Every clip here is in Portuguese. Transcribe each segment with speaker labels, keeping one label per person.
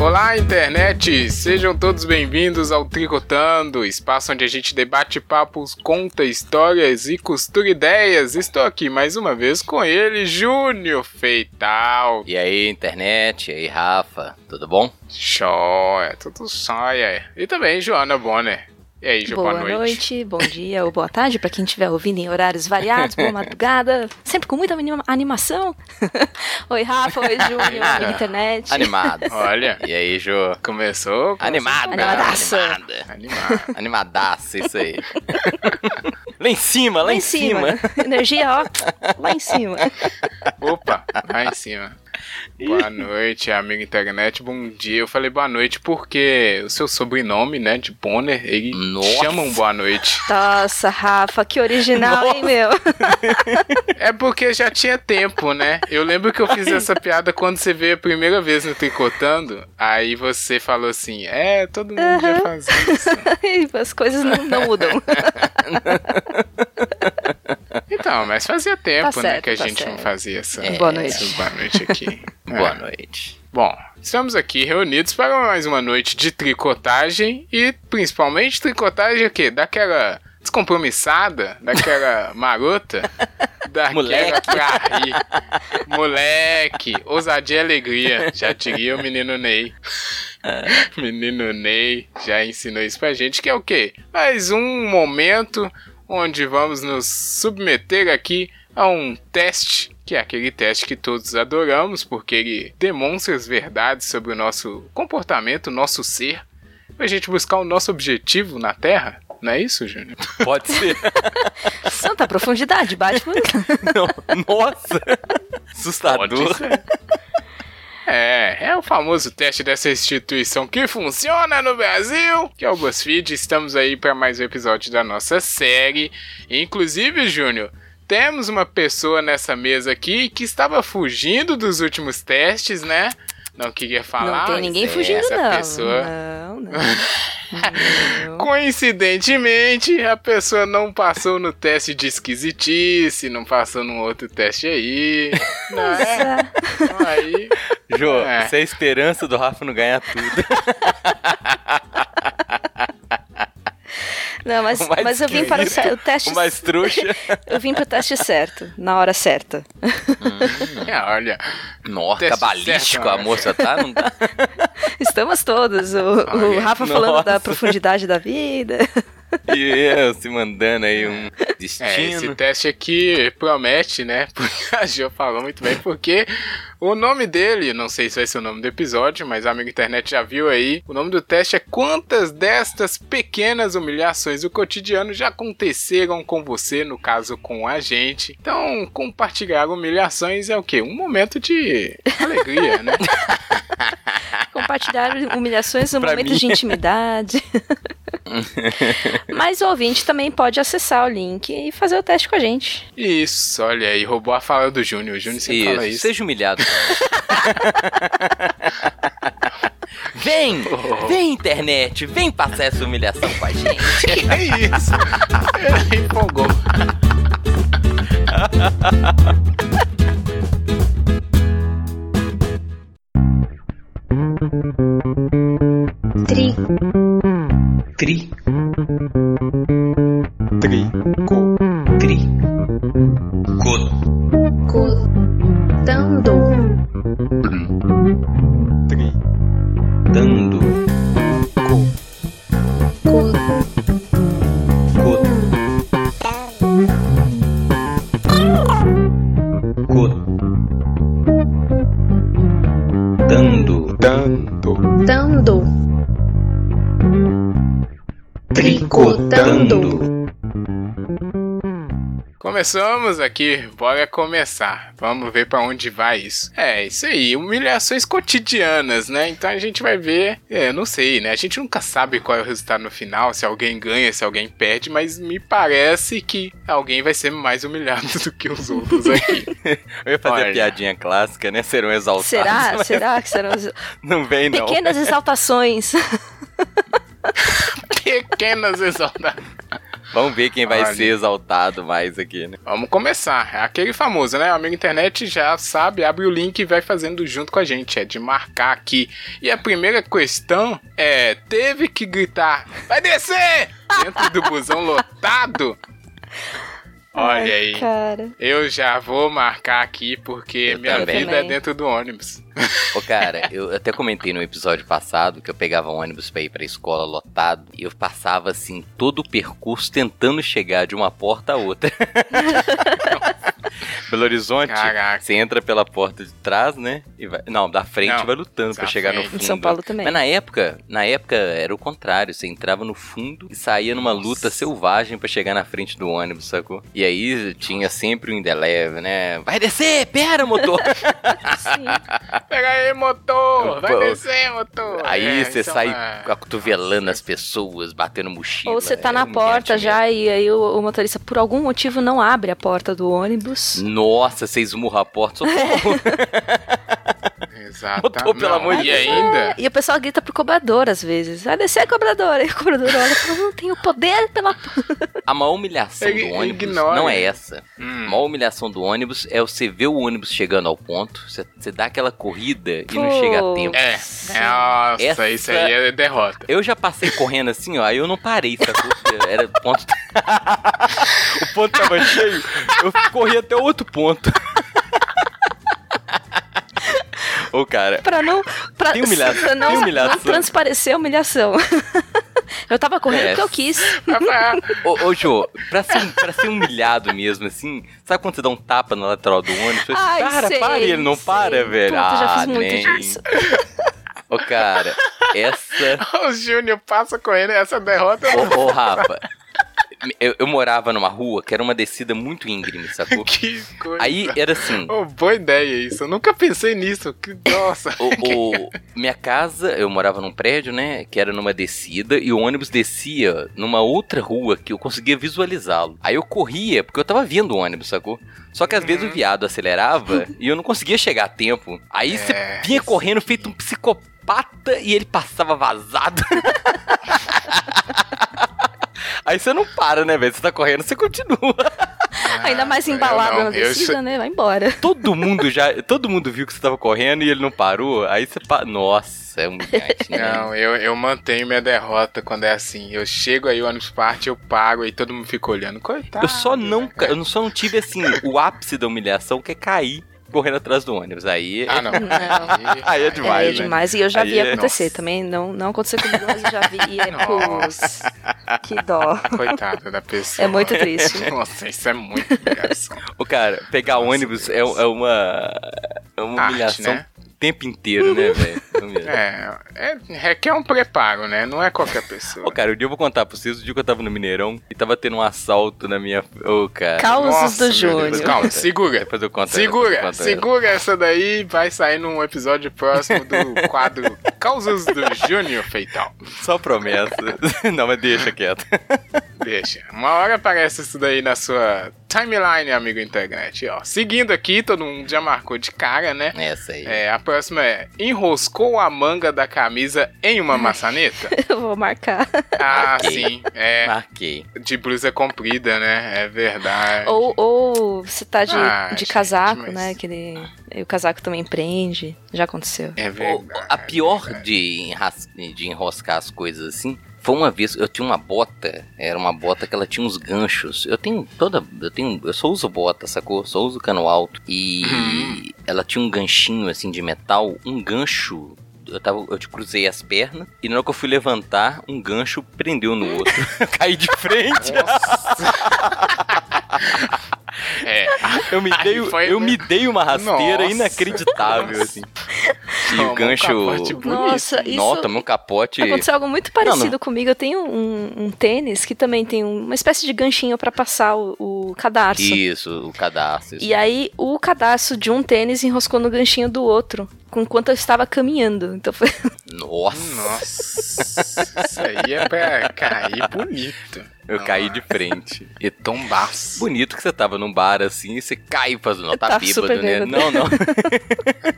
Speaker 1: Olá, internet! Sejam todos bem-vindos ao Tricotando, espaço onde a gente debate papos, conta histórias e costura ideias. Estou aqui mais uma vez com ele, Júnior Feital.
Speaker 2: E aí, internet? E aí, Rafa? Tudo bom?
Speaker 1: Joia, tudo sóia. E também Joana Bonner. E aí, Ju,
Speaker 3: boa,
Speaker 1: boa, noite.
Speaker 3: noite, bom dia ou boa tarde para quem estiver ouvindo em horários variados, boa madrugada, sempre com muita anima- animação. oi, Rafa, oi, Júnior, oi, internet.
Speaker 2: Animado.
Speaker 1: Olha.
Speaker 2: E aí, Jô?
Speaker 1: Começou? com-
Speaker 2: Animada.
Speaker 3: Animadaça.
Speaker 2: Animada.
Speaker 1: Animado.
Speaker 2: Animadaça, isso aí. lá em cima, lá, em cima.
Speaker 3: Energia, ó, lá em cima.
Speaker 1: Opa, lá em cima. Boa noite, amigo internet. Bom dia. Eu falei boa noite porque o seu sobrenome, né, de Bonner, ele
Speaker 2: Nossa.
Speaker 1: chama um boa noite.
Speaker 3: Nossa, Rafa, que original, hein, meu?
Speaker 1: É porque já tinha tempo, né? Eu lembro que eu fiz essa piada quando você veio a primeira vez no Tricotando. Aí você falou assim: É, todo mundo já faz isso.
Speaker 3: As coisas não, não mudam.
Speaker 1: Então, mas fazia tempo,
Speaker 3: Tá
Speaker 1: né,
Speaker 3: certo,
Speaker 1: que a
Speaker 3: tá
Speaker 1: gente não
Speaker 3: certo.
Speaker 1: fazia essa.
Speaker 2: É.
Speaker 3: Boa noite.
Speaker 1: essa boa noite aqui.
Speaker 2: Boa
Speaker 1: É.
Speaker 2: noite.
Speaker 1: Bom, estamos aqui reunidos para mais uma noite de tricotagem e principalmente tricotagem o quê? Daquela descompromissada, daquela marota, daquela
Speaker 2: Moleque.
Speaker 1: pra rir. Moleque, ousadia e alegria, já diria o menino Ney. menino Ney já ensinou isso pra gente, que é o quê? Mais um momento onde vamos nos submeter aqui a um teste, que é aquele teste que todos adoramos, porque ele demonstra as verdades sobre o nosso comportamento, o nosso ser, pra gente buscar o nosso objetivo na Terra. Não é isso, Júnior?
Speaker 2: Pode ser.
Speaker 3: Santa profundidade, Batman.
Speaker 2: Não. Nossa. Assustador.
Speaker 1: ser. É, é o famoso teste dessa instituição que funciona no Brasil, que é o BuzzFeed. Estamos aí para mais um episódio da nossa série. Inclusive, Júnior, temos uma pessoa nessa mesa aqui que estava fugindo dos últimos testes, né? Não queria falar.
Speaker 3: não tem ninguém
Speaker 2: é,
Speaker 3: fugindo,
Speaker 1: essa
Speaker 3: não.
Speaker 1: pessoa.
Speaker 3: Não, não. é Não.
Speaker 1: Coincidentemente, a pessoa não passou no teste de esquisitice, não passou num outro teste aí. Não é?
Speaker 3: Nossa.
Speaker 1: Então Aí
Speaker 2: Jô,
Speaker 1: É.
Speaker 2: isso é a esperança do Rafa não ganhar tudo.
Speaker 3: Não, mas,
Speaker 2: O mais
Speaker 3: mas eu vim para o, ce- o teste.
Speaker 2: O mais trouxa.
Speaker 3: Eu vim pro teste certo, na hora certa.
Speaker 1: É, olha,
Speaker 2: Nossa,
Speaker 1: Teste
Speaker 2: cabalístico
Speaker 1: certo,
Speaker 2: a
Speaker 1: né?
Speaker 2: moça tá? Não tá?
Speaker 3: Estamos todos. O, o
Speaker 1: Olha,
Speaker 3: Rafa
Speaker 2: nossa.
Speaker 3: falando da profundidade da vida.
Speaker 2: E eu se mandando aí um
Speaker 1: é, esse
Speaker 2: destino.
Speaker 1: teste aqui promete, né? Porque a Jo falou muito bem, porque o nome dele, não sei se vai ser o nome do episódio, mas a amiga internet já viu aí. O nome do teste é quantas destas pequenas humilhações do cotidiano já aconteceram com você, no caso com a gente. Então, compartilhar humilhações é o quê? Um momento de alegria, né?
Speaker 3: Compartilhar humilhações no
Speaker 2: Pra
Speaker 3: momento
Speaker 2: mim.
Speaker 3: de intimidade. Mas o ouvinte também pode acessar o link e fazer o teste com a gente.
Speaker 1: Isso, olha aí, roubou a fala do Júnior. O Júnior sempre fala isso.
Speaker 2: Seja humilhado. vem!
Speaker 1: Oh.
Speaker 2: Vem, internet! Vem passar essa humilhação com a gente!
Speaker 1: É isso. Ele empolgou.
Speaker 4: Tri.
Speaker 5: Tri. Tri. Co. Tri. Co.
Speaker 4: Cotando.
Speaker 5: Tri. Dando. Co. Co. Co. Dando. Dando.
Speaker 4: Cotando.
Speaker 5: Tricotando.
Speaker 1: Começamos aqui, bora começar. Vamos ver pra onde vai isso. É, isso aí, humilhações cotidianas, né? Então a gente vai ver, é, não sei, né? A gente nunca sabe qual é o resultado no final, se alguém ganha, se alguém perde, mas me parece que alguém vai ser mais humilhado do que os outros aqui.
Speaker 2: Eu ia fazer
Speaker 1: Olha.
Speaker 2: a piadinha clássica, né? Serão exaltados.
Speaker 3: Será?
Speaker 2: mas
Speaker 3: Será que serão
Speaker 2: Não vem, não.
Speaker 3: pequenas exaltações?
Speaker 1: Pequenas exaltações.
Speaker 2: Vamos ver quem vai
Speaker 1: Olha.
Speaker 2: ser exaltado mais aqui, né?
Speaker 1: Vamos começar. É Aquele famoso, né? O amigo internet já sabe, abre o link e vai fazendo junto com a gente. É de marcar aqui. E a primeira questão é: teve que gritar, vai descer! Dentro do busão lotado? Olha aí.
Speaker 3: Cara.
Speaker 1: Eu já vou marcar aqui porque
Speaker 2: Eu
Speaker 1: minha
Speaker 2: também.
Speaker 1: vida é dentro do ônibus.
Speaker 2: Ô, cara, eu até comentei no episódio passado que eu pegava um ônibus pra ir pra escola lotado e eu passava, assim, todo o percurso tentando chegar de uma porta a outra. Belo Horizonte,
Speaker 1: Caraca.
Speaker 2: você entra pela porta de trás, né? E vai... Não, da frente
Speaker 1: Não,
Speaker 2: vai lutando
Speaker 1: da
Speaker 2: pra chegar no
Speaker 1: frente.
Speaker 2: fundo.
Speaker 3: Em São Paulo também.
Speaker 2: Mas na época, na época era o contrário. Você entrava no fundo e saía numa luta selvagem pra chegar na frente do ônibus, sacou? E aí tinha sempre o um indeleve, né? Vai descer, pera, motor!
Speaker 3: Sim.
Speaker 1: Pega aí, motor! Vai
Speaker 2: Pô.
Speaker 1: descer, motor!
Speaker 2: aí
Speaker 1: É,
Speaker 2: você
Speaker 1: isso é
Speaker 2: sai
Speaker 1: uma-
Speaker 2: acotovelando as pessoas, batendo mochila.
Speaker 3: Ou você tá
Speaker 2: é
Speaker 3: na
Speaker 2: humilhante
Speaker 3: porta
Speaker 2: mesmo.
Speaker 3: já e aí o, o motorista, por algum motivo, não abre a porta do ônibus.
Speaker 2: Nossa, você esmurra a porta. socorro.
Speaker 1: Exato.
Speaker 2: Motor, pelo
Speaker 1: Não,
Speaker 2: amor de
Speaker 1: E
Speaker 2: Deus.
Speaker 1: ainda?
Speaker 3: é, E o pessoal grita pro cobrador às vezes. Vai descer, cobrador. Aí o cobrador olha e fala, não tenho poder pela...
Speaker 2: a maior humilhação
Speaker 1: Ele
Speaker 2: do ônibus
Speaker 1: ignora.
Speaker 2: não é essa. A
Speaker 1: Hum.
Speaker 2: maior humilhação do ônibus é você ver o ônibus chegando ao ponto, você, você dá aquela corrida e não
Speaker 3: Putz.
Speaker 2: chega a tempo.
Speaker 1: É. Nossa,
Speaker 2: Essa-
Speaker 1: isso aí é derrota.
Speaker 2: Eu já passei correndo assim, ó, aí eu não parei, sacou? Porque Era ponto. o ponto tava cheio, eu corri até outro ponto. Ô, cara,
Speaker 3: Pra não... Pra,
Speaker 2: Tem humilhação,
Speaker 3: pra não,
Speaker 2: tem humilhação.
Speaker 3: não transparecer a humilhação. eu tava correndo
Speaker 2: É.
Speaker 3: porque eu quis.
Speaker 2: Ô, ô Jô, pra ser, pra ser humilhado mesmo, assim, sabe quando você dá um tapa na lateral do ônibus? Você fala assim,
Speaker 3: Ai,
Speaker 2: cara,
Speaker 3: sei,
Speaker 2: para, ele não
Speaker 3: sei.
Speaker 2: para, velho.
Speaker 3: Puta, eu já
Speaker 2: ah,
Speaker 3: fiz muito
Speaker 2: nem.
Speaker 3: disso.
Speaker 2: Ô, cara, essa.
Speaker 1: o Júnior passa correndo essa derrota. é
Speaker 2: Ô, ô Rafa, eu, eu morava numa rua que era uma descida muito íngreme, sacou?
Speaker 1: um Que coisa.
Speaker 2: Aí era assim.
Speaker 1: Ô, boa ideia isso. Eu nunca pensei nisso. Que, nossa.
Speaker 2: O, o- minha casa, eu morava num prédio, né? Que era numa descida, e o ônibus descia numa outra rua que eu conseguia visualizá-lo. Aí eu corria, porque eu tava vendo o ônibus, sacou? Só que às
Speaker 1: Uhum.
Speaker 2: vezes o viado acelerava e eu não conseguia chegar a tempo. Aí você
Speaker 1: É.
Speaker 2: vinha correndo feito um psicopata e ele passava vazado. Aí você não para, né, velho? Você tá correndo, você continua.
Speaker 3: Ainda mais
Speaker 1: ah, eu
Speaker 3: embalado
Speaker 1: não,
Speaker 3: na
Speaker 1: eu
Speaker 3: descida,
Speaker 1: sei-
Speaker 3: né? Vai embora.
Speaker 2: Todo mundo já. Todo mundo viu que você tava correndo e ele não parou. Aí você. Pa... Nossa, é humilhante, né?
Speaker 1: Não, eu, eu mantenho minha derrota quando é assim. Eu chego aí, o ônibus parte, eu pago e todo mundo fica olhando. Coitado.
Speaker 2: Eu só não,
Speaker 1: né,
Speaker 2: ca-
Speaker 1: cara?
Speaker 2: eu só não tive assim o ápice da humilhação que é cair correndo atrás do ônibus. Aí
Speaker 1: Ah, não.
Speaker 3: Não.
Speaker 2: Aí é Demais,
Speaker 3: é,
Speaker 2: né?
Speaker 3: demais. E eu já
Speaker 2: Aí
Speaker 3: vi
Speaker 2: é-
Speaker 3: acontecer
Speaker 1: Nossa.
Speaker 3: também. Não, não aconteceu comigo, mas eu já vi. E é putz, Que dó.
Speaker 1: Coitado da pessoa.
Speaker 3: É muito triste.
Speaker 1: Nossa, isso é muito humilhação.
Speaker 2: o cara pegar
Speaker 1: Nossa,
Speaker 2: ônibus é, é
Speaker 1: Deus.
Speaker 2: uma é uma
Speaker 1: Arte,
Speaker 2: humilhação
Speaker 1: né? Uhum.
Speaker 2: o tempo inteiro, né, velho? É humilhação.
Speaker 1: É, é, requer um preparo, né? Não é qualquer pessoa.
Speaker 2: Ô, cara, o dia eu vou contar pra vocês, o dia que eu tava no Mineirão e tava tendo um assalto na minha. Ô, cara.
Speaker 3: Causos
Speaker 1: Nossa, meu
Speaker 3: do
Speaker 1: Deus.
Speaker 3: Júnior.
Speaker 1: Calma, segura.
Speaker 2: Depois eu conto. depois eu
Speaker 1: Segura,
Speaker 2: conto.
Speaker 1: segura essa daí, vai sair num episódio próximo do quadro Causas do Júnior Feital.
Speaker 2: Só promessa. não, mas deixa quieto.
Speaker 1: Deixa. Uma hora aparece isso daí na sua timeline, amigo internet. Ó, seguindo aqui, todo mundo já marcou de cara, né?
Speaker 2: Essa aí.
Speaker 1: É, a próxima é: enroscou a manga da camisa em uma maçaneta?
Speaker 3: Eu vou marcar.
Speaker 1: Ah,
Speaker 2: Ok.
Speaker 1: sim. É,
Speaker 2: Marquei.
Speaker 1: de blusa comprida, né? É verdade.
Speaker 3: Ou, ou você tá de,
Speaker 1: Ah,
Speaker 3: de
Speaker 1: gente,
Speaker 3: casaco,
Speaker 1: mas-
Speaker 3: né? Que ele- e o casaco também prende. Já aconteceu.
Speaker 1: É
Speaker 2: O-
Speaker 1: verdade.
Speaker 2: a pior de, enras- de enroscar as coisas assim foi uma vez eu tinha uma bota era uma bota que ela tinha uns ganchos eu tenho toda eu tenho eu só uso bota sacou só uso cano alto e
Speaker 1: Uhum.
Speaker 2: ela tinha um ganchinho assim de metal um gancho eu, tava, eu te cruzei as pernas e na hora que eu fui levantar, um gancho prendeu no outro. Caí de frente.
Speaker 1: É.
Speaker 2: Eu me
Speaker 1: Aí
Speaker 2: dei,
Speaker 1: foi,
Speaker 2: eu
Speaker 1: né?
Speaker 2: me dei uma rasteira
Speaker 1: Nossa.
Speaker 2: inacreditável,
Speaker 1: Nossa.
Speaker 2: assim. E
Speaker 1: Tomou
Speaker 2: o
Speaker 1: um
Speaker 2: gancho.
Speaker 1: capote bonito.
Speaker 3: Nossa, isso-
Speaker 2: Nota, meu capote.
Speaker 3: Aconteceu algo muito parecido comigo. Eu tenho um, um tênis que também tem um, uma espécie de ganchinho pra passar o, o cadarço.
Speaker 2: Isso, o cadastro. isso.
Speaker 3: E aí o cadarço de um tênis enroscou no ganchinho do outro, enquanto eu estava caminhando. Então foi
Speaker 2: Nossa,
Speaker 1: Hum, Nossa, isso aí é pra cair bonito.
Speaker 2: eu caí de frente.
Speaker 1: E tombaço.
Speaker 2: Bonito que você tava num bar assim e você cai fazendo. Não,
Speaker 3: Eu
Speaker 2: tá
Speaker 3: tava
Speaker 2: bêbado, né?
Speaker 3: super bêbado.
Speaker 2: Não, não.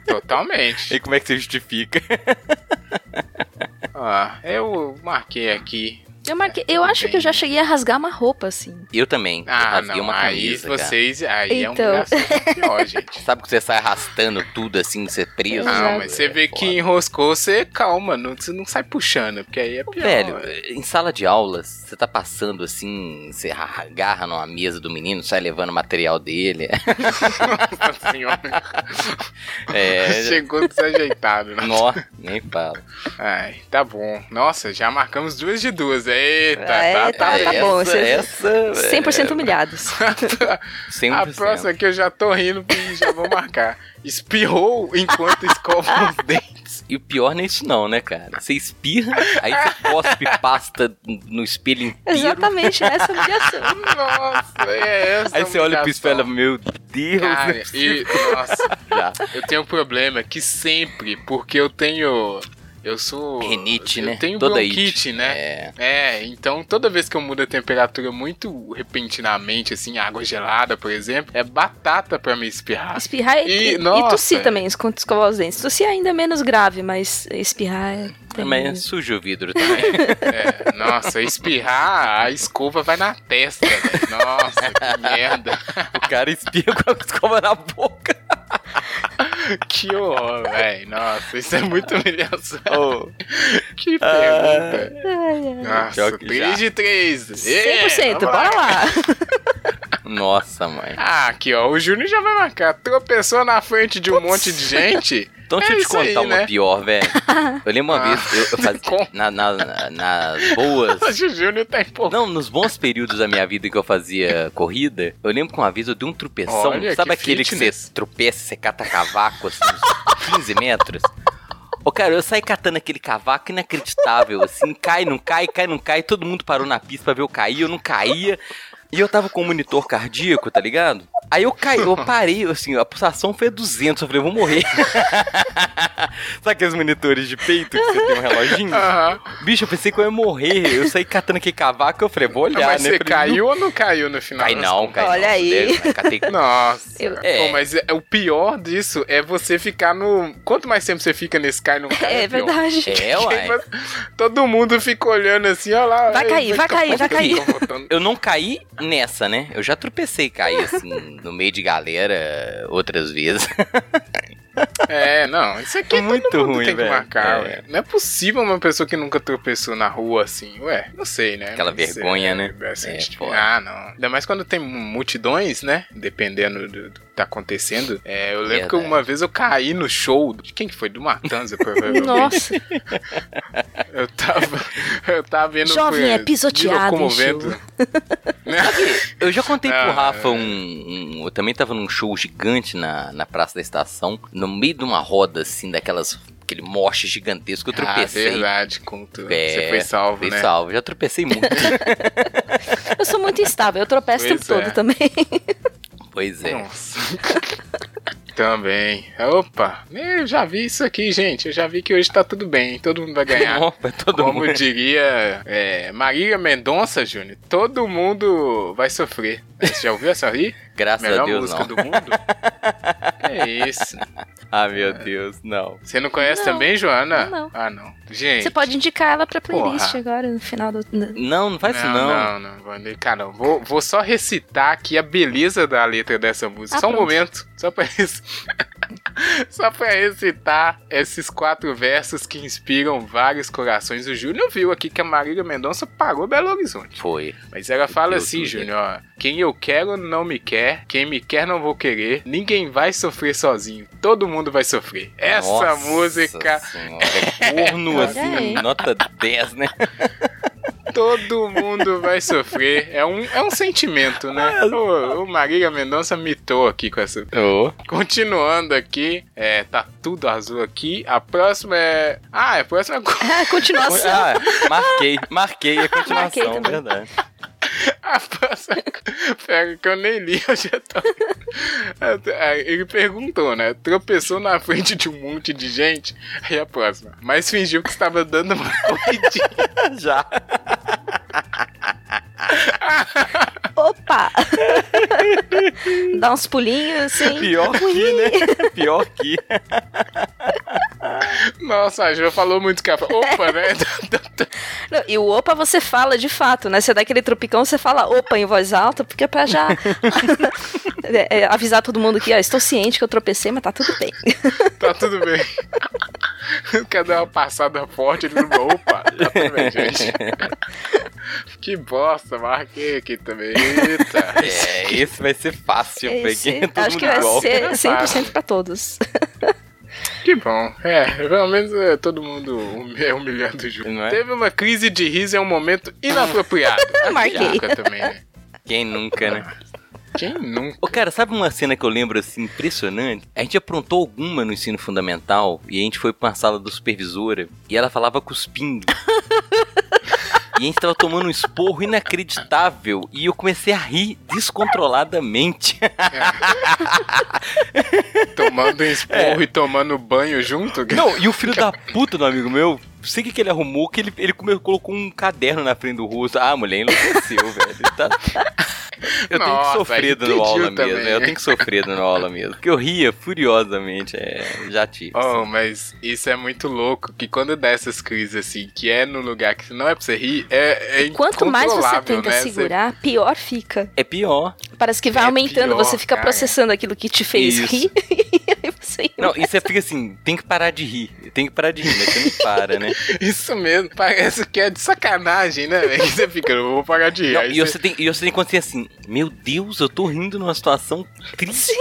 Speaker 1: Totalmente.
Speaker 2: E como é que você justifica?
Speaker 1: Ah, eu marquei aqui
Speaker 3: Eu marquei. Eu
Speaker 1: tudo
Speaker 3: acho
Speaker 1: bem.
Speaker 3: que eu já cheguei a rasgar uma roupa, assim.
Speaker 2: Eu também. eu
Speaker 1: Ah,
Speaker 2: rasguei
Speaker 1: não.
Speaker 2: uma
Speaker 1: aí
Speaker 2: camisa, cara.
Speaker 1: vocês. Aí é
Speaker 3: Então.
Speaker 1: um gasto pior, gente.
Speaker 2: Sabe que você sai arrastando tudo assim, você é preso? É
Speaker 3: Exato.
Speaker 1: Não, mas você vê que
Speaker 2: Foda.
Speaker 1: enroscou, você calma, não, você não sai puxando, porque aí é pior.
Speaker 2: Velho, em sala de aulas, você tá passando assim, você agarra numa mesa do menino, sai levando o material dele.
Speaker 1: Nossa senhora.
Speaker 2: É.
Speaker 1: Chegou desajeitado, né?
Speaker 2: Nó, nem falo.
Speaker 1: Ai, tá bom. Nossa, já marcamos duas de duas. Eita,
Speaker 3: É,
Speaker 1: tá, tá,
Speaker 3: tá
Speaker 1: bem.
Speaker 3: bom,
Speaker 2: essa,
Speaker 3: você-
Speaker 2: essa, é,
Speaker 3: 100% humilhados.
Speaker 1: A
Speaker 2: 100%.
Speaker 1: próxima que eu já tô rindo e já vou marcar. Espirrou enquanto escova os dentes.
Speaker 2: E o pior não é isso não, né, cara? Você espirra, aí você cospe pasta no espelho inteiro.
Speaker 3: Exatamente, essa humilhação.
Speaker 1: Nossa, é essa.
Speaker 2: Aí você olha pro espelho e fala,
Speaker 1: humilhação.
Speaker 2: meu Deus. não é
Speaker 1: Cara,
Speaker 2: possível."
Speaker 1: e, nossa,
Speaker 2: Já.
Speaker 1: eu tenho um problema que sempre, porque eu tenho. Eu sou.
Speaker 2: Renite,
Speaker 1: eu
Speaker 2: né?
Speaker 1: tenho
Speaker 2: Toda
Speaker 1: bronquite, né?
Speaker 2: É.
Speaker 1: É, então toda vez que eu mudo a temperatura muito repentinamente, assim, água gelada, por exemplo, é batata pra me espirrar.
Speaker 3: Espirrar e,
Speaker 1: E,
Speaker 3: e, e
Speaker 1: nossa. é.
Speaker 3: tossir também, esco- escovar os dentes. Tossir ainda é menos grave, mas espirrar é. tem-
Speaker 2: Mas suja o vidro também.
Speaker 1: É, nossa, espirrar, a escova vai na testa. velho. Nossa, que merda.
Speaker 2: o cara espirra com a escova na boca.
Speaker 1: Que horror, velho. Nossa, isso é muito humilhação.
Speaker 2: Ô,
Speaker 1: Que
Speaker 2: Ah.
Speaker 1: pergunta.
Speaker 3: Ai, ai.
Speaker 1: Nossa,
Speaker 2: Pior que
Speaker 1: 3 de 3.
Speaker 3: 100%,
Speaker 1: É,
Speaker 3: bora lá.
Speaker 2: Nossa, mãe.
Speaker 1: Ah, aqui ó, o Júnior já vai marcar. Tropeçou na frente de um monte de gente.
Speaker 2: Então deixa
Speaker 1: É
Speaker 2: eu te
Speaker 1: isso aí,
Speaker 2: contar uma
Speaker 1: né?
Speaker 2: pior, velho. Eu lembro uma
Speaker 1: Ah.
Speaker 2: vez, eu, eu fazia
Speaker 1: Como?
Speaker 2: na- na- na- nas boas.
Speaker 1: Acho que o Júnior tá empolgado.
Speaker 2: Não, nos bons períodos da minha vida que eu fazia corrida, eu lembro que uma vez eu dei um tropeção.
Speaker 1: Olha,
Speaker 2: sabe
Speaker 1: que
Speaker 2: aquele que
Speaker 1: fitness.
Speaker 2: você tropeça, você cata cavaco assim, uns 15 metros? Ô, cara, eu saí catando aquele cavaco inacreditável, assim, cai, não cai, cai, não cai. Todo mundo parou na pista pra ver eu cair, eu não caía. E eu tava com um monitor cardíaco, tá ligado? Aí eu caí, eu parei, assim, a pulsação foi a 200, eu falei, eu vou morrer. sabe aqueles monitores de peito que você tem um reloginho?
Speaker 1: Aham. Ah,
Speaker 2: Bicho, eu pensei que eu ia morrer. Eu saí catando aquele cavaco, eu falei, vou olhar,
Speaker 1: Mas
Speaker 2: né?
Speaker 1: você
Speaker 2: Falei,
Speaker 1: caiu ou não caiu no
Speaker 2: Não
Speaker 1: final?
Speaker 2: cai não, cai
Speaker 3: Olha
Speaker 2: não.
Speaker 3: aí.
Speaker 2: Deve- mas catei-
Speaker 1: Nossa.
Speaker 3: Eu-
Speaker 2: É.
Speaker 1: Pô, mas é- o pior disso é você ficar no. Quanto mais tempo você fica nesse cai não cai,
Speaker 3: É,
Speaker 1: pior.
Speaker 3: verdade.
Speaker 2: É,
Speaker 1: Porque
Speaker 2: uai.
Speaker 1: você- Todo mundo fica olhando assim, olha lá.
Speaker 3: Vai
Speaker 1: eh,
Speaker 3: cair, vai cair, vai
Speaker 1: ficar
Speaker 2: cair.
Speaker 1: botando-
Speaker 2: Eu não caí nessa, né? Eu já tropecei e caí, assim, no meio de galera outras vezes.
Speaker 1: É, não, isso aqui
Speaker 2: Muito
Speaker 1: todo mundo
Speaker 2: ruim,
Speaker 1: tem que
Speaker 2: velho.
Speaker 1: marcar,
Speaker 2: É.
Speaker 1: ué. Não é possível uma pessoa que nunca tropeçou na rua assim, ué, não sei, né?
Speaker 2: Aquela
Speaker 1: Mas,
Speaker 2: vergonha,
Speaker 1: é,
Speaker 2: né?
Speaker 1: é, assim,
Speaker 2: É,
Speaker 1: de-
Speaker 2: pô.
Speaker 1: ah, não. Ainda mais quando tem multidões, né? Dependendo do, do que tá acontecendo. É, eu lembro que
Speaker 2: Verdade.
Speaker 1: uma vez eu caí no show, de quem que foi? Do Matanza, provavelmente.
Speaker 3: Nossa,
Speaker 1: Eu tava, eu tava vendo...
Speaker 3: Jovem
Speaker 1: eh,
Speaker 3: é pisoteado
Speaker 1: me
Speaker 3: em show.
Speaker 1: locomovendo. Né?
Speaker 2: Eu já contei pro
Speaker 1: Ah,
Speaker 2: Rafa um, um- Eu também tava num show gigante na, na Praça da Estação, no meio de uma roda, assim, daquelas. aquele moche gigantesco. Eu
Speaker 1: Ah,
Speaker 2: tropecei.
Speaker 1: verdade, conto.
Speaker 2: É,
Speaker 1: Você foi salvo,
Speaker 2: fui
Speaker 1: né?
Speaker 2: salvo. Já tropecei muito.
Speaker 3: eu sou muito instável, eu tropeço o tempo
Speaker 1: Pois é.
Speaker 3: todo também.
Speaker 2: pois é.
Speaker 1: Nossa. Também. Opa, eu já vi isso aqui, gente. Eu já vi que hoje tá tudo bem. Todo mundo vai ganhar.
Speaker 2: Opa, é todo
Speaker 1: Como
Speaker 2: mundo.
Speaker 1: diria é, Maria Mendonça, Júnior, todo mundo vai sofrer. Você já ouviu essa aí?
Speaker 2: Graças
Speaker 1: Melhor
Speaker 2: a Deus,
Speaker 1: música
Speaker 2: não.
Speaker 1: do mundo? É isso.
Speaker 2: Ah, meu Deus, não.
Speaker 1: Você não conhece
Speaker 3: Não.
Speaker 1: também, Joana?
Speaker 3: Não, não.
Speaker 1: Ah, não. Gente.
Speaker 3: Você pode indicar ela pra playlist
Speaker 1: Porra.
Speaker 3: agora, no final do. no-
Speaker 2: Não, não faz isso Ah, não.
Speaker 1: Não, não, vou indicar, não. Vou, vou só recitar aqui a beleza da letra dessa música.
Speaker 3: Ah,
Speaker 1: só um
Speaker 3: pronto.
Speaker 1: momento. Só pra, rec- só pra recitar esses quatro versos que inspiram vários corações. O Júnior viu aqui que a Marília Mendonça parou Belo Horizonte.
Speaker 2: Foi.
Speaker 1: Mas ela fala
Speaker 2: Eu
Speaker 1: assim,
Speaker 2: tudo.
Speaker 1: Júnior, ó, quem eu quero não me quer, quem me quer não vou querer, ninguém vai sofrer sozinho, todo mundo vai sofrer. Essa
Speaker 2: Nossa
Speaker 1: música,
Speaker 2: Senhora, é corno
Speaker 3: Olha
Speaker 2: assim,
Speaker 3: aí.
Speaker 2: nota 10, né?
Speaker 1: Todo mundo vai sofrer. É um, é um sentimento, né? O, o Marília Mendonça mitou aqui com essa. Continuando aqui, é, tá tudo azul aqui. A próxima é. Ah, a próxima é co-
Speaker 3: Ah, continuação.
Speaker 2: Ah, marquei, marquei a
Speaker 3: Marquei
Speaker 2: continuação,
Speaker 3: também.
Speaker 2: verdade.
Speaker 1: A próxima. Pega que eu nem li, eu já tô. Ah, Ele perguntou, né? Tropeçou na frente de um monte de gente. Aí a próxima. Mas fingiu que estava dando uma corridinha.
Speaker 2: Já.
Speaker 3: Opa! Dá uns pulinhos, assim.
Speaker 2: Pior que, né? Pior que.
Speaker 1: Nossa, a Jo falou muito que ela falou, Opa, né?
Speaker 3: Não, Não, e o opa você fala de fato, né? Você dá aquele tropicão, você fala opa em voz alta, porque é pra já é, é, avisar todo mundo que, ó, estou ciente que eu tropecei, mas tá tudo bem.
Speaker 1: Tá tudo bem. O cara deu uma passada forte, ele não opa, tá tudo bem, gente. Que bosta, marquei aqui também. Eita.
Speaker 2: É, esse vai ser fácil,
Speaker 3: Esse-
Speaker 2: peguei todo
Speaker 3: acho
Speaker 2: mundo
Speaker 3: que vai
Speaker 2: igual.
Speaker 3: ser 100% pra todos.
Speaker 1: Que bom. É, pelo menos é, todo mundo humi- é humilhando o Júlio.
Speaker 2: Não é?
Speaker 1: Teve uma crise de riso em um momento inapropriado. Acho que
Speaker 3: Marquei.
Speaker 1: nunca também, né?
Speaker 2: Quem nunca, né?
Speaker 1: Quem nunca?
Speaker 2: Ô, cara, sabe uma cena que eu lembro, assim, impressionante? A gente aprontou alguma no ensino fundamental e a gente foi pra uma sala do supervisora e ela falava cuspindo. e a gente tava tomando um esporro inacreditável e eu comecei a rir descontroladamente.
Speaker 1: Tomando um esporro e tomando banho junto?
Speaker 2: É. Não, e o filho da puta do amigo meu, sei o que, que ele arrumou, que ele, ele come- colocou um caderno na frente do rosto. Ah, a mulher enlouqueceu, velho. Tá... Eu tenho que
Speaker 1: Nossa,
Speaker 2: sofrer dando
Speaker 1: impediu
Speaker 2: aula mesmo.
Speaker 1: também.
Speaker 2: Eu tenho que sofrer dando aula mesmo. Porque eu ria furiosamente. É, já tive.
Speaker 1: Oh, mas isso é muito louco, que quando dá essas crises assim, que é no lugar que não é pra você rir, é, é
Speaker 3: Quanto mais você
Speaker 1: incontrolável,
Speaker 3: tenta
Speaker 1: né? Você-
Speaker 3: segurar, pior fica.
Speaker 2: É pior.
Speaker 3: Parece que vai
Speaker 1: É
Speaker 3: aumentando,
Speaker 1: pior,
Speaker 3: você fica
Speaker 1: cara.
Speaker 3: processando aquilo que te fez
Speaker 2: Isso.
Speaker 3: rir. e aí você...
Speaker 2: Não, e você fica assim, tem que parar de rir. Tem que parar de rir, mas você não para, né?
Speaker 1: Isso mesmo, parece que é de sacanagem, né? velho? Você fica, eu vou parar de rir.
Speaker 2: Não,
Speaker 1: Aí
Speaker 2: e,
Speaker 1: você-
Speaker 2: você tem, e você tem consciência assim, meu Deus, eu tô rindo numa situação triste.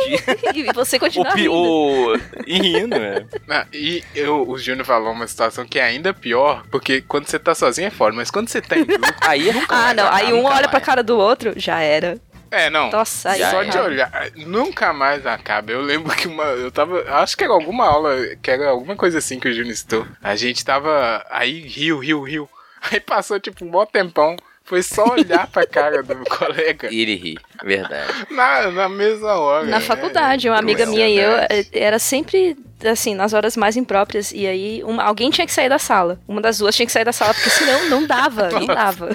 Speaker 3: e você
Speaker 2: Ou,
Speaker 3: continua
Speaker 2: pi-
Speaker 3: tá rindo.
Speaker 2: ou e rindo, é.
Speaker 1: Não, Ah, e eu, o Júnior falou uma situação que é ainda pior, porque quando você tá sozinho é foda, mas quando você tá em grupo.
Speaker 2: Aí é nunca
Speaker 3: Ah,
Speaker 2: mais,
Speaker 3: não.
Speaker 2: né?
Speaker 3: Aí um
Speaker 2: Nunca
Speaker 3: olha pra
Speaker 2: mais.
Speaker 3: cara do outro, já era.
Speaker 1: É, não.
Speaker 3: Nossa, aí.
Speaker 2: Já
Speaker 1: Só
Speaker 2: é.
Speaker 1: de olhar, nunca mais acaba. Eu lembro que uma. Eu tava. Acho que era alguma aula, que era alguma coisa assim que o Júnior estou. A gente tava. Aí riu, riu, riu. Aí passou tipo um bom tempão. Foi só olhar pra cara do colega
Speaker 2: E ele ri, verdade.
Speaker 1: na, na mesma hora.
Speaker 3: Na
Speaker 1: né?
Speaker 3: faculdade, uma amiga minha e eu
Speaker 2: né?
Speaker 3: eh,
Speaker 1: Crueldade.
Speaker 3: era sempre assim, nas horas mais impróprias. E aí, uma- alguém tinha que sair da sala. Uma das duas tinha que sair da sala, porque senão não dava, não dava.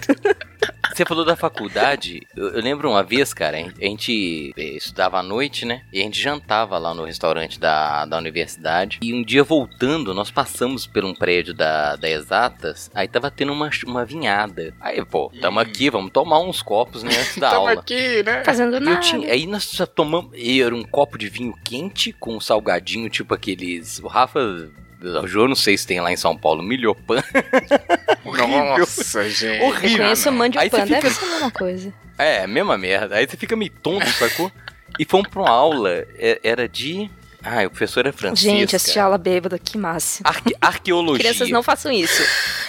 Speaker 2: Você falou da faculdade, eu, eu lembro uma vez, cara, a gente eh, estudava à noite, né? E a gente jantava lá no restaurante da, da universidade. E um dia voltando, nós passamos por um prédio da, da Exatas, aí tava tendo uma, ch- uma vinhada. Aí, pô, tamo
Speaker 1: Hum.
Speaker 2: aqui, vamos tomar uns copos, né, antes da
Speaker 1: Tamo
Speaker 2: aula.
Speaker 1: aqui, né?
Speaker 3: Fazendo
Speaker 2: E Eu
Speaker 3: nada.
Speaker 2: tinha, aí nós só tomamos. e Era um copo de vinho quente com um salgadinho, tipo aqueles. O Rafa. O João, não sei se tem lá em São Paulo, milhopan. Horrível.
Speaker 1: Nossa, gente.
Speaker 3: Eu
Speaker 2: Horrível.
Speaker 3: conheço o
Speaker 2: Ah, Aí você
Speaker 3: Mandiopanda,
Speaker 2: fica-
Speaker 3: deve ser a mesma coisa.
Speaker 2: É, mesma merda. Aí você fica meio tonto, sacou? E fomos pra uma aula, é- era de. Ah, o professor era francês.
Speaker 3: Gente, assistir aula bêbada, que massa.
Speaker 2: arqueologia.
Speaker 3: Crianças não façam isso.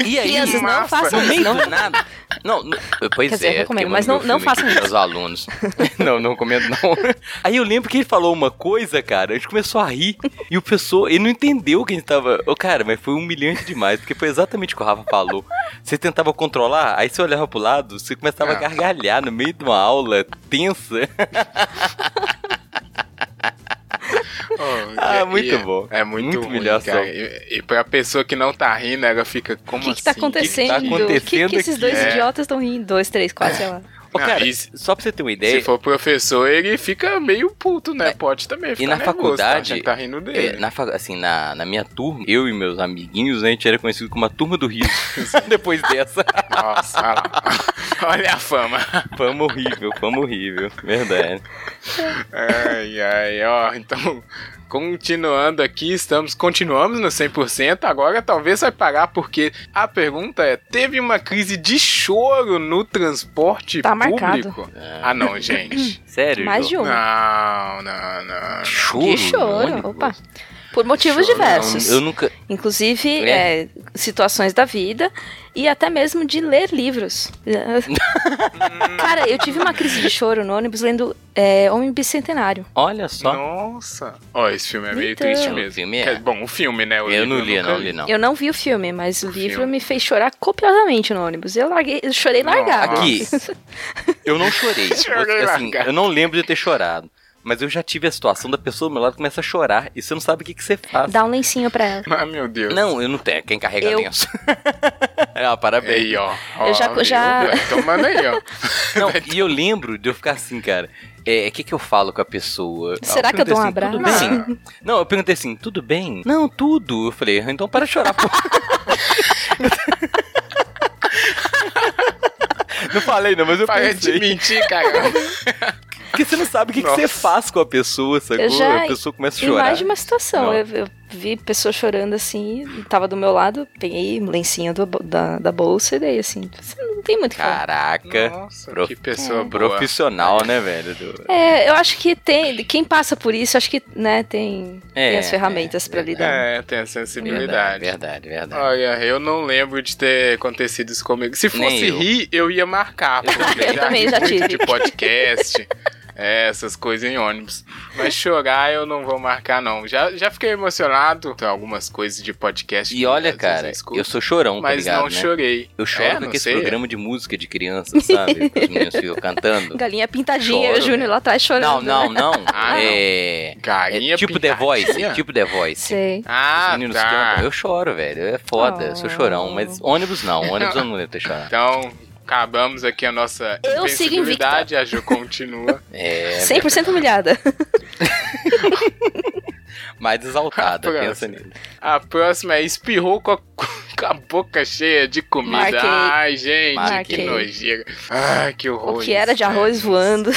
Speaker 2: E aí,
Speaker 3: Crianças não um-
Speaker 1: massa.
Speaker 3: façam
Speaker 2: no
Speaker 3: isso.
Speaker 2: meio
Speaker 3: Não
Speaker 2: do nada. Não, no- pois
Speaker 3: Quer dizer,
Speaker 2: é.
Speaker 3: eu recomendo,
Speaker 2: porque
Speaker 3: mas
Speaker 2: mando
Speaker 3: não- não
Speaker 2: meu filme
Speaker 3: façam
Speaker 2: aqui Aos alunos. não, não recomendo não. Aí eu lembro que ele falou uma coisa, cara, a gente começou a rir e o pessoal, ele não entendeu o que a gente tava... Ô, cara, mas foi humilhante demais, porque foi exatamente o que o Rafa falou. Você tentava controlar, aí você olhava pro lado, você começava a
Speaker 1: Ah.
Speaker 2: gargalhar no meio de uma aula tensa.
Speaker 1: Oh,
Speaker 2: Ah,
Speaker 1: é-
Speaker 2: muito
Speaker 1: é-
Speaker 2: bom.
Speaker 1: É muito,
Speaker 2: Muito
Speaker 1: ruim,
Speaker 2: humilhação.
Speaker 1: cara. E, e pra pessoa que não tá rindo, ela fica como
Speaker 3: O que,
Speaker 1: assim?
Speaker 3: que tá acontecendo?
Speaker 2: tá
Speaker 3: O que, que,
Speaker 2: acontecendo
Speaker 3: esses dois
Speaker 1: aqui? É.
Speaker 3: idiotas estão rindo? Dois, três, quatro, sei lá.
Speaker 2: Ô,
Speaker 1: Não,
Speaker 2: cara,
Speaker 1: e se-
Speaker 2: só pra você ter uma ideia...
Speaker 1: Se for professor, ele fica meio puto,
Speaker 3: É.
Speaker 1: né? Pode também ficar
Speaker 2: na
Speaker 1: nervoso,
Speaker 2: faculdade,
Speaker 1: tá? A gente tá rindo
Speaker 2: É,
Speaker 1: dele.
Speaker 2: na, fa- assim, na, na minha turma, eu e meus amiguinhos, a gente era conhecido como a turma do riso. Depois dessa,
Speaker 1: Nossa, olha lá. Olha a fama.
Speaker 2: fama horrível, fama horrível. Verdade.
Speaker 1: Ai, ai, ó. Então, continuando aqui, estamos, continuamos no 100%. Agora talvez vai parar, porque a pergunta é: teve uma crise de choro no transporte
Speaker 3: Tá marcado.
Speaker 1: público? Ah, não, gente.
Speaker 2: Sério?
Speaker 3: Mais de
Speaker 2: João?
Speaker 3: um.
Speaker 1: Não, não, não.
Speaker 2: Choro?
Speaker 3: Que
Speaker 2: no
Speaker 3: choro,
Speaker 2: ônibus? É,
Speaker 3: opa. Por motivos
Speaker 1: Choro,
Speaker 3: diversos.
Speaker 2: Eu nunca.
Speaker 3: Inclusive,
Speaker 2: É.
Speaker 3: é, situações da vida e até mesmo de ler livros. Cara, eu tive uma crise de choro no ônibus lendo é, Homem Bicentenário.
Speaker 2: Olha só.
Speaker 1: Nossa! Ó, esse filme é meio
Speaker 3: Então.
Speaker 1: triste
Speaker 2: O
Speaker 1: mesmo.
Speaker 2: filme é.
Speaker 1: Quer- Bom, o filme, né? O
Speaker 2: eu
Speaker 1: livro
Speaker 2: não li,
Speaker 1: nunca
Speaker 2: não li, não.
Speaker 3: Eu não vi o filme, mas o livro
Speaker 1: filme.
Speaker 3: me fez chorar copiosamente no ônibus. Eu larguei, eu chorei
Speaker 1: Nossa.
Speaker 3: largado.
Speaker 2: Aqui, eu não chorei.
Speaker 1: Chorei
Speaker 2: Eu- assim,
Speaker 1: largado.
Speaker 2: eu não lembro de ter chorado. Mas eu já tive a situação da pessoa do meu lado começa a chorar e você não sabe o que, que você faz.
Speaker 3: Dá um lencinho pra ela.
Speaker 1: Ah, meu Deus.
Speaker 2: Não, eu não tenho. Quem carrega
Speaker 3: Eu.
Speaker 2: lenço. ah, parabéns.
Speaker 1: Aí, ó. ó
Speaker 3: Eu já-
Speaker 1: viu?
Speaker 3: já-
Speaker 1: Vai Tomando aí, ó.
Speaker 2: Não, e eu lembro de eu ficar assim, cara. É, o que, que eu falo com a pessoa?
Speaker 3: Será que eu dou um
Speaker 2: perguntei
Speaker 3: abraço?
Speaker 2: assim, tudo bem? Não, eu perguntei assim, tudo bem? "Ah, Não, tudo. Eu falei, então para de chorar, pô. Não falei não, mas eu
Speaker 1: Para de
Speaker 2: pensei.
Speaker 1: mentir, cara.
Speaker 2: Porque você não sabe o que, que você
Speaker 1: Nossa.
Speaker 2: faz com a pessoa, sacou?
Speaker 3: Eu já
Speaker 2: A pessoa começa a
Speaker 3: Tem
Speaker 2: chorar.
Speaker 3: mais de uma situação.
Speaker 2: Não.
Speaker 3: Eu, eu vi pessoas chorando assim, e tava do meu lado, peguei um lencinho do- da, da bolsa e dei assim. Você não tem muito o que falar.
Speaker 2: Caraca.
Speaker 1: Nossa,
Speaker 2: Prof-
Speaker 1: que pessoa boa.
Speaker 2: Profissional, né, velho? Do-
Speaker 3: É, eu acho que tem. Quem passa por isso, acho que, né, tem,
Speaker 2: É,
Speaker 3: tem as ferramentas pra lidar.
Speaker 1: É, tem a sensibilidade.
Speaker 2: né? Verdade, verdade.
Speaker 1: Olha, eu não lembro de ter acontecido isso comigo. Se
Speaker 2: Nem
Speaker 1: fosse
Speaker 2: eu.
Speaker 1: rir, eu ia marcar. porque
Speaker 3: Eu também
Speaker 1: ri
Speaker 3: já
Speaker 1: muito
Speaker 3: tive.
Speaker 1: De podcast, é, essas coisas em ônibus. Mas chorar eu não vou marcar, não. Já, já fiquei emocionado com algumas coisas de podcast. que
Speaker 2: E olha,
Speaker 1: às vezes
Speaker 2: cara,
Speaker 1: escuto,
Speaker 2: eu sou chorão, tá
Speaker 1: mas
Speaker 2: ligado?
Speaker 1: não
Speaker 2: né?
Speaker 1: chorei.
Speaker 2: Eu choro
Speaker 1: É,
Speaker 2: com
Speaker 1: não
Speaker 2: aquele
Speaker 1: sei.
Speaker 2: programa de música de criança, sabe? que os meninos ficam cantando.
Speaker 3: Galinha pintadinha,
Speaker 2: é. Choro,
Speaker 3: o Júnior lá atrás chorando.
Speaker 2: Não, não, não.
Speaker 1: Ah, não.
Speaker 2: é...
Speaker 1: Galinha
Speaker 2: é tipo The Voice,
Speaker 1: pintadinha?
Speaker 2: é tipo The Voice.
Speaker 3: Sei.
Speaker 2: Os
Speaker 1: Ah,
Speaker 2: meninos
Speaker 1: tá.
Speaker 2: cantam. Eu choro, velho. É foda, eu sou chorão. Mas
Speaker 3: Oh.
Speaker 2: ônibus não, ônibus eu não lembro de ter chorado.
Speaker 1: Então, acabamos aqui a nossa
Speaker 3: Eu sigo
Speaker 1: invencibilidade. A Ju continua.
Speaker 2: É,
Speaker 3: 100% humilhada.
Speaker 2: mais exaltada,
Speaker 1: Próximo.
Speaker 2: pensa nisso.
Speaker 1: A próxima é espirrou com a, com a boca cheia de comida.
Speaker 3: Marquei.
Speaker 1: Ai, gente,
Speaker 3: Marquei.
Speaker 1: que nojeira. Ai, que horror.
Speaker 3: O que era de arroz voando.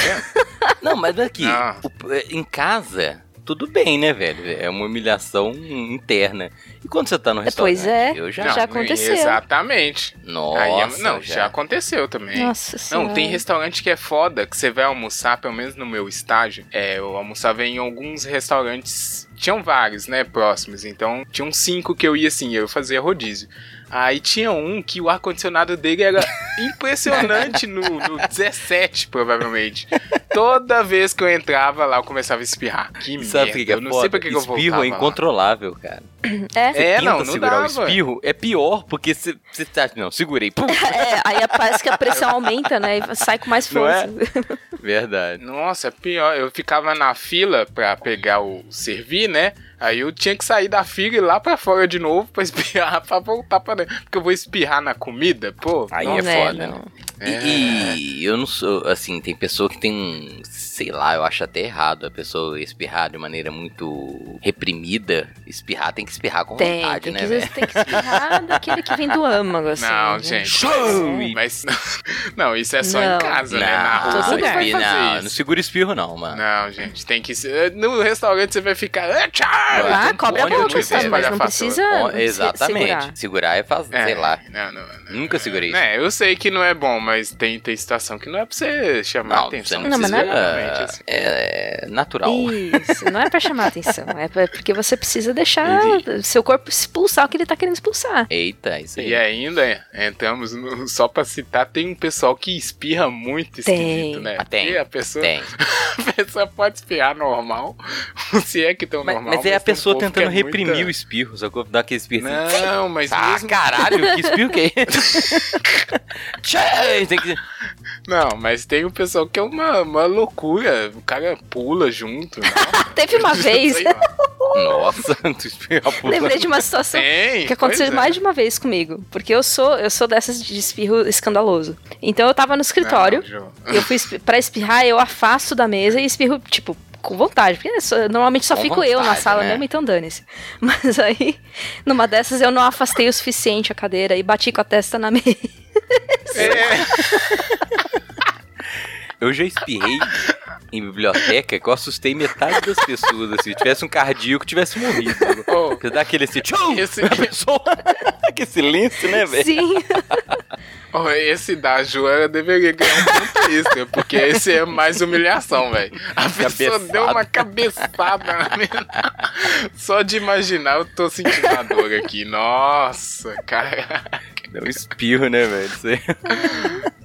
Speaker 2: Não, mas aqui,
Speaker 1: Ah.
Speaker 2: o- é, em casa, tudo bem, né, velho? É uma humilhação interna. E quando você tá no
Speaker 3: Pois
Speaker 2: restaurante?
Speaker 3: é.
Speaker 2: Eu já.
Speaker 1: Não,
Speaker 3: Já aconteceu.
Speaker 1: Exatamente.
Speaker 2: Nossa,
Speaker 1: Aí é- não, já.
Speaker 2: já.
Speaker 1: aconteceu também.
Speaker 3: Nossa senhora.
Speaker 1: Não, tem restaurante que é foda, que você vai almoçar, pelo menos no meu estágio. É, eu almoçava em alguns restaurantes. Tinham vários, né? Próximos. Então, tinham cinco que eu ia assim, eu fazia rodízio. Aí tinha um que o ar-condicionado dele era impressionante no, no 17, provavelmente. Toda vez que eu entrava lá, eu começava a espirrar. Que
Speaker 2: Sabe o
Speaker 1: merda.
Speaker 2: que que é
Speaker 1: eu não
Speaker 2: foda?
Speaker 1: sei pra que, que eu
Speaker 2: espirro
Speaker 1: voltava
Speaker 2: é incontrolável, cara.
Speaker 3: É.
Speaker 2: Você
Speaker 1: É,
Speaker 2: tenta
Speaker 1: não, não
Speaker 2: segurar o
Speaker 1: dava.
Speaker 2: espirro, é pior, porque você, você tá... Não, segurei. Pum!
Speaker 3: É, aí parece que a pressão aumenta, né? E sai com mais
Speaker 2: Não é?
Speaker 3: força.
Speaker 2: Verdade.
Speaker 1: Nossa, é pior. Eu ficava na fila pra pegar o servir, né? Aí eu tinha que sair da fila e ir lá pra fora de novo pra espirrar, pra voltar pra dentro. Porque eu vou espirrar na comida, pô. é.
Speaker 2: Aí
Speaker 1: Nossa,
Speaker 2: é
Speaker 3: Né,
Speaker 2: foda,
Speaker 3: não.
Speaker 2: né? E, e eu não sou, assim, tem pessoa que tem um, sei lá, eu acho até errado a pessoa espirrar de maneira muito reprimida. Espirrar tem que espirrar com
Speaker 3: Tem,
Speaker 2: vontade,
Speaker 3: tem,
Speaker 2: né,
Speaker 3: que,
Speaker 2: velho?
Speaker 3: tem que espirrar daquele que vem do âmago, assim.
Speaker 1: Não,
Speaker 3: né?
Speaker 1: gente.
Speaker 2: Show!
Speaker 1: Mas. Não, isso é só
Speaker 3: Não.
Speaker 1: em casa, né? Na
Speaker 3: Todo
Speaker 1: rua. você
Speaker 3: mundo
Speaker 1: não
Speaker 3: vai
Speaker 1: vai
Speaker 2: espirro, não,
Speaker 1: fazer
Speaker 2: não
Speaker 1: isso.
Speaker 2: segura espirro, não, mano.
Speaker 1: Não, gente, tem que ser. No restaurante você vai ficar. "Ah, tchau!"
Speaker 3: Ah,
Speaker 2: Não,
Speaker 3: cobre a
Speaker 2: pode,
Speaker 3: boca,
Speaker 2: não
Speaker 3: sabe? Mas não
Speaker 1: espalhar
Speaker 3: precisa.
Speaker 2: Ó,
Speaker 3: não precisa
Speaker 2: exatamente. Segurar.
Speaker 3: segurar.
Speaker 2: é fazer, sei lá.
Speaker 1: não, não, não.
Speaker 2: Nunca segurei isso.
Speaker 1: É, eu sei que não é bom, mas tem, tem situação que não é pra você chamar
Speaker 2: Não, você
Speaker 1: atenção.
Speaker 2: não,
Speaker 3: Não, mas
Speaker 2: precisa.
Speaker 3: nada.
Speaker 1: Realmente, assim.
Speaker 2: É, é natural.
Speaker 3: Isso, não é pra chamar atenção, é pra- porque você precisa deixar seu corpo expulsar o que ele tá querendo expulsar.
Speaker 2: Eita, isso aí.
Speaker 1: E é, ainda entramos no, só pra citar, tem um pessoal que espirra muito esquisito,
Speaker 3: Tem.
Speaker 1: né?
Speaker 2: Ah, tem.
Speaker 1: Porque a pessoa,
Speaker 2: Tem.
Speaker 1: a pessoa pode espirrar normal, se é que tão
Speaker 2: Mas,
Speaker 1: normal.
Speaker 2: mas é a
Speaker 1: tem
Speaker 2: pessoa
Speaker 1: povo que
Speaker 2: tentando
Speaker 1: é
Speaker 2: reprimir
Speaker 1: muita-
Speaker 2: o espirro, sacou? Dá aquele espirro assim.
Speaker 1: Não, mas
Speaker 2: Ah,
Speaker 1: mesmo...
Speaker 2: caralho, que espirro que é esse? Tchê, tem que...
Speaker 1: Não, mas tem um pessoal que é uma, uma loucura. O cara pula junto. né?
Speaker 3: Teve uma vez,
Speaker 1: Sei lá.
Speaker 2: Nossa, tu espirra por
Speaker 3: lembrei de uma situação
Speaker 1: Tem.
Speaker 3: que aconteceu
Speaker 1: pois é.
Speaker 3: mais de um uma vez comigo, porque eu sou, eu sou dessas de espirro escandaloso. Então eu tava no escritório,
Speaker 1: Não, Ju.
Speaker 3: eu fui espi- pra espirrar, eu afasto da mesa e espirro, tipo, com vontade, porque só- normalmente só
Speaker 2: Com
Speaker 3: fico eu na
Speaker 2: vontade,
Speaker 3: sala
Speaker 2: né?
Speaker 3: mesmo, então dane-se. Mas aí, numa dessas, eu não afastei o suficiente a cadeira e bati com a testa na mesa.
Speaker 1: É,
Speaker 2: Eu já espirrei em biblioteca que eu assustei metade das pessoas, assim. Se tivesse um cardíaco, tivesse morrido.
Speaker 1: Ô.
Speaker 2: Você dá aquele assim, tchum,
Speaker 1: Oh. Esse-
Speaker 2: a pessoa... que silêncio, né, velho?
Speaker 3: Sim.
Speaker 1: ó, esse da Joana deveria ganhar um ponto extra, porque esse é mais humilhação, velho. A pessoa
Speaker 2: Cabeçada.
Speaker 1: deu uma cabeçada na minha. Só de imaginar eu tô sentindo a dor aqui. Nossa, cara.
Speaker 2: É um espirro, né, velho? Isso aí.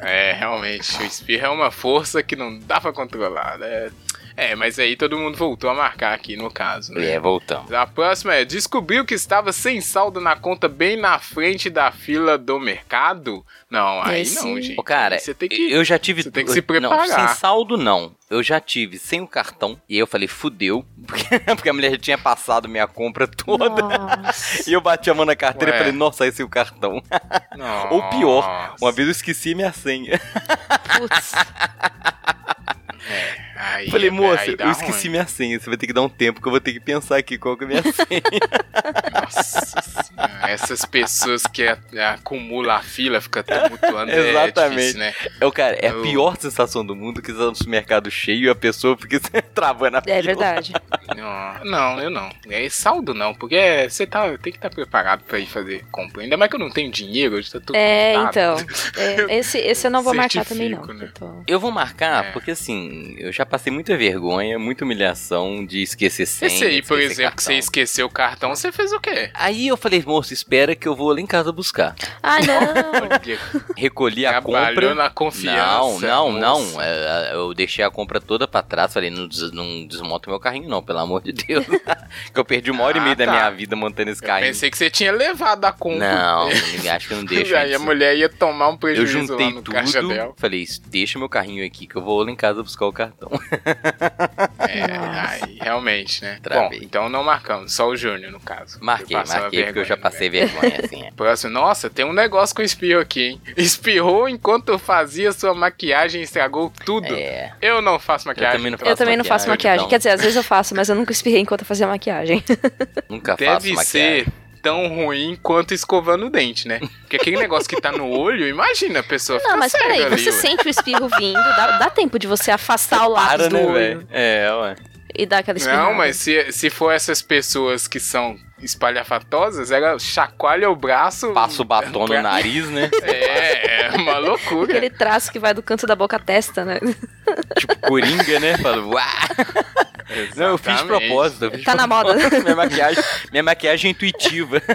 Speaker 1: É, realmente, o espirro é uma força que não dá pra controlar, né? É, mas aí todo mundo voltou a marcar aqui no caso, né?
Speaker 2: É, voltamos.
Speaker 1: A próxima é: descobriu que estava sem saldo na conta bem na frente da fila do mercado? Não, aí
Speaker 3: Esse-
Speaker 1: não, gente.
Speaker 2: Ô, cara,
Speaker 1: Aí você tem que.
Speaker 2: eu já tive...
Speaker 1: você tem que se
Speaker 2: Não,
Speaker 1: preparar.
Speaker 2: sem saldo, não. Eu já tive sem o cartão. E aí eu falei, fudeu. Porque, porque a mulher já tinha passado minha compra toda.
Speaker 3: Nossa.
Speaker 2: E eu bati a mão na carteira e
Speaker 1: Ué.
Speaker 2: falei, nossa, esse é o cartão. Ou pior, uma vez eu esqueci minha senha.
Speaker 3: Putz.
Speaker 1: Aí,
Speaker 2: falei,
Speaker 1: é,
Speaker 2: moça,
Speaker 1: aí dá
Speaker 2: eu esqueci
Speaker 1: ruim.
Speaker 2: minha senha. Você vai ter que dar um tempo que eu vou ter que pensar aqui qual que é a minha senha.
Speaker 1: Nossa senhora. Ah, Essas pessoas que a- acumulam a fila, fica tumultuando.
Speaker 2: Exatamente.
Speaker 1: É difícil, né?
Speaker 2: É, o cara, é a
Speaker 1: Eu-
Speaker 2: pior sensação do mundo que você tá no supermercado cheio e a pessoa fica travando a fila.
Speaker 3: É verdade.
Speaker 1: Não, não, eu não. É saldo não, porque você tá, tem que estar preparado pra ir fazer compra. Ainda mais que eu não tenho dinheiro, eu já tô
Speaker 3: É,
Speaker 1: contado.
Speaker 3: então. É, esse, esse eu não vou marcar também, não. Então.
Speaker 1: Certifico, né?
Speaker 3: que eu tô-
Speaker 2: Eu vou marcar,
Speaker 1: É.
Speaker 2: porque assim, eu já passei muita vergonha, muita humilhação de esquecer senha.
Speaker 1: Esse aí,
Speaker 2: de
Speaker 1: por
Speaker 2: esquecer
Speaker 1: exemplo, que você
Speaker 2: cartão.
Speaker 1: esqueceu o cartão, você fez o quê?
Speaker 2: Aí eu falei, moço, espera que eu vou lá em casa buscar.
Speaker 3: Ah, não.
Speaker 2: Recolhi a
Speaker 1: Trabalhou
Speaker 2: compra.
Speaker 1: na
Speaker 2: Não,
Speaker 1: confiança.
Speaker 2: não,
Speaker 1: moço.
Speaker 2: não. É, é, Eu deixei a compra toda pra trás. Falei, não, des não desmonta meu carrinho, não, pelo amor de Deus. que eu perdi uma hora e
Speaker 1: Ah,
Speaker 2: meia da
Speaker 1: tá.
Speaker 2: minha vida montando esse
Speaker 1: Eu
Speaker 2: carrinho.
Speaker 1: pensei que você tinha levado a compra.
Speaker 2: Não, acho que eu não deixo.
Speaker 1: aí a
Speaker 2: isso.
Speaker 1: mulher ia tomar um
Speaker 2: Eu
Speaker 1: prejuízo lá
Speaker 2: juntei
Speaker 1: no
Speaker 2: tudo.
Speaker 1: caixa dela.
Speaker 2: Falei, deixa meu carrinho aqui que eu vou lá em casa buscar o cartão.
Speaker 1: É, aí, realmente, né?
Speaker 2: Travei.
Speaker 1: Bom, então não marcamos, só o Júnior, no caso.
Speaker 2: Marquei,
Speaker 1: Eu passei uma
Speaker 2: marquei, porque eu já
Speaker 1: vergonha, né?
Speaker 2: passei vergonha, assim. é.
Speaker 1: Próximo, nossa, tem um negócio com espirro aqui, hein? Espirrou enquanto fazia sua maquiagem e estragou tudo.
Speaker 2: É.
Speaker 1: Eu não faço maquiagem.
Speaker 2: também não
Speaker 1: então.
Speaker 3: Eu também não faço maquiagem.
Speaker 2: então.
Speaker 3: Quer dizer, às vezes eu faço, mas eu nunca espirrei enquanto eu fazia maquiagem.
Speaker 2: Nunca faço
Speaker 1: Deve
Speaker 2: maquiagem.
Speaker 1: ser tão ruim quanto escovando o dente, né? Porque aquele negócio que tá no olho, imagina a pessoa
Speaker 3: Não,
Speaker 1: fica
Speaker 3: mas
Speaker 1: cega
Speaker 3: peraí,
Speaker 1: ali,
Speaker 3: você
Speaker 1: ué.
Speaker 3: sente o espirro vindo, dá, dá tempo de você afastar o lápis
Speaker 2: Para,
Speaker 3: do
Speaker 2: né,
Speaker 3: olho
Speaker 2: velho? É, ué.
Speaker 3: e dar aquela espirrada.
Speaker 1: Não, mas se, se for essas pessoas que são espalhafatosas, ela chacoalha o braço.
Speaker 2: Passa o batom no nariz, né?
Speaker 1: É, é uma loucura.
Speaker 3: Aquele traço que vai do canto da boca à testa, né?
Speaker 2: tipo coringa, né? Fala, uá! Não, eu fiz de
Speaker 1: Exatamente.
Speaker 2: propósito. Eu fiz de
Speaker 3: Tá na moda.
Speaker 2: propósito. minha, maquiagem, minha maquiagem é intuitiva.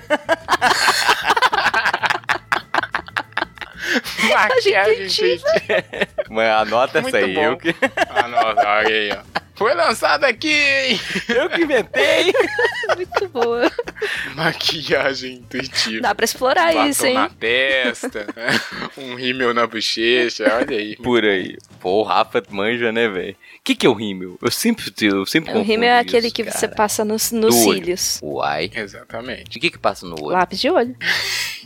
Speaker 1: Maquiagem intuitiva.
Speaker 2: Mas anota
Speaker 1: Muito
Speaker 2: essa aí.
Speaker 1: bom.
Speaker 2: Eu que,
Speaker 1: Ah, nossa, olha aí, ó. Foi lançado aqui, hein?
Speaker 2: eu que inventei.
Speaker 3: Muito boa.
Speaker 1: Maquiagem intuitiva.
Speaker 3: Tipo, Dá pra explorar
Speaker 1: Batom
Speaker 3: é isso, hein?
Speaker 1: na testa, um rímel na bochecha, olha aí.
Speaker 2: Por aí. Pô, o Rafa manja, né, velho? O que, que é o rímel? Eu sempre, eu sempre
Speaker 3: O rímel é
Speaker 2: confundo
Speaker 3: aquele
Speaker 2: isso,
Speaker 3: que
Speaker 2: cara.
Speaker 3: você passa nos, nos
Speaker 2: Do olho.
Speaker 3: cílios.
Speaker 2: Uai.
Speaker 1: Exatamente.
Speaker 2: O que que passa no olho?
Speaker 3: Lápis de olho.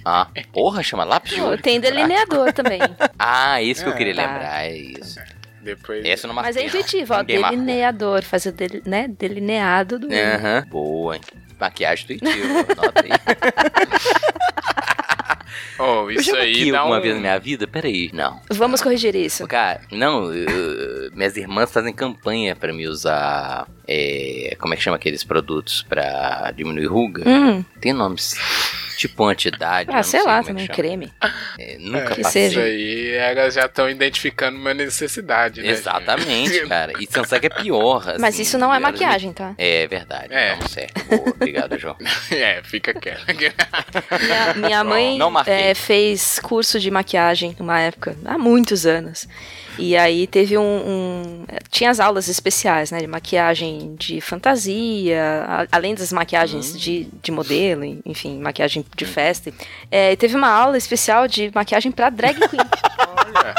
Speaker 2: Ah, porra, chama lápis de olho?
Speaker 3: Tem
Speaker 2: Será?
Speaker 3: delineador também.
Speaker 2: Ah, esse que eu
Speaker 1: É.
Speaker 2: queria
Speaker 3: Tá.
Speaker 2: lembrar, é isso.
Speaker 1: Depois.
Speaker 2: Essa eu não
Speaker 3: Mas
Speaker 2: marquei,
Speaker 3: é intuitivo, ó.
Speaker 2: Ninguém É. marcou.
Speaker 3: Delineador. Faz o del- né? delineado do
Speaker 2: não.
Speaker 3: olho.
Speaker 2: Aham. Uhum. Boa, hein? Maquiagem intuitiva, anota aí.
Speaker 1: Oh,
Speaker 2: Eu
Speaker 1: isso
Speaker 2: já
Speaker 1: aí
Speaker 2: maquiei
Speaker 1: dá
Speaker 2: alguma
Speaker 1: um.
Speaker 2: vez na minha vida? Peraí, não.
Speaker 3: Vamos corrigir isso.
Speaker 2: Cara, não, eu- minhas irmãs fazem campanha pra me usar, é, como é que chama aqueles produtos pra diminuir ruga?
Speaker 3: Hum.
Speaker 2: Tem nomes, tipo antidade, eu
Speaker 3: Ah,
Speaker 2: não
Speaker 3: sei,
Speaker 2: sei
Speaker 3: lá,
Speaker 2: como é que
Speaker 3: também.
Speaker 2: chama.
Speaker 3: Creme.
Speaker 2: É, nunca
Speaker 3: que
Speaker 2: passei.
Speaker 1: Isso aí, elas já estão identificando uma necessidade, né?
Speaker 2: Exatamente, cara. E você sabe que é pior.
Speaker 3: Mas
Speaker 2: assim,
Speaker 3: isso não é
Speaker 2: pior,
Speaker 3: maquiagem, tá?
Speaker 2: É verdade,
Speaker 1: É.
Speaker 2: vamos certo. Boa, obrigado, João.
Speaker 1: gente? É, fica quieto.
Speaker 3: Minha, minha mãe
Speaker 2: Não marquei.
Speaker 3: é, fez curso de maquiagem numa época, há muitos anos. E aí teve um, um- Tinha as aulas especiais, né? De maquiagem de fantasia, a- além das maquiagens
Speaker 2: Hum.
Speaker 3: de, de modelo, enfim, maquiagem de festa. É, e teve uma aula especial de maquiagem pra drag queen.
Speaker 1: Olha,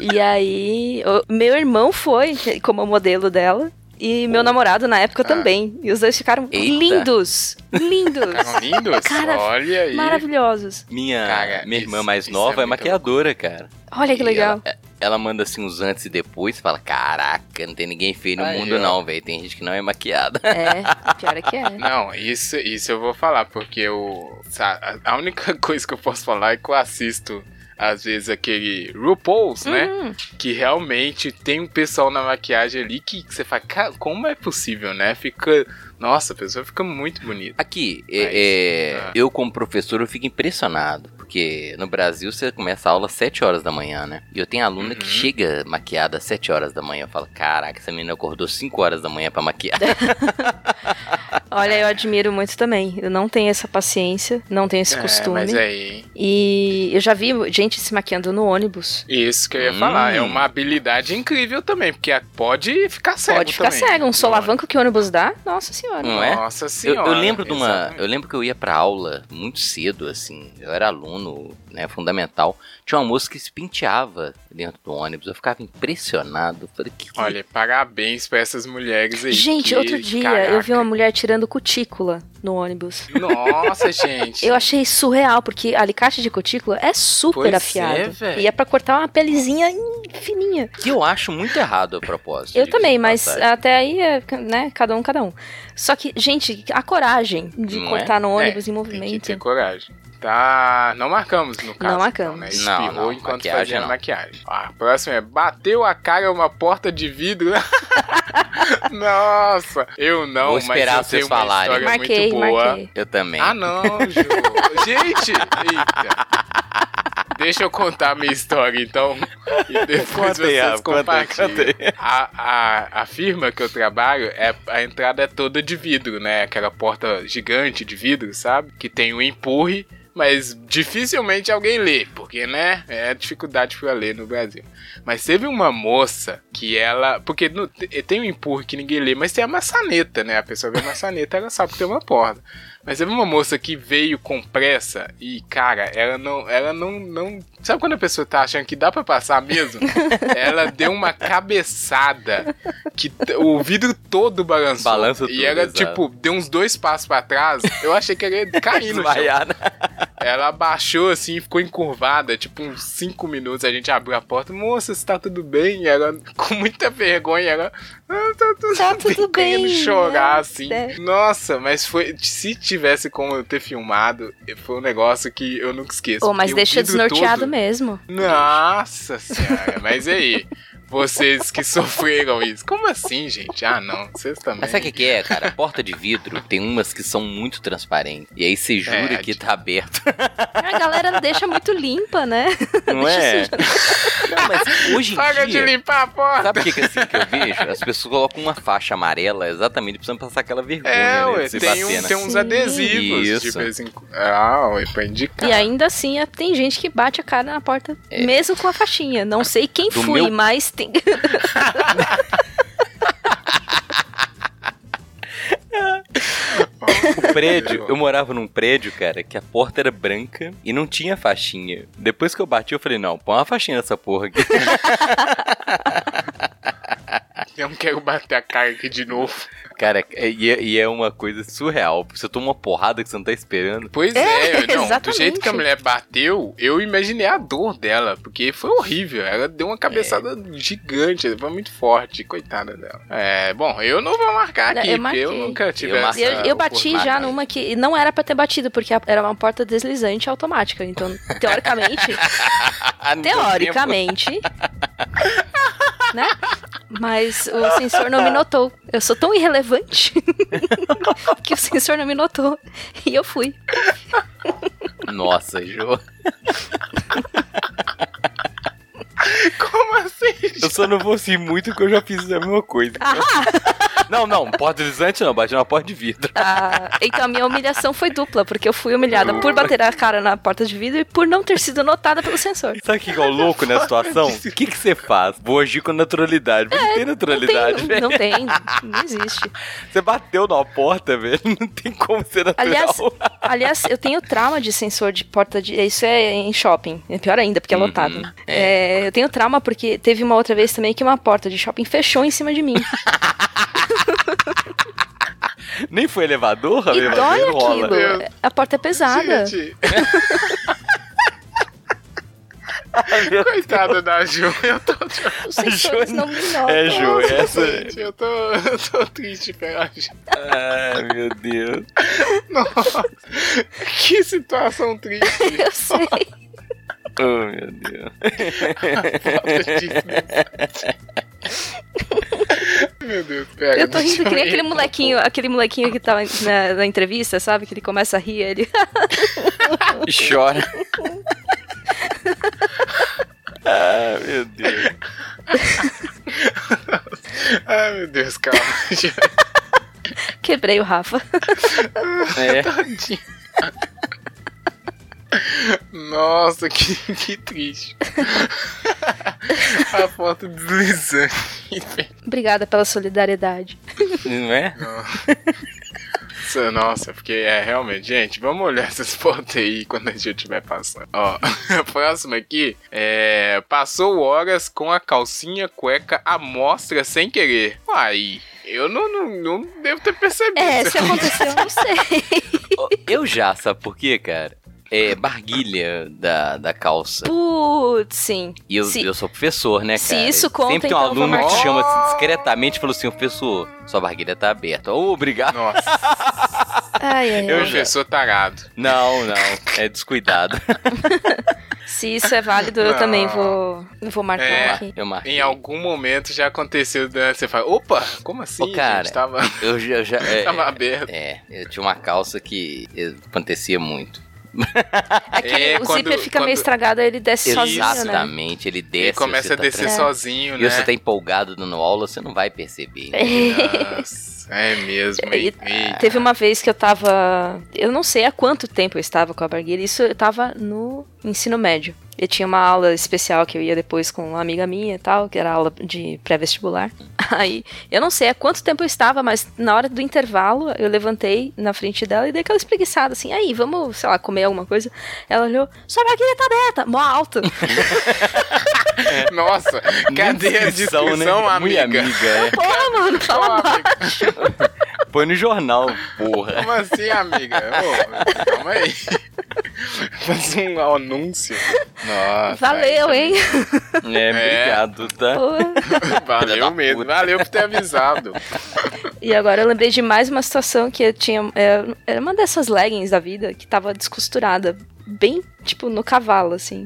Speaker 3: E aí, o- meu irmão foi como modelo dela. E meu namorado na época
Speaker 1: Ah.
Speaker 3: também. E os dois ficaram
Speaker 2: Eita.
Speaker 3: lindos! Lindos!
Speaker 1: ficaram lindos?
Speaker 3: Cara,
Speaker 1: olha aí.
Speaker 3: maravilhosos.
Speaker 2: Minha,
Speaker 1: Cara,
Speaker 2: minha irmã
Speaker 1: isso-
Speaker 2: mais
Speaker 1: isso
Speaker 2: nova
Speaker 1: é
Speaker 2: é,
Speaker 1: muito
Speaker 2: maquiadora, cara.
Speaker 3: Olha que
Speaker 2: E
Speaker 3: legal.
Speaker 2: Ela, ela manda assim os antes e depois, fala: Caraca, não tem ninguém feio no
Speaker 1: Aí,
Speaker 2: mundo,
Speaker 1: ó.
Speaker 2: não, velho. Tem gente que não é maquiada.
Speaker 3: É, pior é que é.
Speaker 1: Não, isso, né? isso eu vou falar, porque eu. sa- A a única coisa que eu posso falar é que eu assisto, às vezes, aquele RuPaul's, né?
Speaker 3: Uhum.
Speaker 1: Que realmente tem um pessoal na maquiagem ali que, que você fala, cara, como é possível, né? Fica. Nossa, a pessoa fica muito bonita.
Speaker 2: Aqui, é,
Speaker 1: Mas,
Speaker 2: é,
Speaker 1: ah.
Speaker 2: eu como professor, eu fico impressionado, porque no Brasil você começa a aula às 7 horas da manhã, né? E eu tenho aluna que
Speaker 1: Uhum.
Speaker 2: chega maquiada às 7 horas da manhã. Eu falo, caraca, essa menina acordou 5 horas da manhã pra maquiar.
Speaker 3: Olha, eu admiro muito também. Eu não tenho essa paciência, não tenho esse
Speaker 1: É,
Speaker 3: costume.
Speaker 1: mas aí, hein?
Speaker 3: E eu já vi gente se maquiando no ônibus.
Speaker 1: Isso que eu ia
Speaker 2: Hum.
Speaker 1: falar. É uma habilidade incrível também, porque pode ficar cego
Speaker 3: Pode ficar
Speaker 1: também. é?
Speaker 3: cego, um solavanco que o ônibus dá, nossa senhora.
Speaker 2: Não é?
Speaker 1: Nossa
Speaker 2: Eu,
Speaker 1: senhora.
Speaker 2: eu lembro de uma.
Speaker 1: exatamente.
Speaker 2: Eu lembro que eu ia pra aula muito cedo, assim. Eu era aluno né, fundamental, tinha uma moça que se penteava dentro do ônibus. Eu ficava impressionado. Falei, que
Speaker 1: Olha, parabéns pra essas mulheres aí.
Speaker 3: Gente,
Speaker 1: que-
Speaker 3: outro dia eu vi uma mulher tirando cutícula no ônibus.
Speaker 1: caraca. Nossa, gente.
Speaker 3: Eu achei surreal, porque alicate de cutícula é super
Speaker 1: Pois é,
Speaker 3: afiado.
Speaker 1: velho.
Speaker 3: e é pra cortar uma pelezinha in- fininha.
Speaker 2: que eu acho muito errado a propósito.
Speaker 3: Eu
Speaker 2: diga-se de
Speaker 3: também, mas
Speaker 2: passagem.
Speaker 3: até aí é, né, cada um, cada um. Só que, gente, a coragem de
Speaker 2: Não é?
Speaker 3: cortar no ônibus em
Speaker 1: Tem que
Speaker 3: movimento.
Speaker 1: ter coragem. Tá, não marcamos no caso.
Speaker 3: marcamos.
Speaker 1: né?
Speaker 2: Não,
Speaker 1: Espirrou
Speaker 2: não,
Speaker 1: enquanto
Speaker 2: maquiagem
Speaker 1: fazia
Speaker 2: não.
Speaker 1: maquiagem. Ó, a próxima é bateu a cara uma porta de vidro. Nossa, eu não,
Speaker 2: Vou esperar
Speaker 1: mas eu tenho
Speaker 2: vocês
Speaker 1: uma
Speaker 2: falarem.
Speaker 1: história
Speaker 3: Marquei,
Speaker 1: muito boa.
Speaker 3: marquei.
Speaker 2: Eu também.
Speaker 1: Ah, não, Ju. Gente, eita. Deixa eu contar a minha história, então. E depois
Speaker 2: Conta aí,
Speaker 1: vocês
Speaker 2: Rafa, conta aí,
Speaker 1: compartilham.
Speaker 2: conta aí.
Speaker 1: A, a, a firma que eu trabalho, é, a entrada é toda de vidro, né? Aquela porta gigante de vidro, sabe? Que tem um empurre, mas dificilmente alguém lê, porque, né? É dificuldade pra ler no Brasil. Mas teve uma moça que ela. Porque no- te- tem um empurro que ninguém lê, mas tem a maçaneta, né? A pessoa vê a maçaneta, ela sabe que tem uma porta. Mas teve uma moça que veio com pressa e, cara, ela não. Ela não. não... Sabe quando a pessoa tá achando que dá pra passar mesmo? ela deu uma cabeçada que t- o vidro todo balançou.
Speaker 2: Balança
Speaker 1: E
Speaker 2: tudo,
Speaker 1: ela,
Speaker 2: exato.
Speaker 1: tipo, deu uns dois passos pra trás. Eu achei que ela ia cair no chão.
Speaker 2: Desmaiada.
Speaker 1: Ela abaixou assim, ficou encurvada, tipo uns 5 minutos. A gente abriu a porta, moça, está tudo bem? E ela, com muita vergonha, ela, ah, tá tudo
Speaker 3: Tá tudo bem,
Speaker 1: querendo chorar
Speaker 3: né?
Speaker 1: assim.
Speaker 3: É.
Speaker 1: Nossa, mas foi, se tivesse como eu ter filmado, foi um negócio que eu nunca esqueço.
Speaker 3: Oh, mas
Speaker 1: porque o
Speaker 3: deixa
Speaker 1: vidro
Speaker 3: desnorteado
Speaker 1: todo-
Speaker 3: mesmo.
Speaker 1: Nossa senhora, mas e aí? Vocês que sofreram isso. Como assim, gente? Ah, não, vocês também.
Speaker 2: Mas sabe o que, que é, cara? Porta de vidro tem umas que são muito transparentes. E aí você jura
Speaker 1: É,
Speaker 2: que
Speaker 1: de-
Speaker 2: tá aberto.
Speaker 3: A galera deixa muito limpa, né?
Speaker 2: Não é? Não, mas hoje em
Speaker 1: Paga de
Speaker 2: dia.
Speaker 1: limpar a porta!
Speaker 2: Sabe o que, que, assim, que eu vejo? As pessoas colocam uma faixa amarela exatamente precisando passar aquela vergonha.
Speaker 1: É,
Speaker 2: né,
Speaker 1: ué,
Speaker 2: de se
Speaker 1: tem,
Speaker 2: bater,
Speaker 1: um,
Speaker 2: né?
Speaker 1: tem uns
Speaker 3: Sim.
Speaker 1: adesivos de
Speaker 2: Isso.
Speaker 1: vez em quando. Ah, ué, pra indicar.
Speaker 3: E ainda assim, é- tem gente que bate a cara na porta,
Speaker 2: É. Ah,
Speaker 3: mesmo com a faixinha. Não sei quem
Speaker 2: Do
Speaker 3: foi,
Speaker 2: meu-
Speaker 3: mas tem.
Speaker 2: O prédio, eu morava num prédio, cara, que a porta era branca e não tinha faixinha. Depois que eu bati, eu falei, não, põe uma faixinha nessa porra aqui.
Speaker 1: Eu não quero bater a cara aqui de novo.
Speaker 2: cara, é- e é, e é uma coisa surreal. Você toma uma porrada que você não tá esperando.
Speaker 1: Pois
Speaker 3: É,
Speaker 1: é, eu- não, do
Speaker 3: exatamente.
Speaker 1: jeito que a mulher bateu, eu imaginei a dor dela, porque foi horrível. Ela deu uma cabeçada
Speaker 2: É.
Speaker 1: gigante, foi muito forte, coitada dela. É, bom, eu não vou marcar
Speaker 3: Não,
Speaker 1: aqui,
Speaker 3: eu
Speaker 1: porque eu
Speaker 3: marquei.
Speaker 1: nunca tive
Speaker 2: Eu
Speaker 1: essa
Speaker 3: E eu, eu bati já
Speaker 1: oportunidade.
Speaker 3: numa que não era pra ter batido, porque a- era uma porta deslizante automática. Então, teoricamente,
Speaker 2: Não deu
Speaker 3: Ah, teoricamente, né? Mas o sensor não me notou. Eu sou tão irrelevante que o sensor não me notou. E eu fui.
Speaker 2: tempo. Nossa, Jô.
Speaker 1: Como assim?
Speaker 2: Eu só não vou assim muito que eu já fiz a mesma coisa. Não, não, porta deslizante não, bati na porta de vidro.
Speaker 3: Ah, então a minha humilhação foi dupla, porque eu fui humilhada por bater a cara na porta de vidro e por não ter sido notada pelo sensor.
Speaker 2: Sabe o que que é o louco nessa situação? O que, que você faz? Vou agir com naturalidade. mas não tem
Speaker 3: É, Não tem,
Speaker 2: naturalidade, velho.
Speaker 3: não tem, não existe.
Speaker 2: Você bateu na porta, velho. Não tem como ser natural.
Speaker 3: Aliás, aliás, eu tenho trauma de sensor de porta de. Isso é em shopping. É pior ainda, porque é
Speaker 2: Uhum,
Speaker 3: lotado. né? É, eu tenho trauma porque teve uma outra vez também que uma porta de shopping fechou em cima de mim.
Speaker 2: Nem foi elevador,
Speaker 3: e
Speaker 2: elevador
Speaker 3: dói
Speaker 2: rola.
Speaker 3: aquilo.
Speaker 1: Meu.
Speaker 3: A porta é pesada.
Speaker 1: Gente, coitada da Ju, eu tô,
Speaker 3: Os
Speaker 2: A
Speaker 3: sensores
Speaker 2: Joana-
Speaker 3: não me notam.
Speaker 2: É, Ju, essa.
Speaker 1: gente, eu tô, eu tô triste pela Ju.
Speaker 2: Ai, meu Deus.
Speaker 1: Nossa, que situação triste.
Speaker 3: Eu sei.
Speaker 2: Oh, meu Deus.
Speaker 1: Meu Deus, pega.
Speaker 3: Eu tô rindo
Speaker 1: deixa
Speaker 3: que nem
Speaker 1: eu
Speaker 3: aquele
Speaker 1: ir.
Speaker 3: molequinho, aquele molequinho que tá na, na entrevista, sabe? Que ele começa a rir, ele.
Speaker 2: Chora. Ah, meu Deus.
Speaker 1: Ai, meu Deus, calma.
Speaker 3: Quebrei o Rafa.
Speaker 2: É.
Speaker 1: Tadinho. Nossa, que, que triste. A foto deslizando.
Speaker 3: Obrigada pela solidariedade.
Speaker 2: Não é?
Speaker 1: Nossa, nossa, porque é realmente, gente, vamos olhar essas fotos aí quando a gente estiver passando. Ó, a próxima aqui é. Passou horas com a calcinha cueca à mostra sem querer. Uai, eu não, não, não devo ter percebido.
Speaker 3: É, se aconteceu, eu não sei.
Speaker 2: Ó, Eu já, sabe por quê, cara? É barguilha da, da calça.
Speaker 3: Putz, sim.
Speaker 2: E eu,
Speaker 3: Se-
Speaker 2: eu sou professor, né, cara?
Speaker 3: se isso conta,
Speaker 2: Sempre tem um
Speaker 3: então,
Speaker 2: aluno
Speaker 1: vamos
Speaker 2: que
Speaker 1: lá.
Speaker 2: chama assim, discretamente e fala assim, professor, sua barguilha tá aberta. Ô, obrigado.
Speaker 1: Nossa,
Speaker 3: Ai, ai, ai.
Speaker 1: eu
Speaker 2: já.
Speaker 1: já sou tarado.
Speaker 2: Não, não. É descuidado.
Speaker 3: Se isso é válido, eu
Speaker 1: Não.
Speaker 3: também vou, eu vou marcar
Speaker 1: É.
Speaker 3: aqui.
Speaker 2: Eu marquei.
Speaker 1: Em algum momento já aconteceu, né? Você fala, opa, como assim?
Speaker 2: Ô, cara,
Speaker 1: gente? Tava,
Speaker 2: Eu já... eu já é,
Speaker 1: tava aberto.
Speaker 2: é, eu tinha uma calça que eh, acontecia muito.
Speaker 3: É que
Speaker 1: É,
Speaker 3: o
Speaker 1: quando-
Speaker 3: zíper fica
Speaker 1: quando-
Speaker 3: meio
Speaker 1: tá.
Speaker 3: estragado, aí ele desce sozinho, né?
Speaker 2: Exatamente. Ele desce.
Speaker 1: Ele começa
Speaker 2: você
Speaker 1: a
Speaker 2: tá
Speaker 1: descer
Speaker 2: tranquilo.
Speaker 1: sozinho,
Speaker 2: E você
Speaker 1: né?
Speaker 2: tá empolgado dando aula, você não vai perceber.
Speaker 3: É.
Speaker 1: Nossa, é mesmo.
Speaker 3: E-
Speaker 1: hein? Eita.
Speaker 3: Teve uma vez que eu tava. Eu não sei há quanto tempo eu estava com a barguilha. Isso eu tava no ensino médio. Eu tinha uma aula especial que eu ia depois com uma amiga minha e tal, que era aula de pré-vestibular. Aí, eu não sei há quanto tempo eu estava, mas na hora do intervalo eu levantei na frente dela e dei aquela espreguiçada assim, aí, vamos, sei lá, comer alguma coisa. Ela olhou, sua barguilha tá aberta, mó alto.
Speaker 1: Nossa, cadê a
Speaker 2: Descrição,
Speaker 1: descrição,
Speaker 2: Muito
Speaker 1: amiga?
Speaker 2: né? amiga é.
Speaker 3: Pô, "Ah, mano, fala
Speaker 1: Ô, amiga,
Speaker 2: Põe no jornal, porra.
Speaker 1: Como assim, amiga? Ô, calma aí. Faz um anúncio. Nossa.
Speaker 3: Valeu,
Speaker 1: aí,
Speaker 3: hein?
Speaker 2: É, obrigado, tá?
Speaker 3: Pô.
Speaker 1: Valeu mesmo. Valeu por ter avisado.
Speaker 3: E agora eu lembrei de mais uma situação que eu tinha. é, Era uma dessas leggings da vida que tava descosturada. Bem, tipo, no cavalo, assim.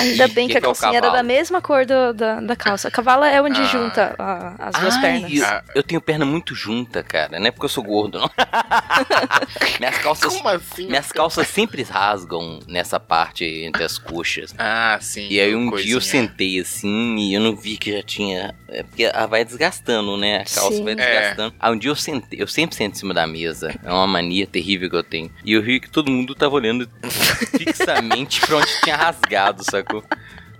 Speaker 3: Ainda
Speaker 2: E
Speaker 3: bem
Speaker 2: que
Speaker 3: que a
Speaker 2: que é o
Speaker 3: calcinha era da
Speaker 2: cavalo?
Speaker 3: mesma cor do- da, da calça. Cavalo é onde
Speaker 1: Ah.
Speaker 3: junta a- as duas
Speaker 2: Ai,
Speaker 3: pernas.
Speaker 2: Eu,
Speaker 1: Ah.
Speaker 2: eu tenho perna muito junta, cara. Não é porque eu sou gordo, não. minhas calças,
Speaker 1: Como assim?
Speaker 2: minhas calças sempre rasgam nessa parte entre as coxas.
Speaker 1: Ah, sim.
Speaker 2: E aí um dia eu
Speaker 1: coisinha.
Speaker 2: sentei assim e eu não vi que já tinha. É porque ela vai desgastando, né? A calça
Speaker 3: Sim.
Speaker 2: vai desgastando. Aí um dia eu sentei, eu sempre sento em cima da mesa. É uma mania terrível que eu tenho. E eu vi que todo mundo tava olhando fixamente pra onde tinha rasgado, sacou?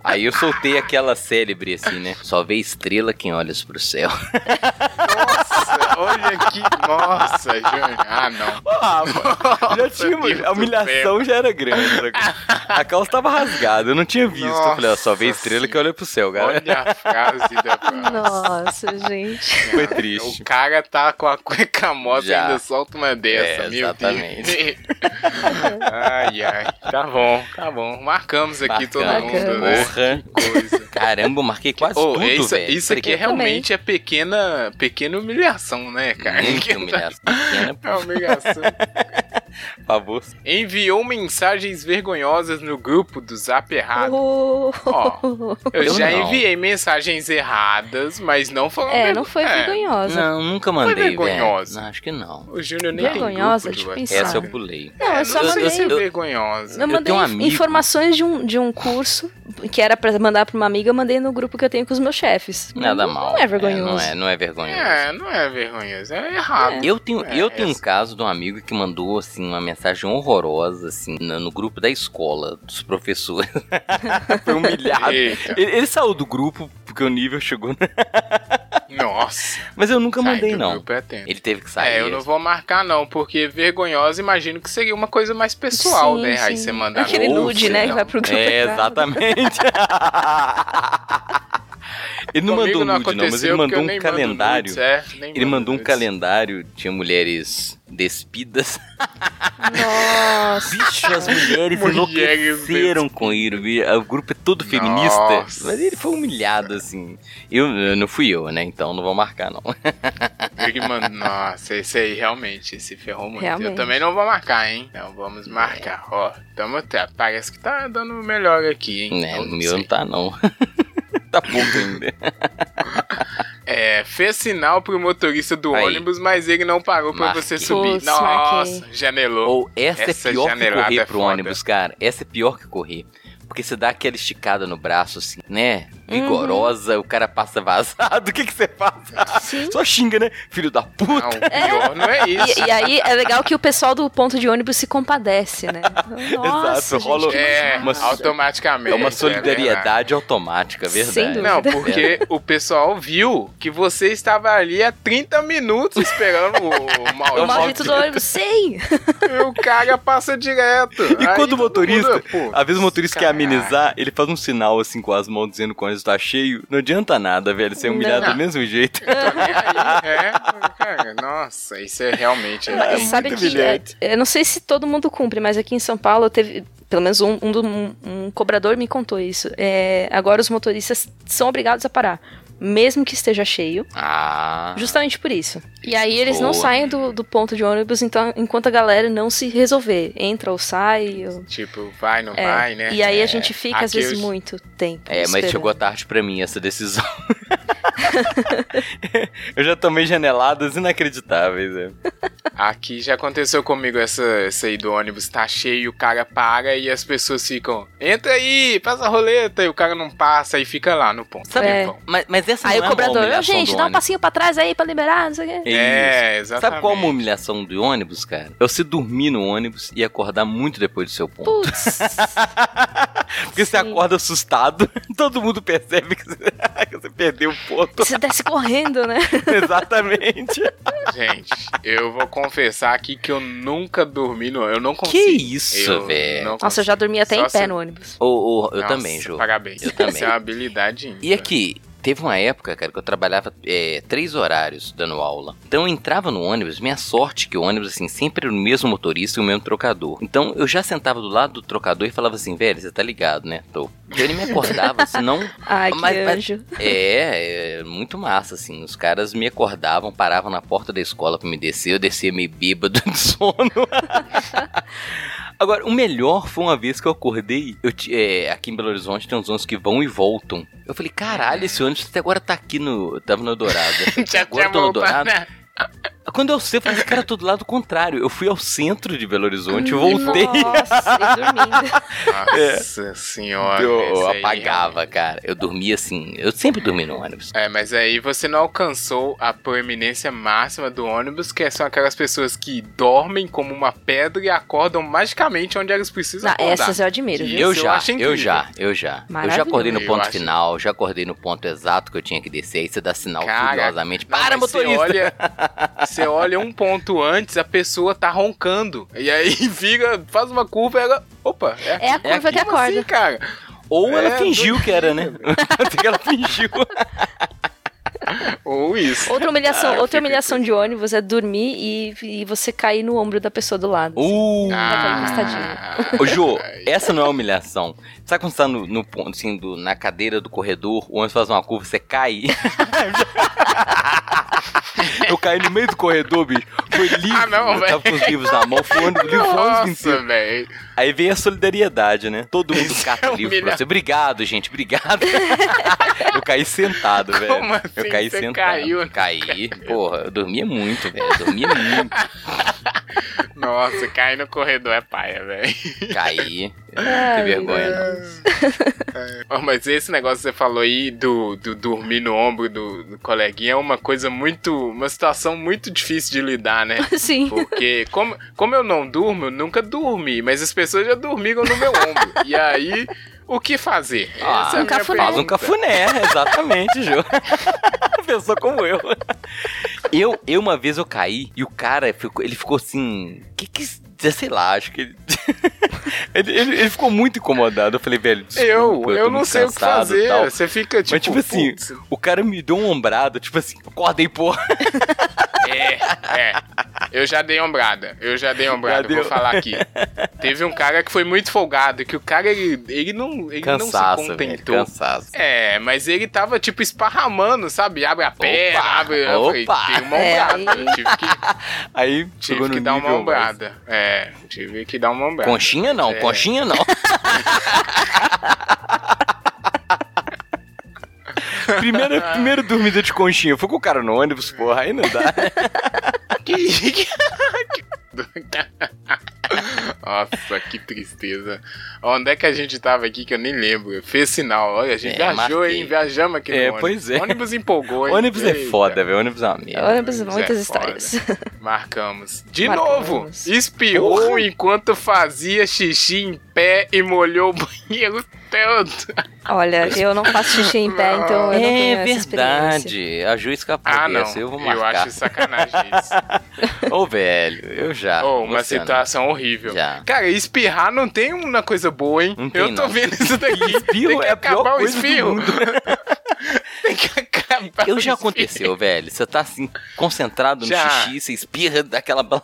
Speaker 2: Aí eu soltei aquela célebre assim, né? Só vê estrela quem olha pro céu.
Speaker 1: Nossa, olha que. Nossa, Júnior. Ah, não.
Speaker 2: Ah, mano,
Speaker 1: Nossa, Deus do
Speaker 2: já era grande. sacou? A calça tava rasgada, eu não tinha
Speaker 1: Nossa
Speaker 2: ó, quem olha pro céu,
Speaker 1: Olha a frase da frase.
Speaker 3: Nossa, gente.
Speaker 2: Foi triste.
Speaker 1: O cara tá com a cueca moto e
Speaker 2: Já.
Speaker 1: ainda solta uma dessa,
Speaker 2: É,
Speaker 1: meu
Speaker 2: exatamente.
Speaker 1: Deus. ai, ai. Tá bom, tá bom. Marcamos aqui todo
Speaker 2: Marcamos.
Speaker 1: mundo, né?
Speaker 2: Porra.
Speaker 1: Coisa.
Speaker 2: Caramba, eu marquei quase
Speaker 1: Ô,
Speaker 2: tudo,
Speaker 1: isso,
Speaker 2: velho.
Speaker 1: isso aqui
Speaker 2: Falei,
Speaker 1: realmente é pequena, pequena humilhação, né, cara?
Speaker 2: é Muito humilhação. Pequena,
Speaker 1: É uma humilhação.
Speaker 2: né, por favor.
Speaker 1: Enviou mensagens vergonhosas no grupo do Zap
Speaker 2: Ah.
Speaker 1: Errado.
Speaker 3: Oh.
Speaker 1: Ó, Eu,
Speaker 2: Eu
Speaker 1: já
Speaker 2: não.
Speaker 1: enviei mensagens erradas, mas não falando.
Speaker 3: É,
Speaker 1: vergo-
Speaker 3: não foi
Speaker 1: é,
Speaker 3: vergonhosa.
Speaker 2: Não, nunca mandei, velho.
Speaker 1: vergonhosa.
Speaker 2: Não, acho que não.
Speaker 1: O Júnior nem
Speaker 3: Vergonhosa,
Speaker 1: tem
Speaker 3: tipo,
Speaker 1: grupo do
Speaker 3: pensar.
Speaker 1: WhatsApp.
Speaker 2: Essa eu pulei.
Speaker 3: Não, eu só
Speaker 2: eu-
Speaker 3: mandei.
Speaker 1: Você é
Speaker 2: eu-
Speaker 1: vergonhosa.
Speaker 3: Eu mandei
Speaker 2: tenho um amigo-
Speaker 3: informações de um, de um curso que era pra mandar pra uma amiga, eu mandei no grupo que eu tenho com os meus chefes.
Speaker 2: Nada
Speaker 3: não,
Speaker 2: mal.
Speaker 3: Não é vergonhoso.
Speaker 2: não é, não é vergonhoso.
Speaker 1: É, não é vergonhoso, é errado.
Speaker 2: Eu tenho,
Speaker 1: É,
Speaker 2: eu tenho um
Speaker 1: essa.
Speaker 2: caso de um amigo que mandou, assim, uma mensagem horrorosa, assim, no, no grupo da escola, dos professores. Foi humilhado. Ele,
Speaker 1: Eita,
Speaker 2: ele saiu do grupo porque o nível chegou. na-
Speaker 1: nossa.
Speaker 2: Mas eu nunca
Speaker 1: Sai
Speaker 2: mandei,
Speaker 1: do
Speaker 2: não.
Speaker 1: grupo, é tempo.
Speaker 2: Ele teve que sair.
Speaker 1: É, eu não vou marcar não, porque vergonhosa imagino que seria uma coisa mais pessoal,
Speaker 3: Sim,
Speaker 1: né? Aí
Speaker 3: sim.
Speaker 1: você mandar
Speaker 3: Aquele
Speaker 1: no-
Speaker 3: nude, né? Que vai pro grupo.
Speaker 2: É,
Speaker 3: errado.
Speaker 2: exatamente. ele não
Speaker 1: Comigo
Speaker 2: mandou nude, não, mas ele
Speaker 1: aconteceu, porque eu
Speaker 2: mandou
Speaker 1: nem
Speaker 2: um
Speaker 1: mando
Speaker 2: calendário.
Speaker 1: nudes, é, nem
Speaker 2: Ele
Speaker 1: mando
Speaker 2: mandou um
Speaker 1: nudes.
Speaker 2: calendário, tinha mulheres despidas.
Speaker 3: Nossa.
Speaker 2: Bicho, as mulheres
Speaker 1: Mulheres
Speaker 2: enlouqueceram com ele. bicho. O grupo é todo feminista.
Speaker 1: Nossa.
Speaker 2: Mas ele foi humilhado, assim. Eu, eu- não fui eu, né? Então não vou marcar, não.
Speaker 1: Ele mandou- Nossa, esse aí realmente se ferrou muito. Eu
Speaker 3: Realmente.
Speaker 1: também não vou marcar, hein? Não, vamos marcar. Ó, tamo até. Parece que tá dando melhor aqui, hein?
Speaker 2: Né,
Speaker 1: Eu
Speaker 2: o
Speaker 1: não
Speaker 2: meu
Speaker 1: sei.
Speaker 2: não tá, não. tá pouco ainda.
Speaker 1: É, fez sinal pro motorista do
Speaker 2: Aí.
Speaker 1: ônibus, mas ele não parou pra
Speaker 2: Marquei.
Speaker 1: você subir.
Speaker 3: Putz,
Speaker 1: Nossa,
Speaker 3: marquei.
Speaker 1: janelou.
Speaker 2: Ou essa,
Speaker 1: Essa
Speaker 2: é pior que
Speaker 1: janelada
Speaker 2: correr
Speaker 1: é
Speaker 2: pro
Speaker 1: foda.
Speaker 2: ônibus, cara. Essa é pior que correr. Porque você dá aquela esticada no braço, assim, né? vigorosa, o cara passa vazado. O que, que você faz?
Speaker 3: Sim.
Speaker 2: Só xinga, né? Filho da puta.
Speaker 1: Não, pior não é isso.
Speaker 3: E, e aí é legal que o pessoal do ponto de ônibus se compadece, né? Nossa,
Speaker 2: Exato, rola- um-
Speaker 3: gente, que
Speaker 1: É,
Speaker 3: massa.
Speaker 1: automaticamente.
Speaker 2: É uma
Speaker 1: verdade.
Speaker 2: solidariedade automática, é verdade.
Speaker 3: Sem dúvida.
Speaker 1: Não, porque o pessoal viu que você estava ali há 30 minutos esperando o
Speaker 3: O
Speaker 2: É um
Speaker 1: maldito.
Speaker 3: maldito do ônibus, sim!
Speaker 1: E o cara passa direto.
Speaker 2: E
Speaker 1: Aí
Speaker 2: quando
Speaker 1: todo
Speaker 2: o motorista,
Speaker 1: mundo, pô,
Speaker 2: às vezes o motorista
Speaker 1: caralho.
Speaker 2: quer amenizar, ele faz um sinal assim com as mãos dizendo que o ônibus tá cheio. Não adianta nada, velho. Você é humilhado
Speaker 1: Não.
Speaker 2: do mesmo jeito.
Speaker 1: Aí, é, cara, nossa, isso é realmente.
Speaker 2: É
Speaker 1: É,
Speaker 3: Sabe
Speaker 2: muito
Speaker 3: que é,
Speaker 2: humilhante.
Speaker 3: eu não sei se todo mundo cumpre, mas aqui em São Paulo teve pelo menos um, um do- um- um cobrador me contou isso. É, agora os motoristas são obrigados a parar, mesmo que esteja cheio,
Speaker 2: Ah.
Speaker 3: justamente por isso. E aí eles não
Speaker 2: Boa.
Speaker 3: saem do, do ponto de ônibus então, enquanto a galera não se resolver, entra ou sai. ou-
Speaker 1: tipo, vai, não
Speaker 3: é.
Speaker 1: vai, né?
Speaker 3: E aí
Speaker 1: É,
Speaker 3: a gente fica às
Speaker 1: aqui
Speaker 3: vezes
Speaker 1: eu-
Speaker 3: muito tempo.
Speaker 2: É, mas
Speaker 3: esperando.
Speaker 2: chegou tarde pra mim essa decisão. Eu já tomei janeladas inacreditáveis. É.
Speaker 1: Aqui já aconteceu comigo essa, essa aí do ônibus, tá cheio, o cara para e as pessoas ficam, entra aí, passa a roleta, e o cara não passa e fica lá no ponto.
Speaker 2: Sabe,
Speaker 1: tempão.
Speaker 2: mas, mas essa
Speaker 3: Aí
Speaker 2: não é
Speaker 3: o
Speaker 2: uma
Speaker 3: cobrador, "Ô,
Speaker 2: humilhação do
Speaker 3: gente, dá um
Speaker 2: ônibus.
Speaker 3: passinho pra trás aí pra liberar, não sei o quê.
Speaker 2: isso.
Speaker 1: É, exatamente.
Speaker 2: Sabe qual é uma humilhação do ônibus, cara? É você dormir no ônibus e acordar muito depois do seu ponto.
Speaker 3: Putz,
Speaker 2: Porque você
Speaker 3: sim.
Speaker 2: acorda assustado, todo mundo percebe que você, que você perdeu o ponto.
Speaker 3: se desce correndo, né?
Speaker 2: Exatamente.
Speaker 1: Gente, eu vou confessar aqui que eu nunca dormi no Eu não
Speaker 2: que
Speaker 1: consigo.
Speaker 2: isso,
Speaker 1: Eu
Speaker 2: velho.
Speaker 1: não
Speaker 3: Nossa, eu já dormi até
Speaker 1: Só
Speaker 3: em pé
Speaker 1: se-
Speaker 3: no ônibus.
Speaker 2: Ô, ô, eu
Speaker 1: Nossa,
Speaker 2: também, Ju.
Speaker 1: Parabéns.
Speaker 2: Eu também.
Speaker 1: Isso é uma habilidade ímpar.
Speaker 2: E aqui, teve uma época, cara, que eu trabalhava é, três horários dando aula. Então eu entrava no ônibus, minha sorte que o ônibus, assim, sempre era o mesmo motorista e o mesmo trocador. Então eu já sentava do lado do trocador e falava assim, velho, você tá ligado, né? Tô. E ele me acordava, senão
Speaker 3: Ai, que
Speaker 2: Mas- mas-
Speaker 3: anjo.
Speaker 2: É, é muito massa, assim. Os caras me acordavam, paravam na porta da escola pra me descer, eu descia meio bêbado de sono. Agora, o melhor foi uma vez que eu acordei. Eu, ti- é, aqui em Belo Horizonte tem uns ônibus que vão e voltam. Eu falei, caralho, esse ônibus até agora tá aqui no. Tava no Dourado.
Speaker 1: Já
Speaker 2: agora
Speaker 1: tinha
Speaker 2: eu tô no
Speaker 1: voltado,
Speaker 2: Dourado.
Speaker 1: né?
Speaker 2: Quando eu sei, eu falei, cara, eu tô do lado contrário. Eu fui ao centro de Belo Horizonte, eu voltei.
Speaker 3: Nossa, e dormindo.
Speaker 1: Nossa senhora.
Speaker 2: Eu,
Speaker 1: esse aí
Speaker 2: eu É.
Speaker 1: é um
Speaker 2: apagava, cara. Eu dormia assim. Eu sempre dormi no ônibus.
Speaker 1: É, mas aí você não alcançou a proeminência máxima do ônibus, que são aquelas pessoas que dormem como uma pedra e acordam magicamente onde elas precisam
Speaker 3: Não,
Speaker 1: acordar.
Speaker 3: essas eu admiro,
Speaker 1: Que
Speaker 3: viu?
Speaker 1: Isso
Speaker 2: Eu
Speaker 1: eu
Speaker 2: já,
Speaker 1: acho
Speaker 2: eu,
Speaker 1: incrível.
Speaker 2: já, eu já. Eu já
Speaker 3: Maravilhoso.
Speaker 2: acordei no
Speaker 1: Eu
Speaker 2: ponto
Speaker 1: acho-
Speaker 2: final, já acordei no ponto exato que eu tinha que descer. Aí você dá sinal
Speaker 1: Cara,
Speaker 2: furiosamente.
Speaker 1: Não,
Speaker 2: Para,
Speaker 1: mas
Speaker 2: motorista!
Speaker 1: Você olha, você olha um ponto antes, a pessoa tá roncando. E aí vira, faz uma curva e ela. Opa, é.
Speaker 3: É a curva que
Speaker 1: Como assim,
Speaker 3: acorda.
Speaker 1: cara?
Speaker 2: Ou ela
Speaker 1: É,
Speaker 2: fingiu que era, né? Até que ela fingiu.
Speaker 1: Ou
Speaker 2: assim?
Speaker 1: isso.
Speaker 3: Outra
Speaker 2: Ah,
Speaker 3: humilhação,
Speaker 1: Cara,
Speaker 3: outra
Speaker 1: fica-
Speaker 3: humilhação de ônibus é dormir e, e você cair no ombro da pessoa do lado.
Speaker 2: Uh!
Speaker 3: Ah.
Speaker 2: Ô, Jô, essa não é humilhação. Sabe quando você tá no, no ponto, assim, do- na cadeira do corredor, o ônibus faz uma curva, você cai? eu caí no meio do corredor, bicho. Foi livre.
Speaker 1: Ah, não,
Speaker 2: eu tava com os livros na mão, foi o ônibus, livro, foi o ônibus inteiro.
Speaker 1: Nossa, velho.
Speaker 2: Aí vem a solidariedade, né? Todo mundo
Speaker 1: Isso
Speaker 2: cata
Speaker 1: é
Speaker 2: o livro pra
Speaker 1: humilhar.
Speaker 2: você. Obrigado, gente, obrigado. eu caí sentado, velho.
Speaker 1: Como assim
Speaker 2: eu caí
Speaker 1: você
Speaker 2: sentado.
Speaker 1: caiu?
Speaker 2: Caí. Porra, eu dormia muito, velho. Eu dormia muito.
Speaker 1: Nossa, cair no corredor é paia, velho.
Speaker 2: Caí. Eu Não
Speaker 3: Ai,
Speaker 2: tem vergonha, não.
Speaker 1: Ó, Mas esse negócio que você falou aí do, do dormir no ombro do, do coleguinha é uma coisa muito. Uma situação muito difícil de lidar, né?
Speaker 3: Sim.
Speaker 1: Porque, como, como eu não durmo, eu nunca dormi, mas as pessoas já dormiram no meu ombro. E aí, o que fazer?
Speaker 2: Ah,
Speaker 1: Essa é a minha
Speaker 3: um cafuné.
Speaker 2: Faz um
Speaker 1: pergunta.
Speaker 2: cafuné, exatamente, Ju. Pessoa como eu. eu. Eu, uma vez, eu caí e o cara ficou, ele ficou assim. Que que. Sei lá, acho que ele. ele, ele- ele ficou muito incomodado. Eu falei, velho, desculpa,
Speaker 1: Eu,
Speaker 2: tô
Speaker 1: eu não
Speaker 2: muito
Speaker 1: sei o que
Speaker 2: cansado e
Speaker 1: fazer.
Speaker 2: tal.
Speaker 1: Você fica tipo.
Speaker 2: Mas, tipo assim,
Speaker 1: putz,
Speaker 2: o cara me deu um ombrado, tipo assim, acorda aí, porra.
Speaker 1: É, é. Eu já dei ombrada. Eu já dei ombrada,
Speaker 2: Já
Speaker 1: vou
Speaker 2: deu.
Speaker 1: falar aqui. Teve um cara que foi muito folgado, que o cara, ele, ele não, ele não
Speaker 2: Cansaço,
Speaker 1: se
Speaker 2: velho,
Speaker 1: contentou.
Speaker 2: cansaço.
Speaker 1: É, mas ele tava, tipo, esparramando, sabe? Abre a perna, abre... eu falei,
Speaker 2: opa.
Speaker 1: Dei uma
Speaker 3: É,
Speaker 1: ombrada.
Speaker 3: aí-
Speaker 1: Eu tive que,
Speaker 2: Aí chegou
Speaker 1: tive
Speaker 2: no
Speaker 1: que dar uma
Speaker 2: nível,
Speaker 1: ombrada. É, tive que dar uma
Speaker 2: mas-
Speaker 1: ombrada.
Speaker 2: Conchinha não,
Speaker 1: É.
Speaker 2: conchinha não. Primeira, primeira dormida de conchinha. Foi com o cara no ônibus, porra, aí não dá.
Speaker 1: Que... Nossa, que tristeza. Onde é que a gente tava aqui que eu nem lembro? Fez sinal, olha, a gente
Speaker 2: É,
Speaker 1: viajou,
Speaker 2: marquei.
Speaker 1: hein? Viajamos aqui no
Speaker 2: É,
Speaker 1: ônibus.
Speaker 2: pois é.
Speaker 1: Ônibus empolgou, hein?
Speaker 2: Ônibus é
Speaker 1: Eita,
Speaker 2: foda, velho. Ônibus é uma merda.
Speaker 3: Ônibus,
Speaker 1: Pois é,
Speaker 3: muitas
Speaker 1: foda.
Speaker 3: histórias.
Speaker 1: Marcamos. De
Speaker 3: Marcamos.
Speaker 1: novo, espirrou
Speaker 2: Porra.
Speaker 1: enquanto fazia xixi em pé e molhou o banheiro todo.
Speaker 3: Olha, eu não faço xixi em pé,
Speaker 1: Não.
Speaker 3: então eu não tenho
Speaker 2: É
Speaker 3: essa experiência.
Speaker 2: verdade. A Ju escapou
Speaker 1: Ah, não.
Speaker 2: dessa. Eu vou
Speaker 1: eu
Speaker 2: marcar.
Speaker 1: acho sacanagem isso.
Speaker 2: Ô, velho, eu já.
Speaker 1: Oh, uma
Speaker 2: Luciano,
Speaker 1: situação horrível.
Speaker 2: Já.
Speaker 1: Cara, espirrar não tem uma coisa boa, hein?
Speaker 2: Não tem,
Speaker 1: Eu tô
Speaker 2: não.
Speaker 1: vendo isso daqui.
Speaker 2: Espirro
Speaker 1: tem que
Speaker 2: é a pior
Speaker 1: acabar o
Speaker 2: coisa do
Speaker 1: espirro.
Speaker 2: mundo.
Speaker 1: tem que acabar
Speaker 2: Eu já
Speaker 1: o espirro.
Speaker 2: aconteceu, velho. Você tá assim, concentrado no
Speaker 1: Já.
Speaker 2: xixi, você espirra daquela bala.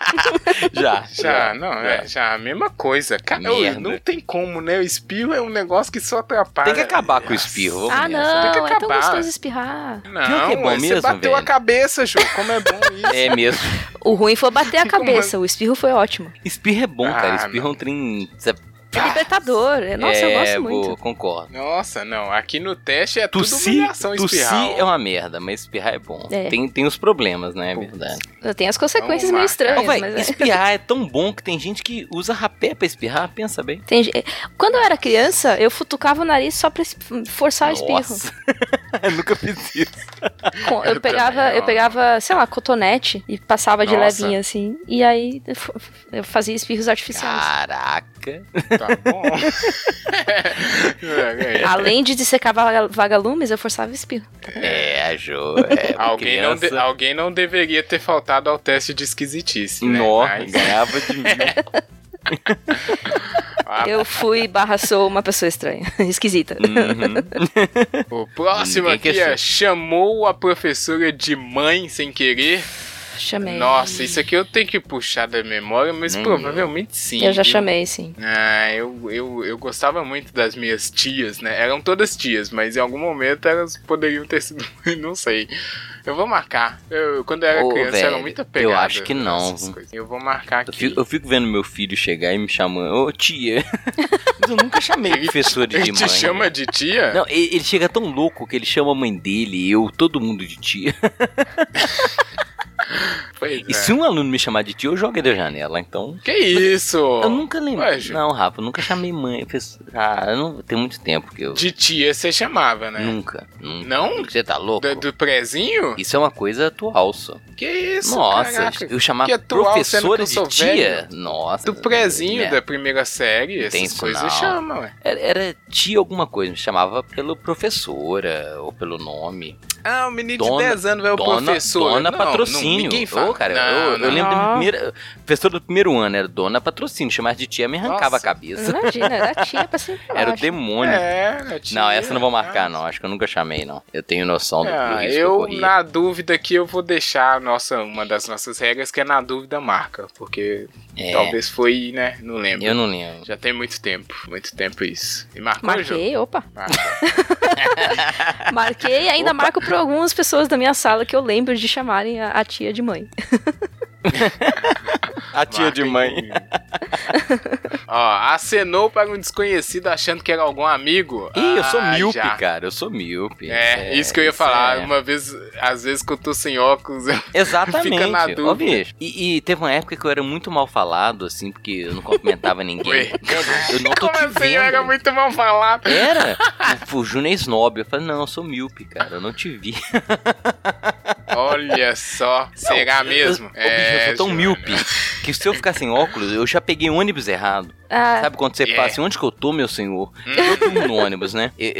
Speaker 2: já.
Speaker 1: Já, não, é, já, a mesma coisa. Cara, eu-
Speaker 2: Merda.
Speaker 1: não tem como, né? O espirro é um negócio que só atrapalha.
Speaker 2: Tem que acabar com o espirro. vamos
Speaker 3: Ah,
Speaker 2: nessa.
Speaker 1: Tem
Speaker 3: não,
Speaker 1: que
Speaker 3: é tão
Speaker 1: acabar.
Speaker 3: gostoso espirrar.
Speaker 1: Não,
Speaker 2: Pior que é bom
Speaker 1: você
Speaker 2: mesmo,
Speaker 1: bateu a
Speaker 2: velho.
Speaker 1: cabeça, Ju. Como é bom isso.
Speaker 2: É mesmo.
Speaker 3: O ruim foi bater a
Speaker 1: Fica uma-
Speaker 3: cabeça, o espirro foi ótimo.
Speaker 2: Espirro é bom,
Speaker 1: Ah,
Speaker 2: cara. Espirro
Speaker 1: não.
Speaker 2: é um trem. Você-
Speaker 1: Ah,
Speaker 3: É libertador, é- nossa, eu
Speaker 2: é,
Speaker 3: gosto muito.
Speaker 2: boa, concordo.
Speaker 1: Nossa, não. Aqui no teste é tudo
Speaker 2: Tossi,
Speaker 1: humilhação espirrar.
Speaker 2: tossi é uma merda, mas espirrar é bom.
Speaker 3: É.
Speaker 2: Tem, tem os problemas, né? É verdade.
Speaker 3: Tem as consequências
Speaker 1: Vamos
Speaker 3: meio
Speaker 1: lá,
Speaker 3: estranhas,
Speaker 2: Ô, véi,
Speaker 3: mas é.
Speaker 2: espirrar é tão bom que tem gente que usa rapé pra espirrar, pensa bem.
Speaker 3: Tem ge- Quando eu era criança, eu futucava o nariz só pra es- forçar o espirro.
Speaker 2: Nossa. eu nunca fiz isso.
Speaker 3: Com-
Speaker 1: Eu
Speaker 3: Eu pegava,
Speaker 1: também,
Speaker 3: eu
Speaker 1: ó.
Speaker 3: pegava, sei lá, cotonete e passava de
Speaker 1: Nossa.
Speaker 3: levinha assim. E aí eu f- eu fazia espirros artificiais.
Speaker 2: Caraca.
Speaker 1: Tá bom. É, é.
Speaker 3: Além de dissecar vaga- vagalumes, eu forçava o espirro.
Speaker 2: É, Jô. É, uma
Speaker 1: Alguém não, de-
Speaker 2: criança.
Speaker 1: alguém não deveria ter faltado ao teste de esquisitice, né?
Speaker 2: Nó,
Speaker 1: Mas-
Speaker 2: ganhava de mim.
Speaker 1: Ah,
Speaker 3: Eu fui barra sou uma pessoa estranha, esquisita.
Speaker 2: Uhum.
Speaker 1: O próximo
Speaker 2: Ninguém
Speaker 1: aqui é
Speaker 2: questionou.
Speaker 1: chamou a professora de mãe sem querer.
Speaker 3: Chamei.
Speaker 1: Nossa, isso aqui eu tenho que puxar da memória, mas
Speaker 2: Hum.
Speaker 1: provavelmente sim.
Speaker 3: Eu já
Speaker 1: viu?
Speaker 3: chamei, sim.
Speaker 1: Ah, eu, eu, eu gostava muito das minhas tias, né? Eram todas tias, mas em algum momento elas poderiam ter sido. não sei. Eu vou marcar. Eu, quando eu era
Speaker 2: Ô,
Speaker 1: criança, eu era
Speaker 2: velho,
Speaker 1: muito
Speaker 2: eu
Speaker 1: apegado.
Speaker 2: acho que não,
Speaker 1: a essas
Speaker 2: viu?
Speaker 1: coisas. Eu vou marcar
Speaker 2: Eu
Speaker 1: aqui.
Speaker 2: fico, eu fico vendo meu filho chegar e me chamando, ô tia. Mas eu nunca chamei professor de
Speaker 1: Ele
Speaker 2: mãe. né?
Speaker 1: te chama de tia?
Speaker 2: Não, ele, ele chega tão louco que ele chama a mãe dele, eu, todo mundo de tia.
Speaker 1: Pois
Speaker 2: E
Speaker 1: é.
Speaker 2: se um aluno me chamar de tia, eu jogo ele da janela. Então,
Speaker 1: Que isso?
Speaker 2: eu nunca lembro.
Speaker 1: Ué, Ju.
Speaker 2: não, Rafa, eu nunca chamei mãe. professor. Ah, eu não, tem muito tempo que eu.
Speaker 1: De tia você chamava, né?
Speaker 2: Nunca, nunca.
Speaker 1: Não?
Speaker 2: Você tá louco?
Speaker 1: Do, do prezinho?
Speaker 2: Isso é uma coisa atual só.
Speaker 1: Que isso,
Speaker 2: Nossa,
Speaker 1: caraca.
Speaker 2: eu chamar
Speaker 1: Que atual, sendo que
Speaker 2: professora
Speaker 1: eu sou
Speaker 2: de tia?
Speaker 1: velho.
Speaker 2: Nossa.
Speaker 1: Do prezinho
Speaker 2: né?
Speaker 1: da primeira série,
Speaker 2: Tem
Speaker 1: essas
Speaker 2: isso
Speaker 1: coisas
Speaker 2: não.
Speaker 1: chama, ué.
Speaker 2: Era, era tia alguma coisa, me chamava pelo professora ou pelo nome.
Speaker 1: Ah, o menino
Speaker 2: Dona-
Speaker 1: de 10 anos vai o
Speaker 2: dona
Speaker 1: professor.
Speaker 2: dona
Speaker 1: Não,
Speaker 2: Patrocínio.
Speaker 1: Não, ninguém fala.
Speaker 2: Ô, cara,
Speaker 1: Não,
Speaker 2: eu, eu
Speaker 1: não.
Speaker 2: lembro da
Speaker 3: Não.
Speaker 2: minha primeira. Professora do primeiro ano era Dona Patrocínio. Chamar de tia me arrancava
Speaker 1: Nossa.
Speaker 2: a cabeça.
Speaker 3: Imagina, era tia pra sempre. eu
Speaker 2: Era o
Speaker 3: acho.
Speaker 2: demônio.
Speaker 1: É, tia,
Speaker 2: Não, essa eu não vou marcar,
Speaker 1: né?
Speaker 2: não. Acho que eu nunca chamei, não. Eu tenho noção do, do
Speaker 1: Ah,
Speaker 2: risco que eu
Speaker 1: eu,
Speaker 2: corri.
Speaker 1: na dúvida aqui, eu vou deixar a nossa, uma das nossas regras, que é na dúvida marca. Porque
Speaker 2: É,
Speaker 1: talvez foi, né? Não lembro.
Speaker 2: eu não lembro.
Speaker 1: Já tem muito tempo, muito tempo isso. E marcou, Ju?
Speaker 3: Marquei, opa.
Speaker 2: Ah,
Speaker 1: Marca.
Speaker 2: tá.
Speaker 3: Marquei, ainda marco pra algumas pessoas da minha sala que eu lembro de chamarem a, a tia de mãe.
Speaker 2: A tia de mãe.
Speaker 1: Ó, acenou para um desconhecido achando que era algum amigo.
Speaker 2: Ih, eu sou
Speaker 1: Ah,
Speaker 2: míope,
Speaker 1: já.
Speaker 2: cara. Eu sou míope.
Speaker 1: É, isso que eu ia falar.
Speaker 2: é.
Speaker 1: Uma vez, às vezes que eu tô sem óculos, eu
Speaker 2: Exatamente.
Speaker 1: Fica na
Speaker 2: Ô,
Speaker 1: dúvida.
Speaker 2: bicho, E, e teve uma época que eu era muito mal falado, assim, porque eu não cumprimentava ninguém.
Speaker 1: Ué.
Speaker 2: Eu não tô
Speaker 1: Como
Speaker 2: te
Speaker 1: assim?
Speaker 2: vendo.
Speaker 1: Eu era muito mal falado.
Speaker 2: Era? O, o Júnior é snob. Eu falei, não, eu sou míope, cara. Eu não te vi.
Speaker 1: Olha só. Será mesmo? É,
Speaker 2: Eu, ô, bicho, eu sou tão
Speaker 1: Joana.
Speaker 2: míope que se eu ficar sem óculos, eu já peguei ônibus errado.
Speaker 3: Ah,
Speaker 2: Sabe quando você
Speaker 1: Yeah.
Speaker 2: passa, onde que eu tô, meu senhor?
Speaker 1: Hum.
Speaker 2: Todo mundo no ônibus, né? E-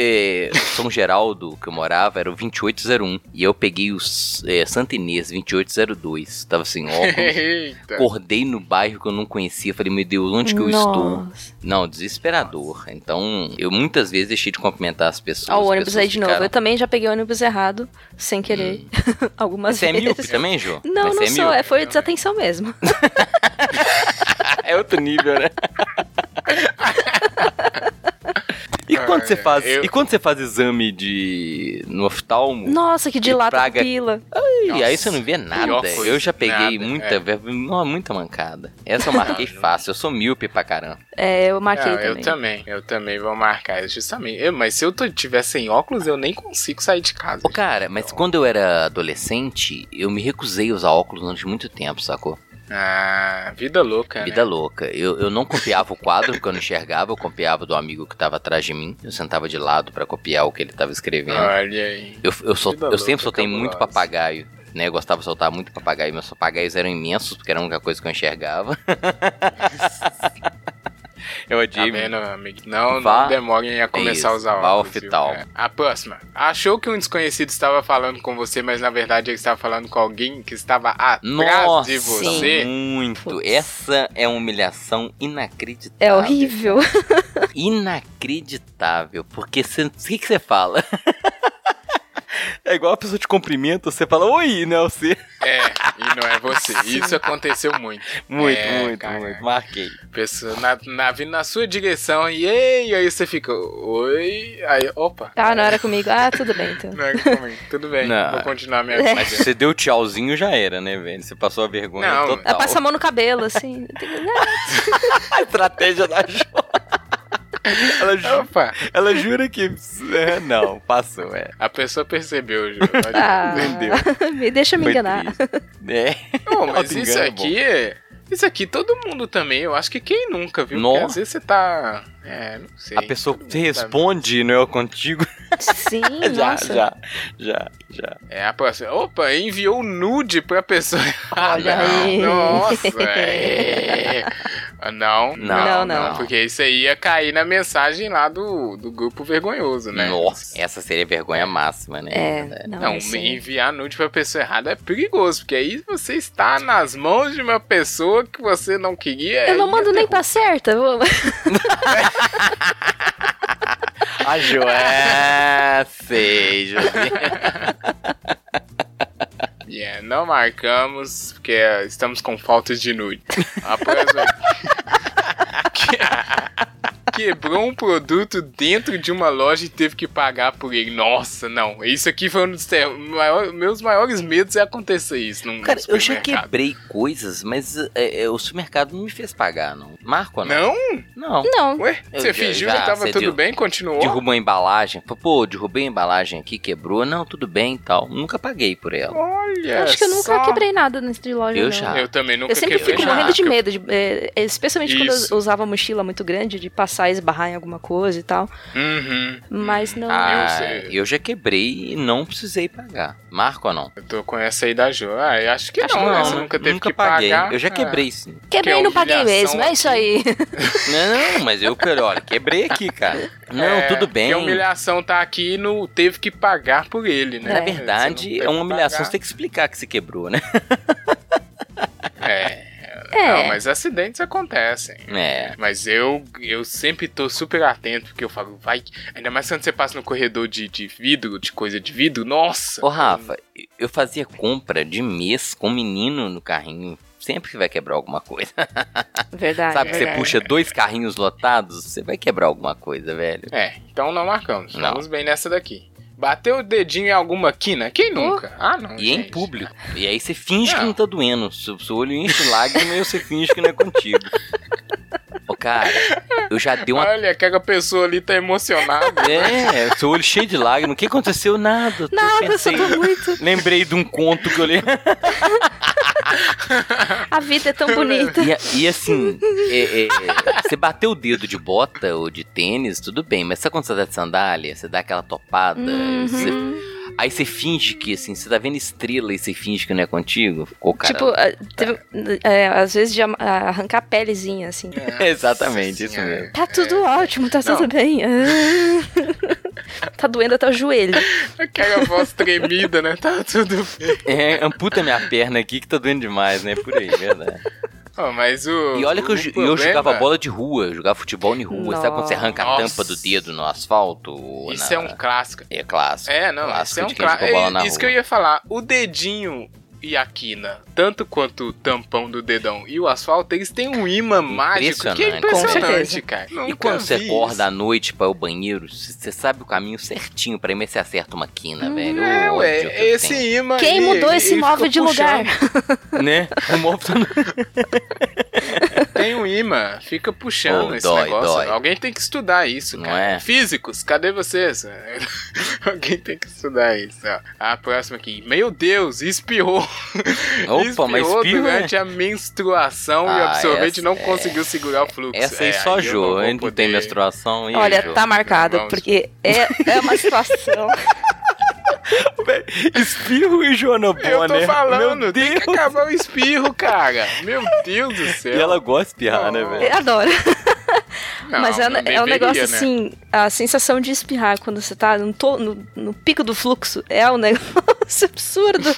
Speaker 2: e, São Geraldo, que eu morava, era o 2801. E eu peguei o é, Santa Inês, 2802. Tava sem óculos.
Speaker 1: Eita.
Speaker 2: Acordei no bairro que eu não conhecia. Falei, meu Deus, onde que eu estou?
Speaker 3: nossa.
Speaker 2: Não, desesperador. Então, eu muitas vezes deixei de cumprimentar as pessoas.
Speaker 3: Ó, o
Speaker 2: As
Speaker 3: ônibus
Speaker 2: pessoas
Speaker 3: aí de novo.
Speaker 2: ficaram-
Speaker 3: Eu também já peguei ônibus errado, sem querer, algumas
Speaker 2: Você é
Speaker 3: vezes.
Speaker 2: míope também, Jô?
Speaker 3: Não,
Speaker 2: Mas
Speaker 3: não
Speaker 2: você
Speaker 3: sou.
Speaker 2: míope?
Speaker 3: É, foi desatenção mesmo.
Speaker 2: É outro nível, né? E quando, você faz,
Speaker 1: Eu-
Speaker 2: e quando você faz exame de. no oftalmo?
Speaker 3: Nossa, que dilata a
Speaker 2: Hum. praga-
Speaker 3: pupila.
Speaker 2: Ih, aí
Speaker 1: Nossa,
Speaker 2: você não vê nada.
Speaker 1: pior coisa,
Speaker 2: Eu já peguei
Speaker 1: nada, é.
Speaker 2: muita, não, muita mancada. Essa eu marquei fácil, eu sou míope pra caramba.
Speaker 3: É, eu marquei
Speaker 2: Ah,
Speaker 1: Não, eu
Speaker 3: também.
Speaker 1: também, eu também vou marcar, é justamente. Eu, mas se eu tô- tiver sem óculos, eu nem consigo sair de casa.
Speaker 2: Ô, cara, mas quando eu era adolescente, eu me recusei a usar óculos durante muito tempo, sacou?
Speaker 1: Ah, vida louca,
Speaker 2: Vida
Speaker 1: né?
Speaker 2: louca. Eu, eu não copiava o quadro porque eu não enxergava, eu copiava do amigo que tava atrás de mim. Eu sentava de lado pra copiar o que ele tava escrevendo.
Speaker 1: né? Olha aí.
Speaker 2: Eu, eu, sol-
Speaker 1: Vida
Speaker 2: eu sempre
Speaker 1: louca,
Speaker 2: soltei muito
Speaker 1: cabulosa.
Speaker 2: papagaio, né? Eu gostava de soltar muito papagaio. Meus papagaios eram imensos, porque era a única coisa que eu enxergava. eu
Speaker 1: Tá
Speaker 2: odiei.
Speaker 1: vendo, amigo? Não,
Speaker 2: é Vá- É
Speaker 1: não demorem a começar a
Speaker 2: isso,
Speaker 1: usar
Speaker 2: vá ao
Speaker 1: óculos. viu,
Speaker 2: oftalmo.
Speaker 1: cara? A próxima. Achou que um desconhecido estava falando com você, mas na verdade ele estava falando com alguém que estava atrás
Speaker 2: Nossa,
Speaker 1: de você?
Speaker 2: muito.
Speaker 3: Putz.
Speaker 2: Essa é uma humilhação inacreditável.
Speaker 3: É horrível.
Speaker 2: Inacreditável. Porque cê- o que que você fala? É igual a pessoa te cumprimenta, você fala, oi, né? Você.
Speaker 1: É, e não é você. Isso aconteceu muito.
Speaker 2: Muito,
Speaker 1: É,
Speaker 2: muito,
Speaker 1: cara.
Speaker 2: muito. Marquei.
Speaker 1: Pessoa na, na, vindo na sua direção e ei, aí você fica, oi, aí, opa.
Speaker 3: Ah, não era comigo. Ah, tudo bem, então.
Speaker 1: Não é comigo. Tudo bem,
Speaker 2: Não.
Speaker 1: vou continuar minha vida.
Speaker 2: Mas se você deu tchauzinho, já era, né, velho? Você passou a vergonha
Speaker 1: Não.
Speaker 2: total.
Speaker 3: Ela Ah, passa a mão no cabelo, assim.
Speaker 2: A estratégia da Jo. Ela, ju-
Speaker 1: Opa,
Speaker 2: ela jura que. é, não, passou, é.
Speaker 1: a pessoa percebeu, Ju.
Speaker 3: Ah,
Speaker 2: Entendeu.
Speaker 3: me deixa me
Speaker 2: Foi
Speaker 3: enganar.
Speaker 2: triste. É.
Speaker 1: Não, mas
Speaker 2: Auto-engano
Speaker 1: isso
Speaker 2: é
Speaker 1: aqui é. Isso aqui todo mundo também, eu acho que quem nunca, viu?
Speaker 2: Nossa.
Speaker 1: Porque às vezes você tá. É, não sei.
Speaker 2: A pessoa
Speaker 1: todo
Speaker 2: te
Speaker 1: mundo tá-
Speaker 2: responde, não é eu contigo.
Speaker 3: Sim,
Speaker 2: já,
Speaker 3: nossa.
Speaker 2: já, já, já.
Speaker 1: É, a pessoa. Opa, enviou um nude pra pessoa.
Speaker 3: Olha
Speaker 1: Ah, não.
Speaker 3: aí.
Speaker 1: Nossa. é. Ah, Não,
Speaker 2: Não,
Speaker 1: não, não,
Speaker 3: não.
Speaker 1: Porque isso aí ia cair na mensagem lá do, do grupo vergonhoso, né?
Speaker 2: Nossa, essa seria a vergonha máxima, né?
Speaker 3: É, não,
Speaker 1: Não,
Speaker 3: assim,
Speaker 1: enviar nude pra pessoa errada é perigoso, porque aí você está nas mãos de uma pessoa que você não queria.
Speaker 3: Eu não
Speaker 1: e
Speaker 3: mando nem
Speaker 1: até-
Speaker 3: pra certa. vou-
Speaker 2: A Jo, é, sei, Josi.
Speaker 1: Yeah, não marcamos, porque eh, estamos com faltas de nude. A próxima- Que- Quebrou um produto dentro de uma loja e teve que pagar por ele. Nossa, não. Isso aqui foi um dos ter- maior- meus maiores medos é acontecer isso num
Speaker 2: Cara, eu já
Speaker 1: supermercado.
Speaker 2: quebrei coisas, mas é, é, o supermercado não me fez pagar, não. Marco ou não?
Speaker 1: Não?
Speaker 2: Não.
Speaker 3: Não.
Speaker 1: Ué?
Speaker 2: Eu
Speaker 1: Você
Speaker 2: já-
Speaker 1: fingiu
Speaker 2: já,
Speaker 1: que tava
Speaker 2: você
Speaker 1: tudo
Speaker 2: deu-
Speaker 1: bem? Continuou?
Speaker 2: Derrubou a embalagem. Falou, Pô, derrubei a embalagem aqui, quebrou. Não, tudo bem e tal. Nunca paguei por ela.
Speaker 1: Olha
Speaker 3: Acho que eu nunca
Speaker 1: É só.
Speaker 3: quebrei nada nesse de loja,
Speaker 2: Eu
Speaker 3: não.
Speaker 2: já.
Speaker 1: Eu também nunca
Speaker 3: Eu sempre
Speaker 1: quebrei
Speaker 3: fico
Speaker 1: nada.
Speaker 3: morrendo de medo, de, eh, especialmente quando
Speaker 1: Isso.
Speaker 3: eu usava mochila muito grande, de passar e esbarrar em alguma coisa e tal.
Speaker 1: Uhum.
Speaker 3: Mas não.
Speaker 1: Eu
Speaker 2: Ah,
Speaker 1: sei.
Speaker 2: eu, já quebrei e não precisei pagar. Marco ou não?
Speaker 1: Eu tô com essa aí da Jo. Ah, eu acho que
Speaker 3: Acho
Speaker 1: não,
Speaker 3: que
Speaker 1: né?
Speaker 3: não,
Speaker 1: Você
Speaker 2: né?
Speaker 1: nunca teve que
Speaker 2: paguei.
Speaker 1: pagar.
Speaker 2: Eu já
Speaker 1: Ah.
Speaker 2: quebrei sim.
Speaker 3: Quebrei
Speaker 1: que
Speaker 3: e não paguei
Speaker 1: humilhação
Speaker 3: mesmo, é isso aí.
Speaker 2: Não, mas eu, olha, quebrei aqui, cara. Não,
Speaker 1: É,
Speaker 2: tudo bem.
Speaker 1: Porque a humilhação tá aqui e não teve que pagar por ele, né?
Speaker 2: Na verdade, é uma humilhação. Você tem que explicar que se quebrou, né?
Speaker 1: que... É. Não,
Speaker 3: É.
Speaker 1: mas acidentes acontecem.
Speaker 2: É.
Speaker 1: Mas eu, eu sempre tô super atento, porque eu falo, vai. que- Ainda mais quando você passa no corredor de, de vidro, de coisa de vidro, nossa!
Speaker 2: Ô, Rafa, eu fazia compra de mês com um menino no carrinho. Sempre que vai quebrar alguma coisa.
Speaker 3: Verdade.
Speaker 2: Sabe que você
Speaker 3: Ah, é verdade.
Speaker 2: puxa dois carrinhos lotados, você vai quebrar alguma coisa, velho.
Speaker 1: É, então não marcamos.
Speaker 2: Não.
Speaker 1: Vamos bem nessa daqui. Bateu o dedinho em alguma quina? Quem nunca? Ah, não.
Speaker 2: E é em
Speaker 1: gente.
Speaker 2: público. E aí você finge que
Speaker 1: Não.
Speaker 2: não tá doendo. Seu, seu olho enche de lágrima e você finge que não é contigo. Ô, cara, eu já dei uma.
Speaker 1: Olha, aquela pessoa ali tá emocionada.
Speaker 2: É, seu olho cheio de lágrima. O que aconteceu? Nada. tô-
Speaker 3: Nada, eu só
Speaker 2: pensei-
Speaker 3: tô muito.
Speaker 2: Lembrei de um conto que eu li.
Speaker 3: A vida é tão bonita.
Speaker 2: E, a- e assim, é, é, é, você bateu o dedo de bota ou de tênis, tudo bem. Mas sabe quando você tá de sandália? Você dá aquela topada.
Speaker 3: Uhum.
Speaker 2: É, você- aí você finge que, assim, você tá vendo estrela e você finge que não é contigo. Ficou, cara.
Speaker 3: tipo, ah, teve- é, às vezes de am- ah, arrancar a pelezinha, assim.
Speaker 2: Exatamente, isso
Speaker 1: Nossa
Speaker 2: mesmo.
Speaker 3: Tá tudo ótimo, tá
Speaker 1: É. Não.
Speaker 3: tudo bem. Ah. tá doendo até o joelho.
Speaker 1: Aquela voz tremida, né? Tá tudo bem.
Speaker 2: É, amputa minha perna aqui que tá doendo demais, né? Por aí, verdade.
Speaker 1: Ó, mas o.
Speaker 2: E olha que eu,
Speaker 1: Hum, o
Speaker 2: ju- eu
Speaker 1: problema- é
Speaker 2: jogava bola de rua, eu jogava futebol de rua. Sabe quando você arranca a
Speaker 1: Nossa.
Speaker 2: tampa do dedo no asfalto? ou
Speaker 1: Isso
Speaker 2: na-
Speaker 1: é um clássico.
Speaker 2: É clássico.
Speaker 1: É, não,
Speaker 2: Clássico
Speaker 1: isso é um
Speaker 2: de quem joga
Speaker 1: clássico.
Speaker 2: bola na
Speaker 1: isso
Speaker 2: rua.
Speaker 1: que eu ia falar. O dedinho e a quina, tanto quanto o tampão do dedão e o asfalto, eles têm um imã mágico que é
Speaker 2: Impressionante. Com
Speaker 1: impressionante,
Speaker 3: certeza.
Speaker 1: cara.
Speaker 2: E
Speaker 1: Nunca
Speaker 2: quando você
Speaker 1: vi
Speaker 2: acorda à noite pra ir ao banheiro, c- você sabe o caminho certinho pra ir, mas você acerta uma quina,
Speaker 1: isso.
Speaker 2: velho.
Speaker 1: É,
Speaker 2: O
Speaker 1: ué,
Speaker 2: ódio que eu
Speaker 1: esse
Speaker 2: tenho.
Speaker 1: imã.
Speaker 3: Quem
Speaker 1: ali,
Speaker 3: mudou
Speaker 1: ele-
Speaker 3: esse
Speaker 1: ele
Speaker 3: móvel
Speaker 1: fica
Speaker 3: de lugar?
Speaker 1: puxando.
Speaker 2: Né? O móvel tá no-
Speaker 1: tem um imã, fica puxando
Speaker 2: Oh,
Speaker 1: esse
Speaker 2: dói,
Speaker 1: negócio.
Speaker 2: dói.
Speaker 1: Alguém tem que estudar isso,
Speaker 2: Não
Speaker 1: cara.
Speaker 2: é?
Speaker 1: Físicos, cadê vocês? Alguém tem que estudar isso. ó. A próxima aqui. Meu Deus, espirrou.
Speaker 2: Opa, mas espirro, né?
Speaker 1: durante a menstruação e o
Speaker 2: Ah,
Speaker 1: absorvente
Speaker 2: essa
Speaker 1: não
Speaker 2: é-
Speaker 1: conseguiu segurar o fluxo.
Speaker 2: Essa aí
Speaker 1: É, eu
Speaker 2: só
Speaker 1: não
Speaker 2: Jo,
Speaker 1: vou
Speaker 2: hein? Não tem
Speaker 1: poder-
Speaker 2: menstruação e
Speaker 3: Olha,
Speaker 2: Jo.
Speaker 3: tá marcado,
Speaker 1: Vamos.
Speaker 3: porque é, é uma situação.
Speaker 2: Espirro e Joana
Speaker 1: Eu tô
Speaker 2: Bonner.
Speaker 1: falando,
Speaker 2: Meu
Speaker 1: tem que
Speaker 2: Deus.
Speaker 1: acabar o espirro, cara. Meu Deus do céu.
Speaker 2: E ela gosta de espirrar, né,
Speaker 1: Não.
Speaker 2: velho?
Speaker 3: Eu adoro.
Speaker 1: Não,
Speaker 3: Mas é,
Speaker 1: não
Speaker 3: é um
Speaker 1: deveria,
Speaker 3: negócio
Speaker 1: né?
Speaker 3: assim, a sensação de espirrar quando você tá no, to- no- no pico do fluxo é um negócio absurdo.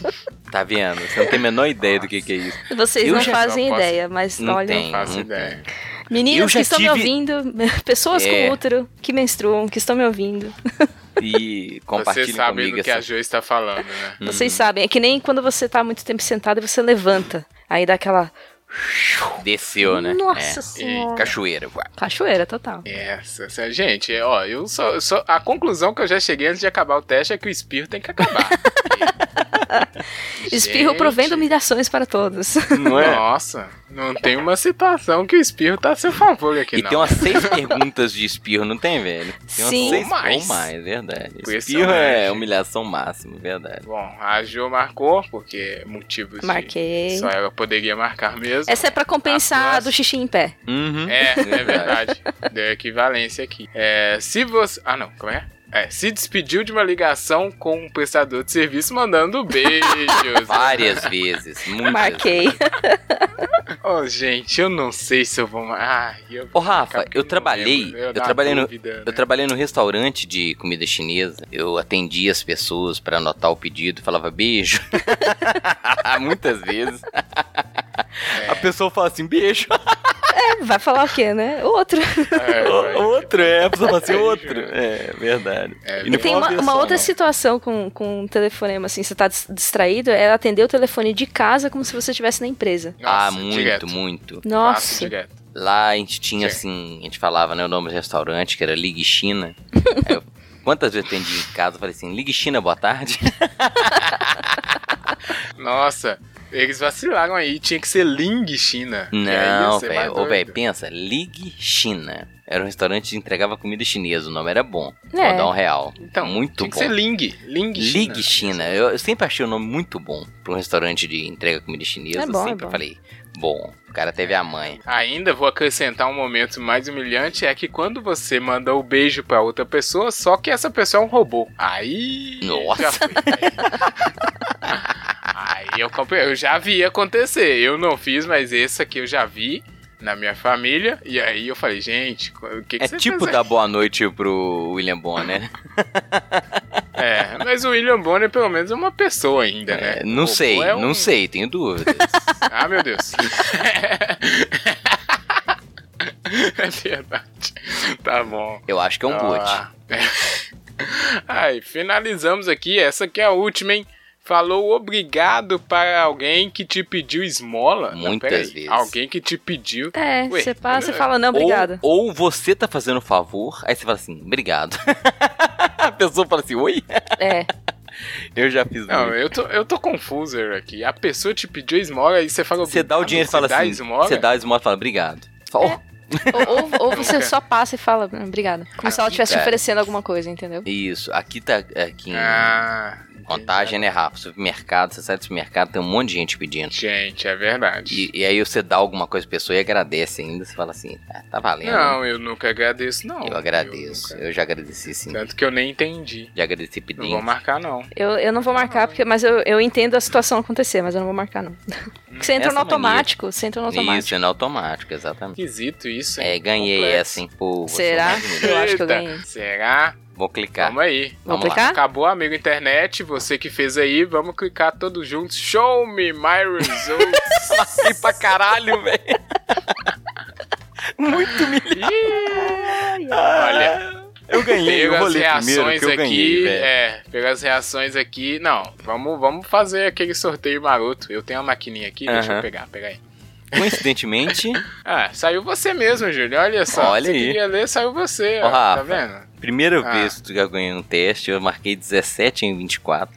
Speaker 2: Tá vendo? Você não tem a menor ideia do que, que é isso.
Speaker 3: Vocês
Speaker 2: Eu
Speaker 3: não
Speaker 2: já-
Speaker 3: fazem
Speaker 1: Não, posso-
Speaker 3: ideia, mas
Speaker 2: Não
Speaker 3: olha.
Speaker 2: tem.
Speaker 1: Faço
Speaker 2: não
Speaker 1: ideia.
Speaker 2: tem. Eu
Speaker 3: Meninos
Speaker 2: já
Speaker 3: que estão me
Speaker 2: tive-
Speaker 3: ouvindo, pessoas
Speaker 2: É.
Speaker 3: com útero que menstruam, que estão me ouvindo.
Speaker 2: E
Speaker 1: Você
Speaker 2: compartilhe
Speaker 1: sabe
Speaker 2: comigo
Speaker 1: do que
Speaker 2: essa.
Speaker 1: a Jo está falando, né?
Speaker 3: Vocês sabem, é que nem quando você tá muito tempo sentado e você levanta. Aí dá aquela.
Speaker 2: Desceu, né?
Speaker 3: Nossa
Speaker 2: É.
Speaker 3: senhora.
Speaker 2: Cachoeira. uá.
Speaker 3: Cachoeira total.
Speaker 1: Essa, essa- gente, é, ó, eu só, eu só- a conclusão que eu já cheguei antes de acabar o teste é que o espirro tem que acabar.
Speaker 3: Espirro
Speaker 1: Gente.
Speaker 3: provendo humilhações para todos.
Speaker 2: Não é?
Speaker 1: Nossa, não tem uma situação que o espirro tá a seu favor aqui,
Speaker 2: E
Speaker 1: não.
Speaker 2: tem umas seis perguntas de espirro, não tem, velho? Tem umas
Speaker 3: Sim.
Speaker 2: seis
Speaker 1: Ou mais.
Speaker 2: Ou mais, verdade. Espirro
Speaker 1: Impressionante.
Speaker 2: é humilhação máxima, verdade.
Speaker 1: Bom, a Jo marcou, porque motivos de-
Speaker 3: Marquei.
Speaker 1: Só ela poderia marcar mesmo.
Speaker 3: Essa é pra
Speaker 1: A
Speaker 3: compensar
Speaker 1: próxima-
Speaker 3: do xixi em pé.
Speaker 2: Uhum.
Speaker 1: É, é verdade. Deu equivalência aqui. É, se você. Ah, não, como é? É, se despediu de uma ligação com um prestador de serviço mandando beijos.
Speaker 2: Várias vezes, muitas.
Speaker 3: Marquei.
Speaker 1: Oh, gente, eu não sei se eu vou. Ah, eu.
Speaker 2: Ô, Rafa,
Speaker 1: Acabei
Speaker 2: eu
Speaker 1: não
Speaker 2: trabalhei-
Speaker 1: lembro,
Speaker 2: eu
Speaker 1: na
Speaker 2: trabalhei no-
Speaker 1: dúvida,
Speaker 2: Eu
Speaker 1: né?
Speaker 2: trabalhei num restaurante de comida chinesa. Eu atendia as pessoas pra anotar o pedido, falava beijo. Muitas vezes.
Speaker 1: É.
Speaker 2: A pessoa fala assim, beijo.
Speaker 3: É, vai falar o quê, né? Outro.
Speaker 1: É, vai.
Speaker 2: outro, é. A pessoa fala assim,
Speaker 1: Beijo.
Speaker 2: outro. É, verdade.
Speaker 1: É,
Speaker 2: E não
Speaker 3: E tem
Speaker 2: foi
Speaker 3: uma,
Speaker 2: vez
Speaker 3: uma
Speaker 2: só,
Speaker 3: outra
Speaker 2: não.
Speaker 3: situação com, com um telefonema, assim, você tá dis- distraído, é atender o telefone de casa como se você estivesse na empresa.
Speaker 1: Nossa,
Speaker 2: ah, muito,
Speaker 1: direto.
Speaker 2: muito.
Speaker 1: Faço
Speaker 2: Ah,
Speaker 3: Nossa.
Speaker 1: direto.
Speaker 2: Lá a gente tinha
Speaker 1: Sim.
Speaker 2: assim, a gente falava, né, o nome do restaurante, que era Ligue China. Aí eu- quantas vezes eu atendi em casa, eu falei assim, Ligue China, boa tarde.
Speaker 1: Nossa, eles vacilaram aí. Tinha que ser Ling China. que aí É, ia
Speaker 2: Não,
Speaker 1: ser mais
Speaker 2: velho. Ô,
Speaker 1: doido.
Speaker 2: velho, pensa, Ligue China. Era um restaurante que entregava comida chinesa, o nome era bom.
Speaker 3: É.
Speaker 2: Vou dar um real.
Speaker 1: Então,
Speaker 2: muito
Speaker 1: tinha que
Speaker 2: bom.
Speaker 1: ser Ling. Ling China.
Speaker 2: Ligue China. Eu, eu sempre achei o nome muito bom pra um restaurante de entrega comida chinesa.
Speaker 3: É bom, é
Speaker 2: sempre
Speaker 3: bom.
Speaker 2: falei, bom, o cara
Speaker 1: É.
Speaker 2: teve a mãe.
Speaker 1: Ainda vou acrescentar um momento mais humilhante: é que quando você manda o beijo pra outra pessoa, só que essa pessoa é um robô. Aí.
Speaker 2: Nossa.
Speaker 1: já foi, velho. aí eu, compre- eu já vi acontecer. Eu não fiz, mas esse aqui eu já vi na minha família. E aí eu falei: gente, o que, que
Speaker 2: é
Speaker 1: você
Speaker 2: tipo
Speaker 1: fez
Speaker 2: dar boa noite pro William Bonner.
Speaker 1: É, mas o William Bonner pelo menos é uma pessoa ainda, né?
Speaker 2: É, não
Speaker 1: O
Speaker 2: sei,
Speaker 1: Paul é um-
Speaker 2: não sei, tenho dúvidas.
Speaker 1: Ah, meu Deus. é verdade. Tá bom.
Speaker 2: Eu acho que é um boot.
Speaker 1: Ah. Aí, finalizamos aqui. Essa aqui é a última, hein? Falou obrigado para alguém que te pediu esmola. Não,
Speaker 2: Muitas
Speaker 1: peraí.
Speaker 2: vezes.
Speaker 1: Alguém que te pediu.
Speaker 3: É,
Speaker 1: Ué,
Speaker 3: você passa e
Speaker 1: é.
Speaker 3: fala, não, obrigado.
Speaker 2: Ou, ou você tá fazendo um favor, aí você fala assim, obrigado. a pessoa fala assim, oi?
Speaker 3: É.
Speaker 2: Eu já fiz
Speaker 1: Não,
Speaker 2: muito.
Speaker 1: eu tô, eu tô confuso aqui. A pessoa te pediu esmola e você fala...
Speaker 2: Você dá o
Speaker 1: "Ah,
Speaker 2: dinheiro e
Speaker 1: você
Speaker 2: fala
Speaker 1: dá
Speaker 2: assim,
Speaker 1: Esmola?
Speaker 2: você dá a esmola e fala, obrigado. Você fala, "Oh,
Speaker 3: Ou, ou- ou você
Speaker 1: Nunca.
Speaker 3: só passa e fala, "Não, obrigado. Como se ela estivesse te
Speaker 2: cara.
Speaker 3: oferecendo alguma coisa, entendeu?
Speaker 2: Isso, aqui tá aqui em
Speaker 1: Ah,
Speaker 2: contagem, né, Rafa? Supermercado, você sai do supermercado, tem um monte de gente pedindo.
Speaker 1: Gente, é verdade.
Speaker 2: E, e aí você dá alguma coisa pra pessoa e agradece ainda, você fala assim, ah, tá valendo.
Speaker 1: Não, eu nunca agradeço, não.
Speaker 2: eu agradeço.
Speaker 1: nunca.
Speaker 2: Eu, já agradeci sim.
Speaker 1: Tanto que eu nem entendi.
Speaker 2: Já agradeci
Speaker 1: Não vou
Speaker 2: pedindo.
Speaker 1: marcar, não.
Speaker 3: Eu, eu não vou marcar, porque, mas eu, eu entendo a situação acontecer, mas eu não vou marcar, não. Porque você entra
Speaker 2: Hum, Essa
Speaker 3: no automático, você entra no automático.
Speaker 2: Isso, é no automático, exatamente.
Speaker 1: Esquisito isso, hein?
Speaker 2: É, ganhei
Speaker 1: Complexo.
Speaker 2: essa, hein? Pô, você
Speaker 3: Será?
Speaker 2: é um menino.
Speaker 3: Eu acho que
Speaker 1: Eita,
Speaker 3: eu ganhei.
Speaker 1: Será?
Speaker 2: Vou clicar.
Speaker 1: Calma aí.
Speaker 3: Vamos
Speaker 2: Vamos lá.
Speaker 3: clicar?
Speaker 1: Acabou, amigo internet. Você que fez aí, vamos clicar todos juntos. Show me my results.
Speaker 2: Passei pra caralho, velho. Muito
Speaker 1: Olha.
Speaker 2: Eu ganhei, eu
Speaker 1: Pelas
Speaker 2: rolei primeiro
Speaker 1: reações
Speaker 2: que eu
Speaker 1: aqui,
Speaker 2: ganhei, velho.
Speaker 1: é, pelas reações aqui, não, vamos, vamos fazer aquele sorteio maroto. Eu tenho uma maquininha aqui, deixa eu
Speaker 2: Aham.
Speaker 1: pegar, pega aí.
Speaker 2: Coincidentemente,
Speaker 1: Ah, saiu você mesmo, Júlio. Olha só.
Speaker 2: Olha
Speaker 1: você
Speaker 2: aí.
Speaker 1: queria ler, saiu você.
Speaker 2: Ó,
Speaker 1: ó, tá
Speaker 2: Rafa.
Speaker 1: vendo?
Speaker 2: primeira
Speaker 1: Ah.
Speaker 2: vez que eu ganhei um teste, eu marquei 17 em 24.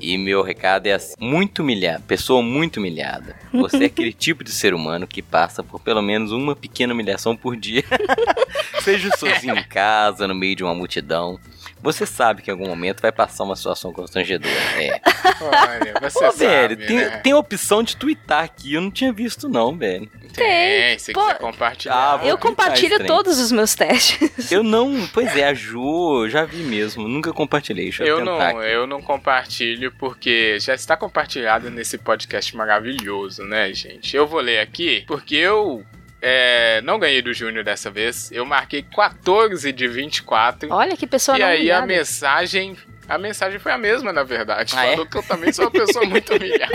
Speaker 2: E meu recado é assim: muito humilhada, pessoa muito humilhada. Você é aquele tipo de ser humano que passa por pelo menos uma pequena humilhação por dia. Seja sozinho em casa, no meio de uma multidão. Você sabe que em algum momento vai passar uma situação constrangedora. É.
Speaker 1: Olha, você
Speaker 2: Pô,
Speaker 1: sabe,
Speaker 2: velho, tem,
Speaker 1: né?
Speaker 2: tem a opção de twittar aqui, eu não tinha visto, não, velho.
Speaker 1: Tem, se
Speaker 3: Pô,
Speaker 1: quiser compartilhar.
Speaker 2: Ah,
Speaker 3: Eu
Speaker 2: vou clicar
Speaker 3: compartilho
Speaker 2: estranho.
Speaker 3: todos os meus testes.
Speaker 2: Eu não. Pois é, a Ju, eu já vi mesmo, nunca compartilhei. Deixa eu,
Speaker 1: Eu não,
Speaker 2: tentar aqui.
Speaker 1: eu não compartilho porque já está compartilhado nesse podcast maravilhoso, né, gente? Eu vou ler aqui porque eu é, não ganhei do Júnior dessa vez. Eu marquei 14 de 24.
Speaker 3: Olha que pessoa
Speaker 1: e
Speaker 3: não
Speaker 1: aí a
Speaker 3: humilhada.
Speaker 1: mensagem. A mensagem foi a mesma, na verdade.
Speaker 2: Ah, é?
Speaker 1: Falou que eu também sou uma pessoa muito humilhada.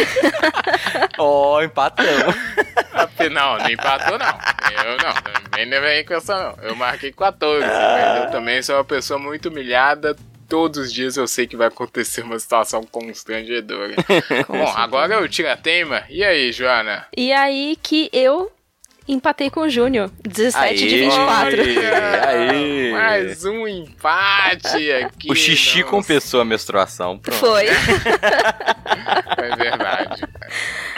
Speaker 2: Ó, empatamos.
Speaker 1: Não, não empatou, não. Eu não, nem levei com essa, não. Eu marquei 14, mas eu também sou uma pessoa muito humilhada. Todos os dias eu sei que vai acontecer uma situação constrangedora. Bom, agora eu tiro a tema. E aí, Joana?
Speaker 3: E aí que eu empatei com o Júnior, 17 de
Speaker 2: Aê.
Speaker 3: 24.
Speaker 1: Olha,
Speaker 2: Aê.
Speaker 1: Mais um empate aqui.
Speaker 2: O xixi
Speaker 1: Nossa,
Speaker 2: compensou a menstruação. Pronto.
Speaker 3: Foi.
Speaker 1: É verdade.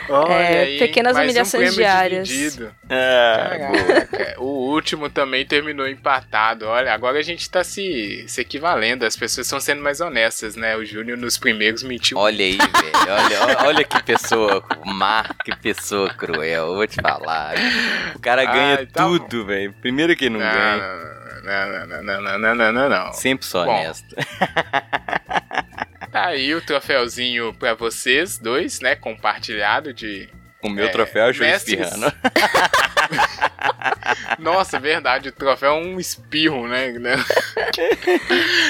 Speaker 3: É,
Speaker 1: aí,
Speaker 3: pequenas
Speaker 1: mais um
Speaker 3: humilhações
Speaker 1: prêmio
Speaker 3: diárias.
Speaker 1: dividido.
Speaker 2: Ah,
Speaker 1: Caraca, É, o último também terminou empatado. Olha, agora a gente tá se, se equivalendo. As pessoas estão sendo mais honestas, né? O Júnior nos primeiros mentiu.
Speaker 2: Olha aí, velho. Olha, olha que pessoa má, que pessoa cruel. Eu vou te falar. O cara
Speaker 1: Ai,
Speaker 2: ganha
Speaker 1: tá bom.
Speaker 2: tudo, velho. Primeiro que não,
Speaker 1: não,
Speaker 2: ganha.
Speaker 1: não, não, não, não, não, não, não, não, não.
Speaker 2: Sempre sou
Speaker 1: Bom.
Speaker 2: honesto.
Speaker 1: Tá aí o troféuzinho pra vocês dois, né? Compartilhado de.
Speaker 2: O meu
Speaker 1: É,
Speaker 2: troféu é o Júlio
Speaker 1: mestres.
Speaker 2: Espirrano.
Speaker 1: Nossa, verdade, o troféu é um espirro, né?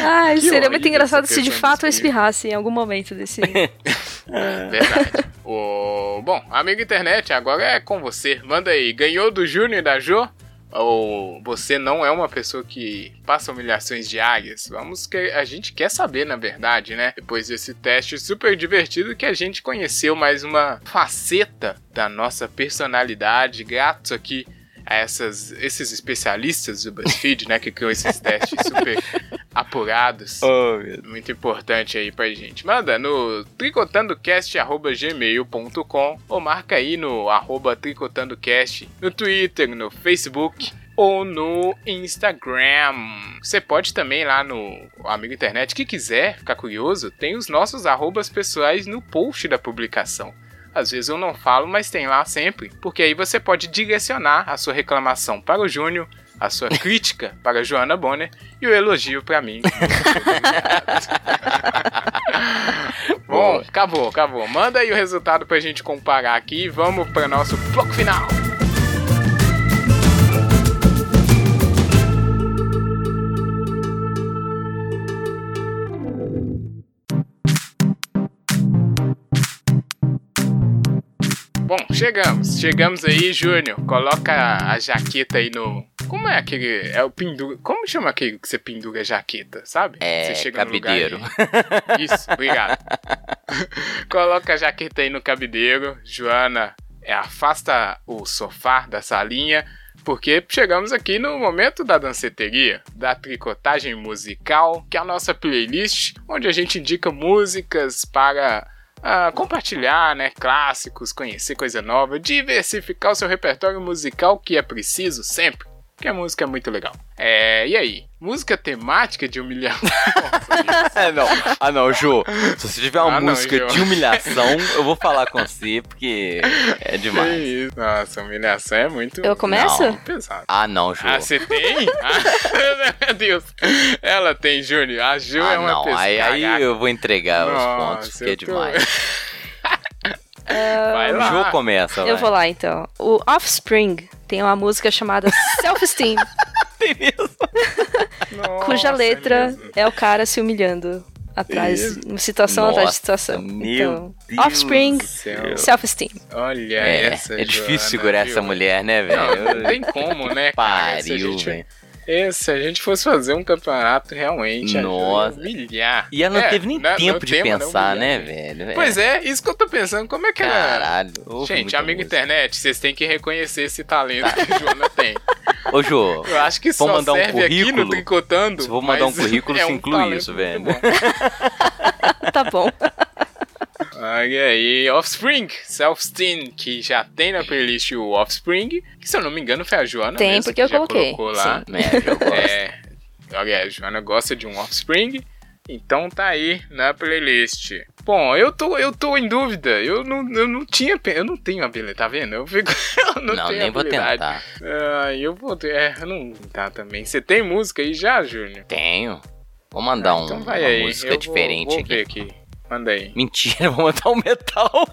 Speaker 3: Ai,
Speaker 1: Que
Speaker 3: seria
Speaker 1: horrível
Speaker 3: muito engraçado
Speaker 1: essa
Speaker 3: se de
Speaker 1: questão
Speaker 3: fato eu
Speaker 1: desse livro.
Speaker 3: espirrasse em algum momento desse.
Speaker 1: É Verdade. O... Bom, amigo internet, agora é com você. Manda aí, ganhou do Júnior e da Jo? Ou você não é uma pessoa que passa humilhações diárias? Vamos que a gente quer saber, na verdade, né? Depois desse teste super divertido que a gente conheceu mais uma faceta da nossa personalidade. Gratos aqui a essas, esses especialistas do BuzzFeed, né? Que criam esses testes super apurados.
Speaker 2: Oh, meu Deus.
Speaker 1: Muito importante aí pra gente. Manda no tricotandocast.gmail.com ou marca aí no arroba tricotandocast no Twitter, no Facebook ou no Instagram. Você pode também ir lá no Amigo Internet, que quiser ficar curioso, tem os nossos arrobas pessoais no post da publicação. Às vezes eu não falo, mas tem lá sempre, porque aí você pode direcionar a sua reclamação para o Júnior, a sua crítica para a Joana Bonner e o elogio para mim. Bom, acabou, acabou. Manda aí o resultado pra gente comparar aqui e vamos para nosso bloco final. Bom, chegamos. Chegamos aí, Júnior. Coloca a jaqueta aí no. Como é aquele. É o pendura. Como chama aquele que você pendura a jaqueta, sabe?
Speaker 2: É,
Speaker 1: você no
Speaker 2: cabideiro.
Speaker 1: lugar e- Isso, obrigado. Coloca a jaqueta aí no cabideiro. Joana, é, afasta o sofá da salinha. Porque chegamos aqui no momento da danceteria, da tricotagem musical, que é a nossa playlist, onde a gente indica músicas para ah, compartilhar, né, clássicos, conhecer coisa nova, diversificar o seu repertório musical que é preciso sempre, porque a música é muito legal. É, e aí? Música temática de humilhação? Nossa,
Speaker 2: Ah, não. Ah, não, Ju. Se você tiver uma
Speaker 1: Ah, não,
Speaker 2: música
Speaker 1: Ju.
Speaker 2: de humilhação, eu vou falar com você, porque é
Speaker 1: que
Speaker 2: demais.
Speaker 1: isso. Nossa, humilhação é muito
Speaker 3: Eu começo?
Speaker 2: Não.
Speaker 1: pesado.
Speaker 2: Ah, não, Ju.
Speaker 1: Ah, você tem? Ah, meu Deus. Ela tem, Júnior. A Ju
Speaker 2: Ah,
Speaker 1: é uma
Speaker 2: não.
Speaker 1: pessoa.
Speaker 2: Aí, aí eu vou entregar
Speaker 1: Nossa,
Speaker 2: os pontos, porque é
Speaker 1: eu tô-
Speaker 2: demais.
Speaker 1: Vai lá.
Speaker 2: Ju começa,
Speaker 3: Eu
Speaker 2: vai.
Speaker 3: vou lá então. O Offspring tem uma música chamada Self-Esteem,
Speaker 1: Nossa,
Speaker 3: cuja
Speaker 1: é
Speaker 3: letra
Speaker 1: mesmo.
Speaker 3: é o cara se humilhando atrás, situação atrás de situação.
Speaker 2: Meu
Speaker 3: então,
Speaker 2: Deus
Speaker 3: Offspring,
Speaker 2: do céu.
Speaker 3: Self-Esteem.
Speaker 1: Olha
Speaker 2: É,
Speaker 1: essa,
Speaker 2: é difícil
Speaker 1: Joana,
Speaker 2: segurar
Speaker 1: viu?
Speaker 2: essa mulher, né,
Speaker 1: Não, não
Speaker 2: velho?
Speaker 1: tem como, né, cara? Se a
Speaker 2: Pariu,
Speaker 1: gente-
Speaker 2: velho.
Speaker 1: E se a gente fosse fazer um campeonato realmente,
Speaker 2: Nossa.
Speaker 1: Nossa. milhar.
Speaker 2: E ela não
Speaker 1: É,
Speaker 2: teve nem
Speaker 1: não-
Speaker 2: tempo
Speaker 1: não
Speaker 2: de
Speaker 1: tema, não
Speaker 2: pensar, né,
Speaker 1: humilhar.
Speaker 2: velho?
Speaker 1: Pois é, isso que eu tô pensando, como é que ela.
Speaker 2: Caralho. ouve
Speaker 1: Gente,
Speaker 2: muita
Speaker 1: amigo
Speaker 2: música.
Speaker 1: internet, vocês têm que reconhecer esse talento que a Joana tem.
Speaker 2: Ô, Jô,
Speaker 1: Eu acho que
Speaker 2: Vou
Speaker 1: só
Speaker 2: mandar um
Speaker 1: serve aqui no
Speaker 2: currículo.
Speaker 1: Tricotando.
Speaker 2: Se eu vou mandar um
Speaker 1: mas
Speaker 2: currículo,
Speaker 1: é
Speaker 2: se
Speaker 1: um
Speaker 2: inclui
Speaker 1: talento
Speaker 2: isso,
Speaker 1: muito
Speaker 2: velho.
Speaker 1: bom.
Speaker 3: Tá bom.
Speaker 1: Olha Ah, aí, Offspring, Self-Steen, que já tem na playlist o Offspring, que se eu não me engano foi a Joana
Speaker 3: Tem,
Speaker 1: mesmo
Speaker 3: porque
Speaker 1: que
Speaker 3: eu
Speaker 1: já
Speaker 3: coloquei,
Speaker 1: colocou lá.
Speaker 2: é, eu gosto.
Speaker 1: É, olha, a Joana gosta de um Offspring, então tá aí na playlist. Bom, eu tô, eu tô em dúvida, eu não, eu não tinha, pe- eu não tenho habilidade, tá vendo? Eu, fico, eu não,
Speaker 2: não,
Speaker 1: tenho
Speaker 2: nem vou
Speaker 1: habilidade.
Speaker 2: tentar.
Speaker 1: Ah, eu vou ter, é, eu não tá também. Você tem música aí já, Júnior?
Speaker 2: Tenho. Vou mandar um-
Speaker 1: Então
Speaker 2: uma
Speaker 1: vai aí, eu
Speaker 2: música
Speaker 1: vou-
Speaker 2: diferente
Speaker 1: vou
Speaker 2: aqui.
Speaker 1: ver aqui. Manda aí.
Speaker 2: Mentira, vou mandar um metal.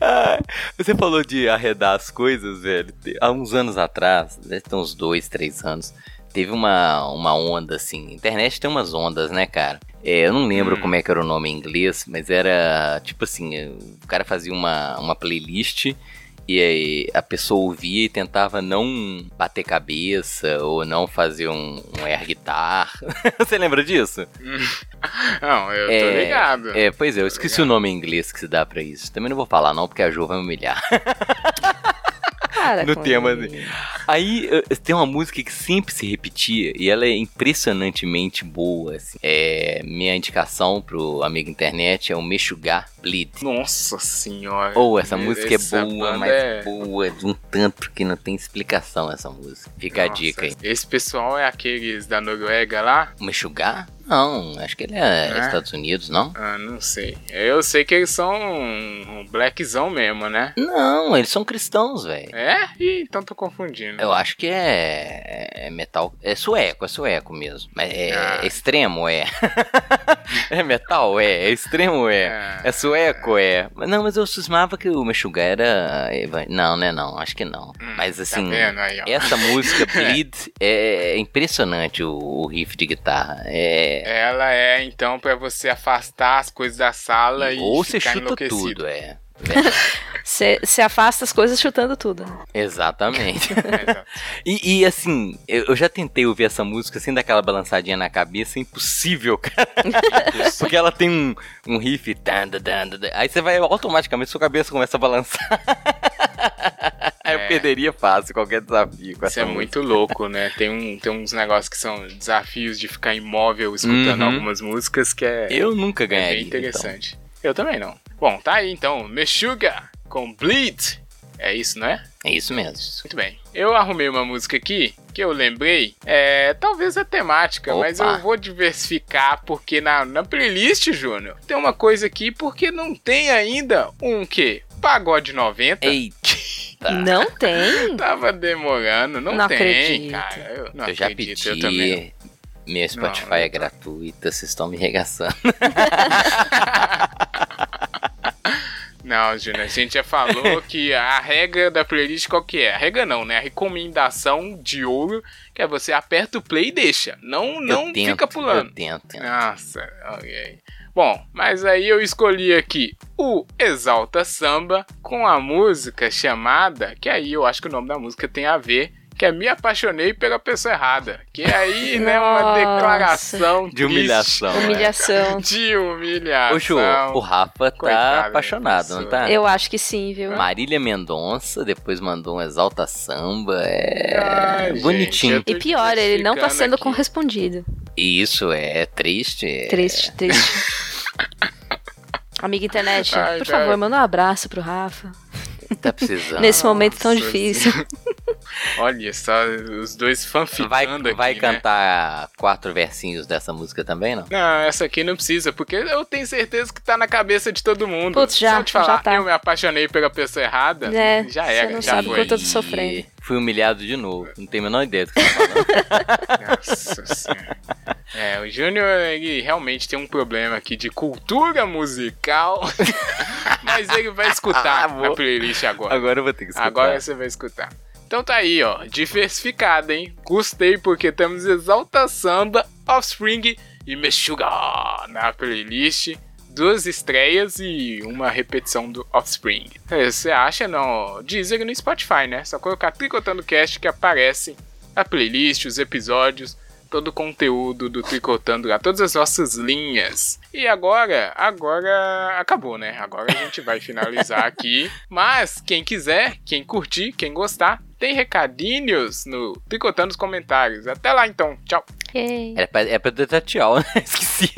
Speaker 2: Ai, Você falou de arredar as coisas, velho. Te- Há uns anos atrás, deve ter uns dois, três anos, teve uma, uma onda assim. Internet tem umas ondas, né, cara? É, eu não lembro
Speaker 1: Hum.
Speaker 2: como é que era o nome em inglês, mas era tipo assim: o cara fazia uma, uma playlist e aí a pessoa ouvia e tentava não bater cabeça ou não fazer um, um air guitar. Você lembra disso?
Speaker 1: Não, eu tô
Speaker 2: É,
Speaker 1: Tá. ligado.
Speaker 2: É, pois é, eu esqueci o nome em inglês que se dá pra isso. Também não vou falar não, porque a Jo vai me humilhar.
Speaker 3: Para
Speaker 2: No
Speaker 3: com
Speaker 2: tema,
Speaker 3: isso.
Speaker 2: Aí eh, tem uma música que sempre se repetia e ela é impressionantemente boa, assim. É, minha indicação pro amigo internet é o Mexugar Bleed.
Speaker 1: Nossa senhora.
Speaker 2: Ou essa música é
Speaker 1: Essa
Speaker 2: boa,
Speaker 1: banda
Speaker 2: mas
Speaker 1: é-
Speaker 2: boa de um tanto que não tem explicação essa música. Fica a
Speaker 1: Nossa,
Speaker 2: dica aí.
Speaker 1: Esse pessoal é aqueles da Noruega lá?
Speaker 2: O Mexugar? Não, acho que ele é
Speaker 1: É.
Speaker 2: Estados Unidos, não?
Speaker 1: Ah, não sei. Eu sei que eles são um um blackzão mesmo, né?
Speaker 2: Não, eles são cristãos, velho.
Speaker 1: É? Ih, então tô confundindo.
Speaker 2: Eu acho que é, é metal. É sueco, é sueco mesmo. Mas é,
Speaker 1: Ah.
Speaker 2: é extremo, é. é metal, é. É extremo, é.
Speaker 1: Ah,
Speaker 2: É sueco, é. Mas Não, mas eu susmava que o Meshuggah era. eva- Não, né? Não, acho que não.
Speaker 1: Hum,
Speaker 2: mas
Speaker 1: Tá
Speaker 2: assim.
Speaker 1: vendo aí, ó.
Speaker 2: essa música, Bleed, é impressionante o, o riff de guitarra. É.
Speaker 1: Ela é, então, pra você afastar as coisas da sala e
Speaker 2: Ou você
Speaker 1: ficar
Speaker 2: chuta
Speaker 1: enlouquecido.
Speaker 2: tudo, é.
Speaker 3: Você você afasta as coisas chutando tudo.
Speaker 2: Exatamente.
Speaker 1: É, exato.
Speaker 2: E, e, assim, eu eu já tentei ouvir essa música sem dar aquela balançadinha na cabeça, é impossível, cara. Porque ela tem um, um riff. tan, tan, tan, tan, tan. Aí você vai automaticamente, sua cabeça começa a balançar. Aí eu
Speaker 1: É.
Speaker 2: perderia fácil qualquer desafio
Speaker 1: Isso
Speaker 2: com essa
Speaker 1: é
Speaker 2: música.
Speaker 1: muito louco, né? Tem, um, tem uns negócios que são desafios de ficar imóvel escutando
Speaker 2: Uhum.
Speaker 1: algumas músicas que é,
Speaker 2: Eu então. nunca
Speaker 1: é
Speaker 2: ganharia.
Speaker 1: bem interessante. Eu também não. Bom, tá aí então. Meshuga com Bleed. É isso, não é?
Speaker 2: então. É isso mesmo.
Speaker 1: Muito bem. Eu arrumei uma música aqui que eu lembrei. É, talvez é temática,
Speaker 2: Opa.
Speaker 1: mas eu vou diversificar porque na, na playlist, Júnior, tem uma coisa aqui porque não tem ainda um que? Pagode 90.
Speaker 2: Eita!
Speaker 3: Não tem?
Speaker 1: Tava demorando, não,
Speaker 3: Não
Speaker 1: tem,
Speaker 3: acredito.
Speaker 1: cara. Eu, não
Speaker 2: eu já
Speaker 1: acredito,
Speaker 2: pedi.
Speaker 1: eu também não.
Speaker 2: Minha Spotify
Speaker 1: Não,
Speaker 2: é
Speaker 1: não.
Speaker 2: gratuita, vocês estão me regaçando.
Speaker 1: Não, Júnior, a gente já falou que a regra da playlist qual que é? A regra não, né? A recomendação de ouro que é você aperta o play e deixa. Não, não
Speaker 2: eu tento,
Speaker 1: fica pulando.
Speaker 2: Eu tento, tento.
Speaker 1: Nossa, ok. Bom, mas aí eu escolhi aqui o Exalta Samba com a música chamada, que aí eu acho que o nome da música tem a ver, que é Me Apaixonei pela Pessoa Errada. Que aí, né, uma
Speaker 3: Nossa.
Speaker 1: declaração
Speaker 2: De humilhação. né?
Speaker 3: Humilhação.
Speaker 1: De humilhação.
Speaker 2: Ô, Ju, o Rafa
Speaker 1: Ah,
Speaker 2: tá
Speaker 1: Coitado da
Speaker 2: apaixonado, não
Speaker 1: pessoa.
Speaker 2: tá?
Speaker 3: Eu acho que sim, viu?
Speaker 2: Marília Mendonça, depois mandou um Exalta Samba, é
Speaker 1: Ai, gente, é
Speaker 2: bonitinho.
Speaker 1: eu tô
Speaker 3: E pior, ele não tá sendo
Speaker 1: justificando aqui.
Speaker 3: correspondido.
Speaker 2: E isso é triste. é-
Speaker 3: Triste, triste. Amiga internet,
Speaker 1: Ai,
Speaker 3: por
Speaker 1: cara.
Speaker 3: favor, manda um abraço pro Rafa.
Speaker 2: Tá precisando.
Speaker 3: Nesse momento tão
Speaker 1: Nossa
Speaker 3: difícil.
Speaker 1: Olha só, os dois fanficando
Speaker 2: Vai,
Speaker 1: aqui,
Speaker 2: vai
Speaker 1: né?
Speaker 2: cantar quatro versinhos dessa música também, não?
Speaker 1: Não, essa aqui não precisa, porque eu tenho certeza que tá na cabeça de todo mundo.
Speaker 3: Putz, já,
Speaker 1: Se eu te falar,
Speaker 3: já tá.
Speaker 1: eu me apaixonei pela pessoa errada,
Speaker 3: É,
Speaker 1: já
Speaker 3: você
Speaker 1: era,
Speaker 3: não
Speaker 1: já
Speaker 3: sabe
Speaker 1: foi.
Speaker 3: quanto eu tô sofrendo.
Speaker 2: Fui humilhado de novo. Não tenho a menor ideia do que eu tô falando.
Speaker 1: Nossa senhora. É, o Júnior, ele realmente tem um problema aqui de cultura musical, mas ele vai escutar
Speaker 2: Ah, vou.
Speaker 1: a playlist agora.
Speaker 2: Agora eu vou ter que escutar.
Speaker 1: Ah, Agora você vai escutar. Então tá aí, ó, diversificado, hein? Gostei porque temos Exalta Samba, Offspring e Meshuga na playlist duas estreias e uma repetição do Offspring. É, Você acha no Deezer e no Spotify, né? Só colocar Tricotando Cast que aparece a playlist, os episódios, todo o conteúdo do Tricotando lá, todas as nossas linhas. E agora, agora acabou, né? Agora a gente vai finalizar aqui. Mas quem quiser, quem curtir, quem gostar, tem recadinhos no Tricotando os comentários. Até lá então, tchau.
Speaker 3: Yay.
Speaker 2: Era É pra, era pra eu dar tchau, né? Esqueci.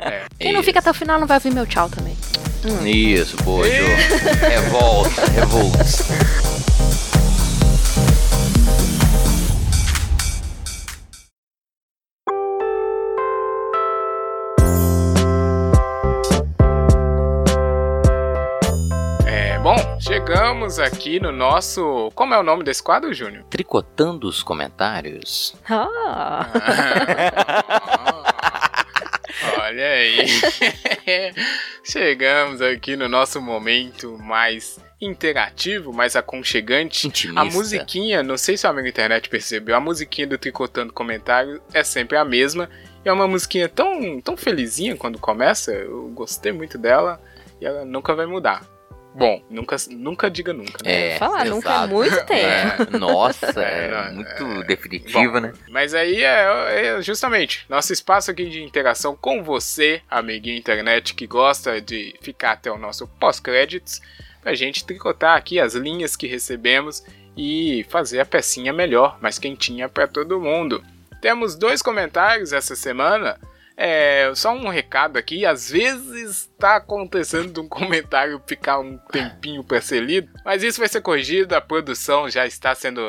Speaker 1: É.
Speaker 3: Quem não fica até o final não vai ouvir meu tchau também.
Speaker 2: Isso, boa, Jô. É, Revolta, revolta.
Speaker 1: É, bom, chegamos aqui no nosso. Como é o nome desse quadro, Júnior?
Speaker 2: Tricotando os comentários.
Speaker 3: Ah.
Speaker 1: Ah, Olha aí. Chegamos aqui no nosso momento mais interativo, mais aconchegante.
Speaker 2: Intimista.
Speaker 1: A musiquinha, não sei se o amigo internet percebeu, a musiquinha do Tricotando Comentário é sempre a mesma. E é uma musiquinha tão, tão felizinha quando começa, eu gostei muito dela e ela nunca vai mudar. Bom, nunca, nunca diga nunca, né?
Speaker 2: É,
Speaker 3: Falar nunca é muito tempo.
Speaker 2: É, nossa, é,
Speaker 1: É, não,
Speaker 2: muito definitivo,
Speaker 1: Bom,
Speaker 2: né?
Speaker 1: Mas aí é, é justamente nosso espaço aqui de interação com você, amiguinho internet que gosta de ficar até o nosso pós-créditos, pra gente tricotar aqui as linhas que recebemos e fazer a pecinha melhor, mais quentinha pra todo mundo. Temos dois comentários essa semana. É, só um recado aqui, às vezes tá acontecendo de um comentário ficar um tempinho pra ser lido, mas isso vai ser corrigido, a produção já está sendo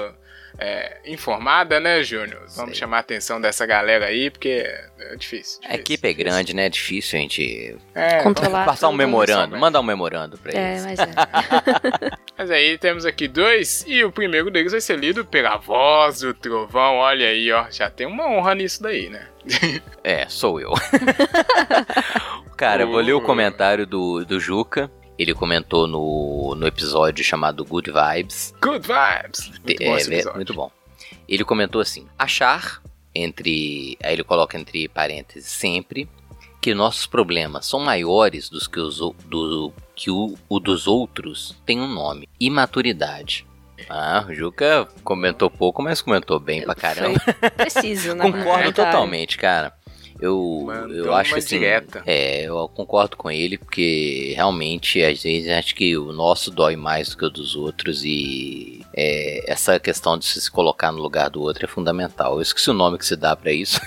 Speaker 1: é, informada, né, Júnior? Vamos
Speaker 2: Sei.
Speaker 1: chamar a atenção dessa galera aí, porque é difícil.
Speaker 2: A
Speaker 1: difícil,
Speaker 2: equipe é
Speaker 1: difícil.
Speaker 2: grande, né? É difícil a gente
Speaker 1: É,
Speaker 3: Controlar.
Speaker 2: passar um
Speaker 3: tudo.
Speaker 2: memorando,
Speaker 1: somente.
Speaker 2: mandar um memorando pra
Speaker 3: É,
Speaker 2: eles.
Speaker 3: mas é.
Speaker 1: Mas aí temos aqui dois, e o primeiro deles vai ser lido pela voz do trovão. Olha aí, ó. Já tem uma honra nisso daí, né?
Speaker 2: É, sou eu. Cara, eu vou ler o comentário do, do Juca. Ele comentou no, no episódio chamado Good Vibes.
Speaker 1: Good vibes! Muito bom
Speaker 2: É,
Speaker 1: esse
Speaker 2: ele é
Speaker 1: episódio.
Speaker 2: muito bom. Ele comentou assim: achar, entre. Aí ele coloca entre parênteses, sempre, que nossos problemas são maiores dos que os ou- do, que o, o dos outros tem um nome: imaturidade. Ah, o Juca comentou pouco, mas comentou bem
Speaker 1: É,
Speaker 2: pra caramba.
Speaker 3: Foi preciso, né?
Speaker 2: Concordo
Speaker 3: no comentário.
Speaker 2: totalmente, cara. Eu,
Speaker 1: Mandou
Speaker 2: eu acho
Speaker 1: uma
Speaker 2: assim.
Speaker 1: direta.
Speaker 2: É, eu concordo com ele, porque realmente, às vezes, acho que o nosso dói mais do que o dos outros. E é, essa questão de se colocar no lugar do outro é fundamental. Eu esqueci o nome que se dá pra isso.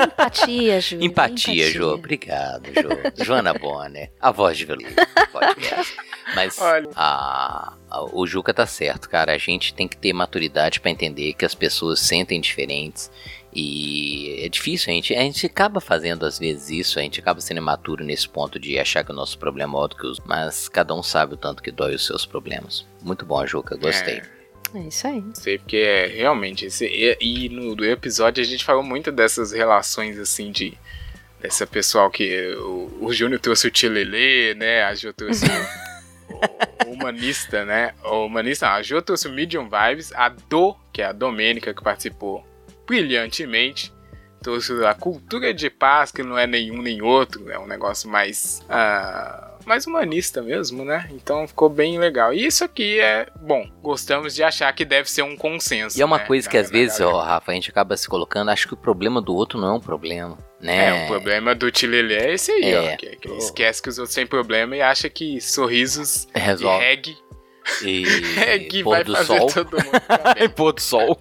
Speaker 3: Empatia, Ju.
Speaker 2: Empatia, Jô. Obrigado, Jô. Joana Bonner, a voz de veludo. podcast. Mas
Speaker 1: Olha.
Speaker 2: a- a- o Juca tá certo, cara. A gente tem que ter maturidade pra entender que as pessoas sentem diferentes. E é difícil, a gente, a gente acaba fazendo às vezes isso, a gente acaba sendo imaturo nesse ponto de achar que o nosso problema é maior do que os. Mas cada um sabe o tanto que dói os seus problemas. Muito bom, Juca, gostei.
Speaker 3: É isso aí.
Speaker 1: Não sei, porque é, realmente, esse, e, e no do episódio a gente falou muito dessas relações assim de. Dessa pessoal que. O, o Júnior trouxe o Tilelê, né? A Jô trouxe o, o humanista, né? O humanista, não, a Jô trouxe o Medium Vibes, a Do, que é a Domênica que participou brilhantemente. Trouxe a cultura de paz, que não é nenhum nem outro, é um negócio mais. ah, mais humanista mesmo, né? Então ficou bem legal. E isso aqui é bom. Gostamos de achar que deve ser um consenso.
Speaker 2: E é uma
Speaker 1: né?
Speaker 2: coisa que
Speaker 1: Na-
Speaker 2: às
Speaker 1: na
Speaker 2: vezes,
Speaker 1: galera.
Speaker 2: ó, Rafa, a gente acaba se colocando, acho que o problema do outro não é um problema,
Speaker 1: É,
Speaker 2: né?
Speaker 1: o problema do Tilelê é esse aí,
Speaker 2: É.
Speaker 1: ó. Que, que esquece que os outros têm problema e acha que sorrisos
Speaker 2: Resolve.
Speaker 1: e reggae,
Speaker 2: E
Speaker 1: reggae
Speaker 2: pôr
Speaker 1: É vai
Speaker 2: do
Speaker 1: fazer
Speaker 2: sol.
Speaker 1: todo mundo ficar bem.
Speaker 2: pôr do sol.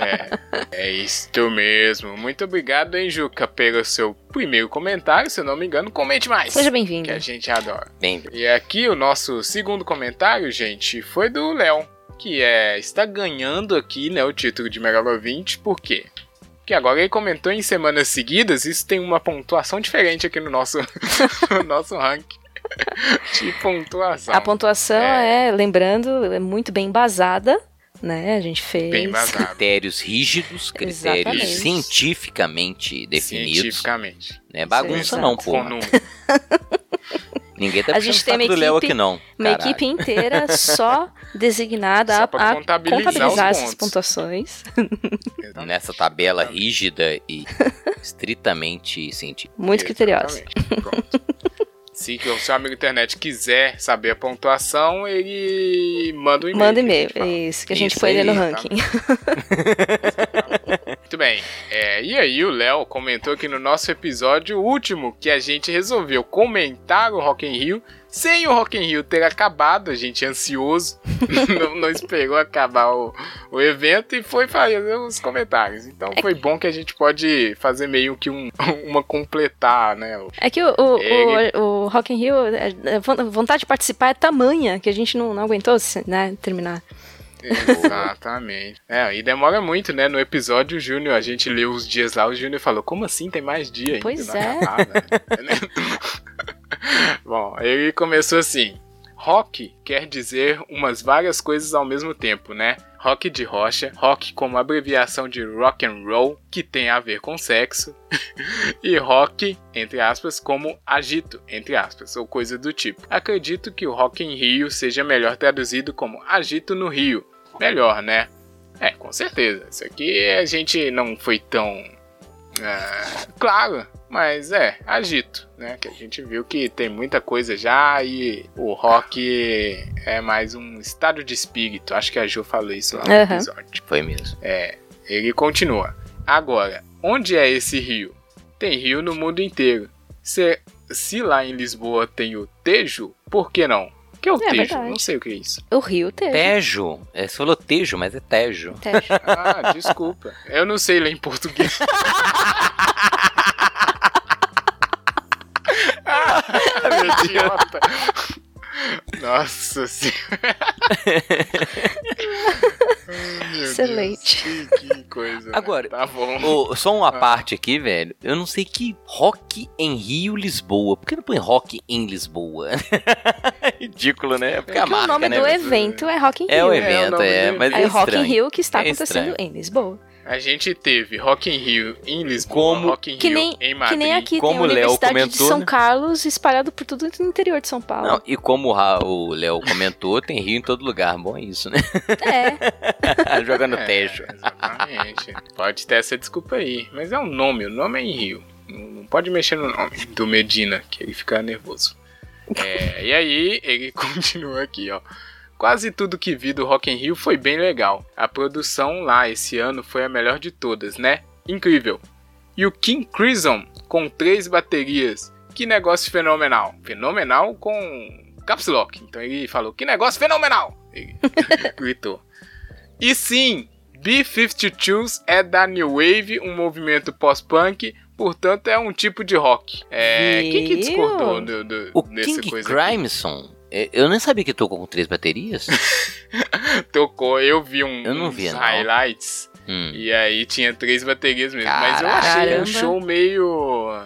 Speaker 1: É, é isto mesmo. Muito obrigado, hein, Juca, pelo seu primeiro comentário. Se eu não me engano, comente mais.
Speaker 3: Seja bem-vindo.
Speaker 1: Que a gente adora.
Speaker 2: Bem,
Speaker 1: E aqui o nosso segundo comentário, gente, foi do Léo, que é está ganhando aqui, né, o título de melhor ouvinte, por quê? Porque agora ele comentou em semanas seguidas, isso tem uma pontuação diferente aqui no nosso, no nosso ranking de pontuação.
Speaker 3: A pontuação é. lembrando, é muito bem embasada, né? A gente fez.
Speaker 1: Bem vazado,
Speaker 2: critérios rígidos, critérios
Speaker 3: Exatamente.
Speaker 2: cientificamente definidos.
Speaker 1: cientificamente.
Speaker 2: Não é bagunça
Speaker 3: Exato.
Speaker 2: não, pô.
Speaker 1: Com número.
Speaker 2: Ninguém tá
Speaker 3: A gente
Speaker 2: puxando o
Speaker 3: tem
Speaker 2: saco
Speaker 3: uma
Speaker 2: do Léo
Speaker 3: equipe-
Speaker 2: aqui, não.
Speaker 3: Uma
Speaker 2: Caralho.
Speaker 3: equipe inteira só designada
Speaker 1: Só
Speaker 3: a,
Speaker 1: pra
Speaker 3: a
Speaker 1: contabilizar
Speaker 3: contabilizar,
Speaker 1: os
Speaker 3: essas
Speaker 1: pontos.
Speaker 3: pontuações.
Speaker 2: Nessa tabela rígida e estritamente científica.
Speaker 3: Muito criteriosa.
Speaker 1: Exatamente. Pronto. Se o seu amigo internet quiser saber a pontuação, ele manda um e-mail.
Speaker 3: Manda e-mail.
Speaker 1: que a gente fala.
Speaker 3: Isso, que a gente
Speaker 2: Isso
Speaker 3: põe ele
Speaker 2: aí,
Speaker 3: no
Speaker 1: tá?
Speaker 3: ranking.
Speaker 1: Muito bem. É, e aí, o Léo comentou que no nosso episódio último que a gente resolveu comentar o Rock in Rio sem o Rock in Rio ter acabado, a gente ansioso, não, não esperou acabar o, o evento e foi fazer os comentários. Então
Speaker 3: É
Speaker 1: foi bom que a gente pode fazer meio que um, uma completar, né? o-
Speaker 3: É que o, o,
Speaker 1: Ele-
Speaker 3: o, o Rock in Rio, a- a von- a vontade de participar é tamanha que a gente não, não aguentou né, terminar.
Speaker 1: Exatamente. É, e demora muito, né? No episódio, o Júnior, a gente leu os dias lá, o Júnior falou, como assim tem mais dia ainda?
Speaker 3: Pois
Speaker 1: não
Speaker 3: é.
Speaker 1: acabava?" Bom, ele começou assim, rock quer dizer umas várias coisas ao mesmo tempo, né? Rock de rocha, rock como abreviação de rock and roll, que tem a ver com sexo, e rock, entre aspas, como agito, entre aspas, ou coisa do tipo. Acredito que o rock em Rio seja melhor traduzido como agito no Rio. Melhor, né? É, com certeza. Isso aqui a gente não foi tão. ah, claro, mas é, agito, né? Que a gente viu que tem muita coisa já e o rock é mais um estado de espírito. Acho que a Ju falou isso lá no
Speaker 3: Aham.
Speaker 1: episódio.
Speaker 2: Foi mesmo.
Speaker 1: Ele continua. Agora, onde é esse rio? Tem rio no mundo inteiro. Se, se lá em Lisboa tem o Tejo, por que não? O que é o
Speaker 3: É
Speaker 1: Tejo?
Speaker 3: verdade.
Speaker 1: Não sei o que é isso.
Speaker 3: O Rio teve.
Speaker 2: Tejo. É, você falou tejo, mas é tejo.
Speaker 3: teve.
Speaker 1: Ah, desculpa. Eu não sei ler em português. Ah, meu idiota. Nossa senhora. Ai, meu Deus.
Speaker 3: Excelente.
Speaker 1: Que, que coisa. né?
Speaker 2: Agora,
Speaker 1: Tá bom.
Speaker 2: Ô, só uma parte aqui, velho. Eu não sei que rock em Rio, Lisboa. Por que não põe rock em Lisboa? Ridículo, né? Porque
Speaker 1: É
Speaker 2: a
Speaker 1: que
Speaker 3: o
Speaker 2: marca,
Speaker 3: nome
Speaker 2: né?
Speaker 3: do
Speaker 2: velho?
Speaker 1: mas-
Speaker 3: evento é Rock in Rio.
Speaker 2: É o
Speaker 1: é o
Speaker 2: evento,
Speaker 1: nome
Speaker 2: é.
Speaker 1: dele.
Speaker 2: mas é,
Speaker 3: É o Rock in
Speaker 2: estranho.
Speaker 3: Rio que está
Speaker 2: É
Speaker 3: acontecendo
Speaker 2: estranho.
Speaker 3: em Lisboa.
Speaker 1: A gente teve Rock in Rio em Lisboa,
Speaker 2: Como-
Speaker 1: Rock in
Speaker 3: Que
Speaker 1: Rio
Speaker 3: nem-
Speaker 1: em Madrid.
Speaker 3: que nem aqui tem
Speaker 2: Ah, Como
Speaker 3: a
Speaker 2: o Léo
Speaker 3: Universidade de
Speaker 2: comentou,
Speaker 3: São
Speaker 2: né?
Speaker 3: Carlos espalhado por tudo o interior de São Paulo.
Speaker 2: Não, e como o Ra- o Léo comentou, tem rio em todo lugar. Bom é isso, né?
Speaker 3: É,
Speaker 2: Jogando
Speaker 1: É,
Speaker 2: tejo.
Speaker 1: Exatamente. pode ter essa desculpa aí. Mas é um nome, o nome é em Rio. Não não pode mexer no nome do Medina, que ele fica nervoso. É, e aí, ele continua aqui, ó. Quase tudo que vi do Rock in Rio foi bem legal. A produção lá esse ano foi a melhor de todas, né? Incrível. E o King Crimson com três baterias. Que negócio fenomenal. Fenomenal com caps lock. Então ele falou, que negócio fenomenal. Ele gritou. E sim, B-52s é da New Wave, um movimento pós-punk, portanto é um tipo de rock. É, quem que
Speaker 3: Viu?
Speaker 1: discordou do, do-
Speaker 2: O
Speaker 1: dessa
Speaker 2: King
Speaker 1: coisa aqui?
Speaker 2: Crimson. é, Eu nem sabia que tocou com três baterias.
Speaker 1: Tocou, eu vi um,
Speaker 2: Eu não
Speaker 1: uns
Speaker 2: vi, não.
Speaker 1: highlights,
Speaker 2: Hum.
Speaker 1: e aí tinha três baterias mesmo, mas eu achei
Speaker 3: Caramba.
Speaker 1: um show meio...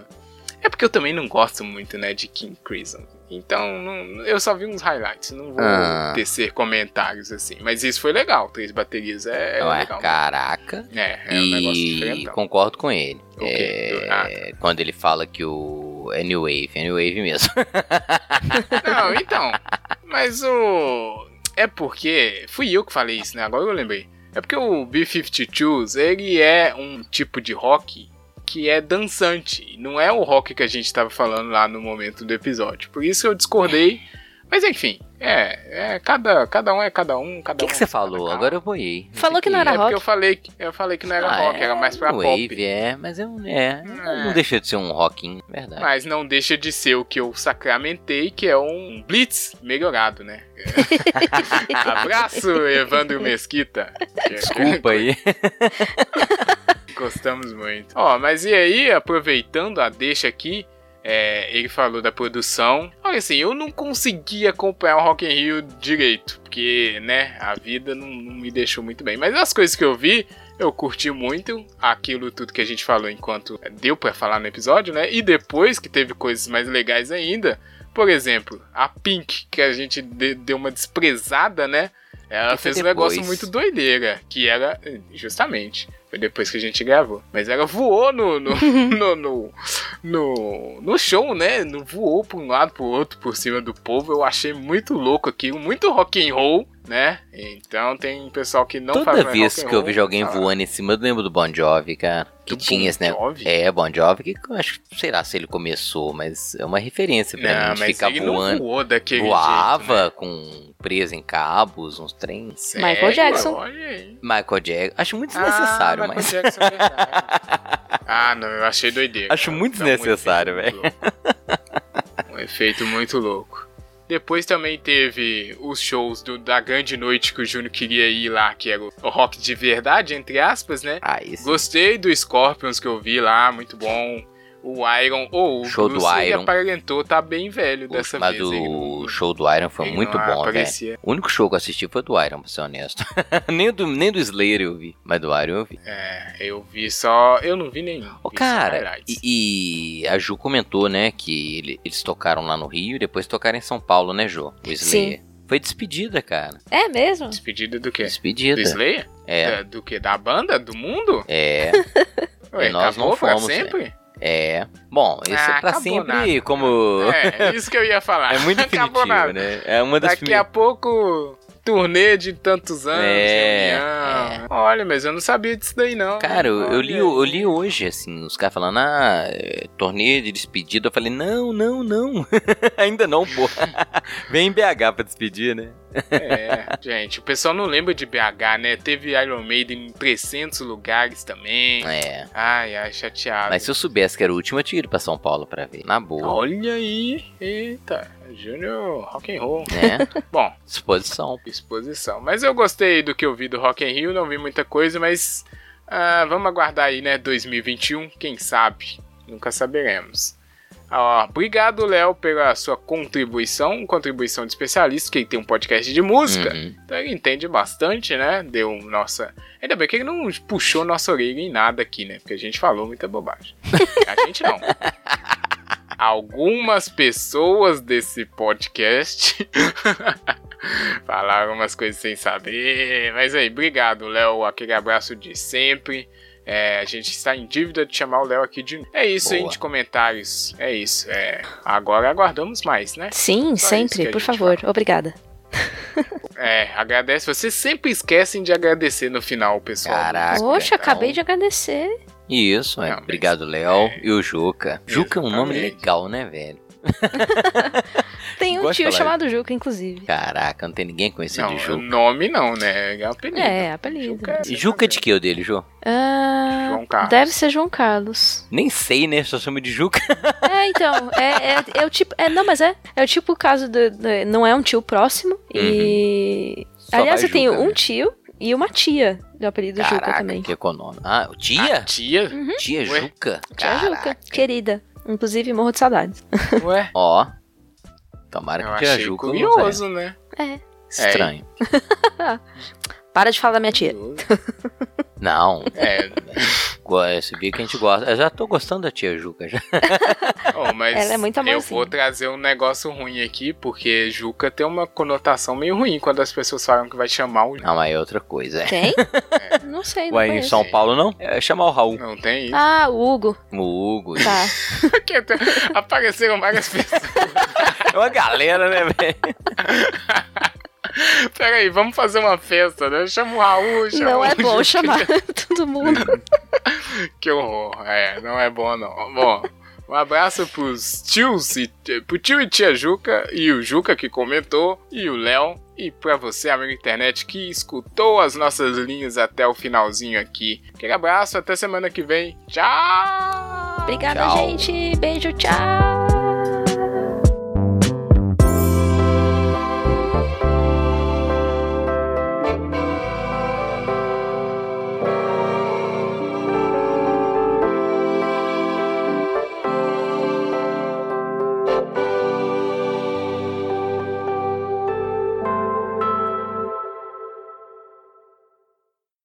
Speaker 1: É porque eu também não gosto muito, né, de King Crimson. Então, não- eu só vi uns highlights, não vou
Speaker 2: Ah.
Speaker 1: tecer comentários assim. Mas isso foi legal, três baterias é, é
Speaker 2: Ué,
Speaker 1: legal.
Speaker 2: Ah, caraca.
Speaker 1: É, é um negócio
Speaker 2: E
Speaker 1: diferente.
Speaker 2: concordo com ele.
Speaker 1: Ok,
Speaker 2: É,
Speaker 1: ah,
Speaker 2: Quando ele fala que o. É New Wave, é New Wave mesmo.
Speaker 1: Não, então. Mas o. É porque. Fui eu que falei isso, né? Agora eu lembrei. É porque o B-52s, ele é um tipo de rock que é dançante. Não é o rock que a gente tava falando lá no momento do episódio. Por isso eu discordei. Mas enfim, é. é cada, cada um é cada um.
Speaker 2: O
Speaker 1: Cada
Speaker 2: que,
Speaker 1: um
Speaker 2: que
Speaker 1: é
Speaker 2: você
Speaker 1: cada
Speaker 2: falou?
Speaker 1: cara.
Speaker 2: Agora eu boiei. Não
Speaker 3: Falou
Speaker 2: sei
Speaker 3: que não era
Speaker 1: É
Speaker 2: é.
Speaker 1: porque eu
Speaker 3: rock.
Speaker 1: falei, que- eu falei que não era
Speaker 2: Ah,
Speaker 1: rock,
Speaker 2: é
Speaker 1: era mais pra
Speaker 2: New
Speaker 1: pop.
Speaker 2: Wave, é, mas eu,
Speaker 1: É.
Speaker 2: é, não deixa de ser um rockinho, verdade.
Speaker 1: Mas não deixa de ser o que eu sacramentei, que é um Blitz melhorado, né? Abraço, Evandro Mesquita. é,
Speaker 2: Desculpa aí.
Speaker 1: Gostamos muito. Ó, mas e aí, aproveitando a deixa aqui, é, ele falou da produção. Olha assim, eu não consegui acompanhar o Rock in Rio direito, porque, né, a vida não, não me deixou muito bem. Mas as coisas que eu vi, eu curti muito aquilo tudo que a gente falou enquanto deu pra falar no episódio, né? E depois que teve coisas mais legais ainda, por exemplo, a Pink, que a gente de- deu uma desprezada, né? Ela
Speaker 2: Que foi
Speaker 1: fez um negócio
Speaker 2: depois.
Speaker 1: muito doideira, que era justamente Foi depois que a gente gravou. Mas ela voou no. no, no, no, no- no show, né? No, voou pra um lado, pro outro, por cima do povo. Eu achei muito louco aquilo, muito rock and roll, né? Então tem pessoal que não faz
Speaker 2: Toda
Speaker 1: mais
Speaker 2: vez
Speaker 1: rock and
Speaker 2: que eu
Speaker 1: roll,
Speaker 2: vejo alguém
Speaker 1: fala
Speaker 2: voando em cima, eu lembro do Bon Jovi, cara. Que
Speaker 1: do
Speaker 2: tinha esse
Speaker 1: Bon
Speaker 2: negócio.
Speaker 1: Jovi?
Speaker 2: É, Bon Jovi, que eu acho, sei lá se ele começou, mas é uma referência pra mim.
Speaker 1: Não,
Speaker 2: de
Speaker 1: Ah, mas
Speaker 2: ficar
Speaker 1: ele não
Speaker 2: voando.
Speaker 1: voou daquele jeito. né?
Speaker 2: voava com preso em cabos, uns trens.
Speaker 3: Michael Jackson.
Speaker 1: Olha aí.
Speaker 2: Michael Jackson. Acho muito desnecessário,
Speaker 1: ah, Michael
Speaker 2: mas.
Speaker 1: Jackson, é verdade. ah, não, eu achei doideira.
Speaker 2: Acho
Speaker 1: cara.
Speaker 2: muito
Speaker 1: Dá um
Speaker 2: desnecessário,
Speaker 1: efeito muito louco. Um efeito muito louco. Depois também teve os shows do- da grande noite que o Júnior queria ir lá, que era o rock de verdade, entre aspas, né?
Speaker 2: Ah, isso.
Speaker 1: Gostei do Scorpions que eu vi lá, muito bom. O Iron, ou o
Speaker 2: Show do
Speaker 1: Bruce, ele
Speaker 2: Iron.
Speaker 1: aparentou tá bem velho dessa
Speaker 2: mas
Speaker 1: vez. ele não-
Speaker 2: o show do Iron foi
Speaker 1: ele
Speaker 2: muito
Speaker 1: não
Speaker 2: bom, né? velho.
Speaker 1: aparecia.
Speaker 2: O único show que eu assisti foi do Iron, pra ser honesto. nem, do, nem do Slayer eu vi, mas do Iron eu vi.
Speaker 1: É, eu vi só. Eu não vi nenhum. é
Speaker 2: Ô,
Speaker 1: vi só
Speaker 2: cara,
Speaker 1: highlights.
Speaker 2: e, e a Ju comentou, né, que ele- eles tocaram lá no Rio e depois tocaram em São Paulo, né, Ju? O Slayer. Foi despedida, cara.
Speaker 3: É mesmo?
Speaker 1: Despedida do quê? Do
Speaker 2: Despedida.
Speaker 1: Slayer?
Speaker 2: É.
Speaker 1: Da- do quê? Da banda? Do mundo?
Speaker 2: É,
Speaker 1: Ué,
Speaker 2: nós
Speaker 1: acabou
Speaker 2: não
Speaker 1: pra
Speaker 2: fomos, né?
Speaker 1: sempre?
Speaker 2: é. Bom, isso
Speaker 1: Ah,
Speaker 2: é pra
Speaker 1: acabou
Speaker 2: sempre,
Speaker 1: nada.
Speaker 2: como.
Speaker 1: É, isso que eu ia falar.
Speaker 2: É muito
Speaker 1: acabou
Speaker 2: definitivo,
Speaker 1: nada.
Speaker 2: né? É uma das
Speaker 1: Daqui a pouco, turnê de tantos anos,
Speaker 2: É,
Speaker 1: reunião. Olha, mas eu não sabia disso daí, não.
Speaker 2: Cara, eu, eu li,
Speaker 1: Olha.
Speaker 2: eu li hoje, assim, os caras falando, ah, é, torneio de despedida. Eu falei, não, não, não. Ainda não, pô. Vem em BH pra despedir, né?
Speaker 1: É, gente, o pessoal não lembra de BH, né? Teve Iron Maiden em 300 lugares também.
Speaker 2: É.
Speaker 1: Ai, ai, chateado.
Speaker 2: Mas se eu soubesse que era o último, eu tinha ido pra São Paulo pra ver. Na boa.
Speaker 1: Olha aí, eita, Júnior rock and roll.
Speaker 2: Né?
Speaker 1: Bom,
Speaker 2: Disposição.
Speaker 1: exposição. Mas eu gostei do que eu vi do Rock in Rio, não vi muita coisa, mas ah, vamos aguardar aí, né? 2021, quem sabe? Nunca saberemos. Ah, obrigado, Léo, pela sua contribuição, contribuição de especialista, que ele tem um podcast de música,
Speaker 2: Uhum.
Speaker 1: então ele entende bastante, né? Deu nossa. Ainda bem que ele não puxou nossa orelha em nada aqui, né? Porque a gente falou muita bobagem. A gente não. Algumas pessoas desse podcast falaram umas coisas sem saber. Mas aí, obrigado, Léo. Aquele abraço de sempre. É, a gente está em dívida de chamar o Léo aqui de novo. É isso,
Speaker 2: Boa.
Speaker 1: gente. Comentários. É isso. É, agora aguardamos mais, né? Só isso
Speaker 3: Sim,
Speaker 1: que
Speaker 3: sempre,
Speaker 1: a
Speaker 3: por
Speaker 1: gente
Speaker 3: favor. Obrigada.
Speaker 1: É, agradece. Vocês sempre esquecem de agradecer no final, pessoal.
Speaker 2: Caraca.
Speaker 3: Poxa,
Speaker 1: então-
Speaker 3: acabei de agradecer.
Speaker 2: E Isso, é.
Speaker 1: Não, mas-
Speaker 2: Obrigado, Léo.
Speaker 1: é.
Speaker 2: E o Juca. Juca é um nome
Speaker 1: Exatamente.
Speaker 2: legal, né, velho?
Speaker 3: Tem um
Speaker 2: Gosto de
Speaker 3: tio
Speaker 2: falar
Speaker 3: chamado Juca, inclusive.
Speaker 2: Caraca, não tem ninguém conhecido
Speaker 1: Não,
Speaker 2: de Juca.
Speaker 1: nome não, né? É apelido.
Speaker 3: É, apelido.
Speaker 1: Juca, é
Speaker 2: E Juca é de que o dele, Ju?
Speaker 3: Ah,
Speaker 1: João Carlos.
Speaker 3: deve ser João Carlos.
Speaker 2: Nem sei, né? Só chama de Juca.
Speaker 3: É, então, é, é, é o tipo. É, não, mas é. É o tipo o caso do, do- Não é um tio próximo. E.
Speaker 2: Só
Speaker 3: Aliás,
Speaker 2: vai
Speaker 3: eu tenho
Speaker 2: Juca,
Speaker 3: um
Speaker 2: né?
Speaker 3: tio e uma tia do apelido Juca
Speaker 2: Caraca,
Speaker 3: também. Uhum.
Speaker 2: que econômico. Ah, o tia?
Speaker 1: Tia?
Speaker 3: Hum.
Speaker 2: Tia
Speaker 1: Ué.
Speaker 2: Juca?
Speaker 3: Tia Juca,
Speaker 2: Caraca.
Speaker 3: querida. Inclusive, morro de saudades.
Speaker 1: Ué?
Speaker 2: Ó. Tomara
Speaker 1: Eu
Speaker 2: que tia
Speaker 1: achei
Speaker 2: Juca.
Speaker 1: curioso, né?
Speaker 3: É.
Speaker 2: não saia. Estranho.
Speaker 3: Para de falar da minha tia.
Speaker 1: Curioso.
Speaker 2: Não.
Speaker 1: É,
Speaker 2: go- Eu sabia que a gente gosta. Eu já tô gostando da tia Juca. Já.
Speaker 1: oh, mas
Speaker 3: Ela é muito
Speaker 1: eu
Speaker 3: amorzinha.
Speaker 1: vou trazer um negócio ruim aqui, porque Juca tem uma conotação meio ruim quando as pessoas falam que vai chamar o...
Speaker 2: Não, mas é outra coisa. é.
Speaker 3: Tem? Não sei, não
Speaker 2: Ué, em
Speaker 3: conheço.
Speaker 2: São Paulo não? É chamar o Raul.
Speaker 1: Não tem isso.
Speaker 3: Ah, o Hugo.
Speaker 2: O Hugo.
Speaker 3: Tá.
Speaker 1: Porque tem- apareceram várias pessoas.
Speaker 2: É uma galera, né, velho?
Speaker 1: Peraí, vamos fazer uma festa, né? Chama o Raul, chama
Speaker 3: Não
Speaker 1: o
Speaker 3: é bom
Speaker 1: Juca.
Speaker 3: chamar todo mundo.
Speaker 1: Que horror. É, não é bom não. Bom, um abraço pros tios e pro tio e tia Juca e o Juca que comentou e o Léo e pra você, amigo internet, que escutou as nossas linhas até o finalzinho aqui. Aquele abraço, até semana que vem. Tchau!
Speaker 3: Obrigada,
Speaker 2: Tchau.
Speaker 3: gente. Beijo, tchau.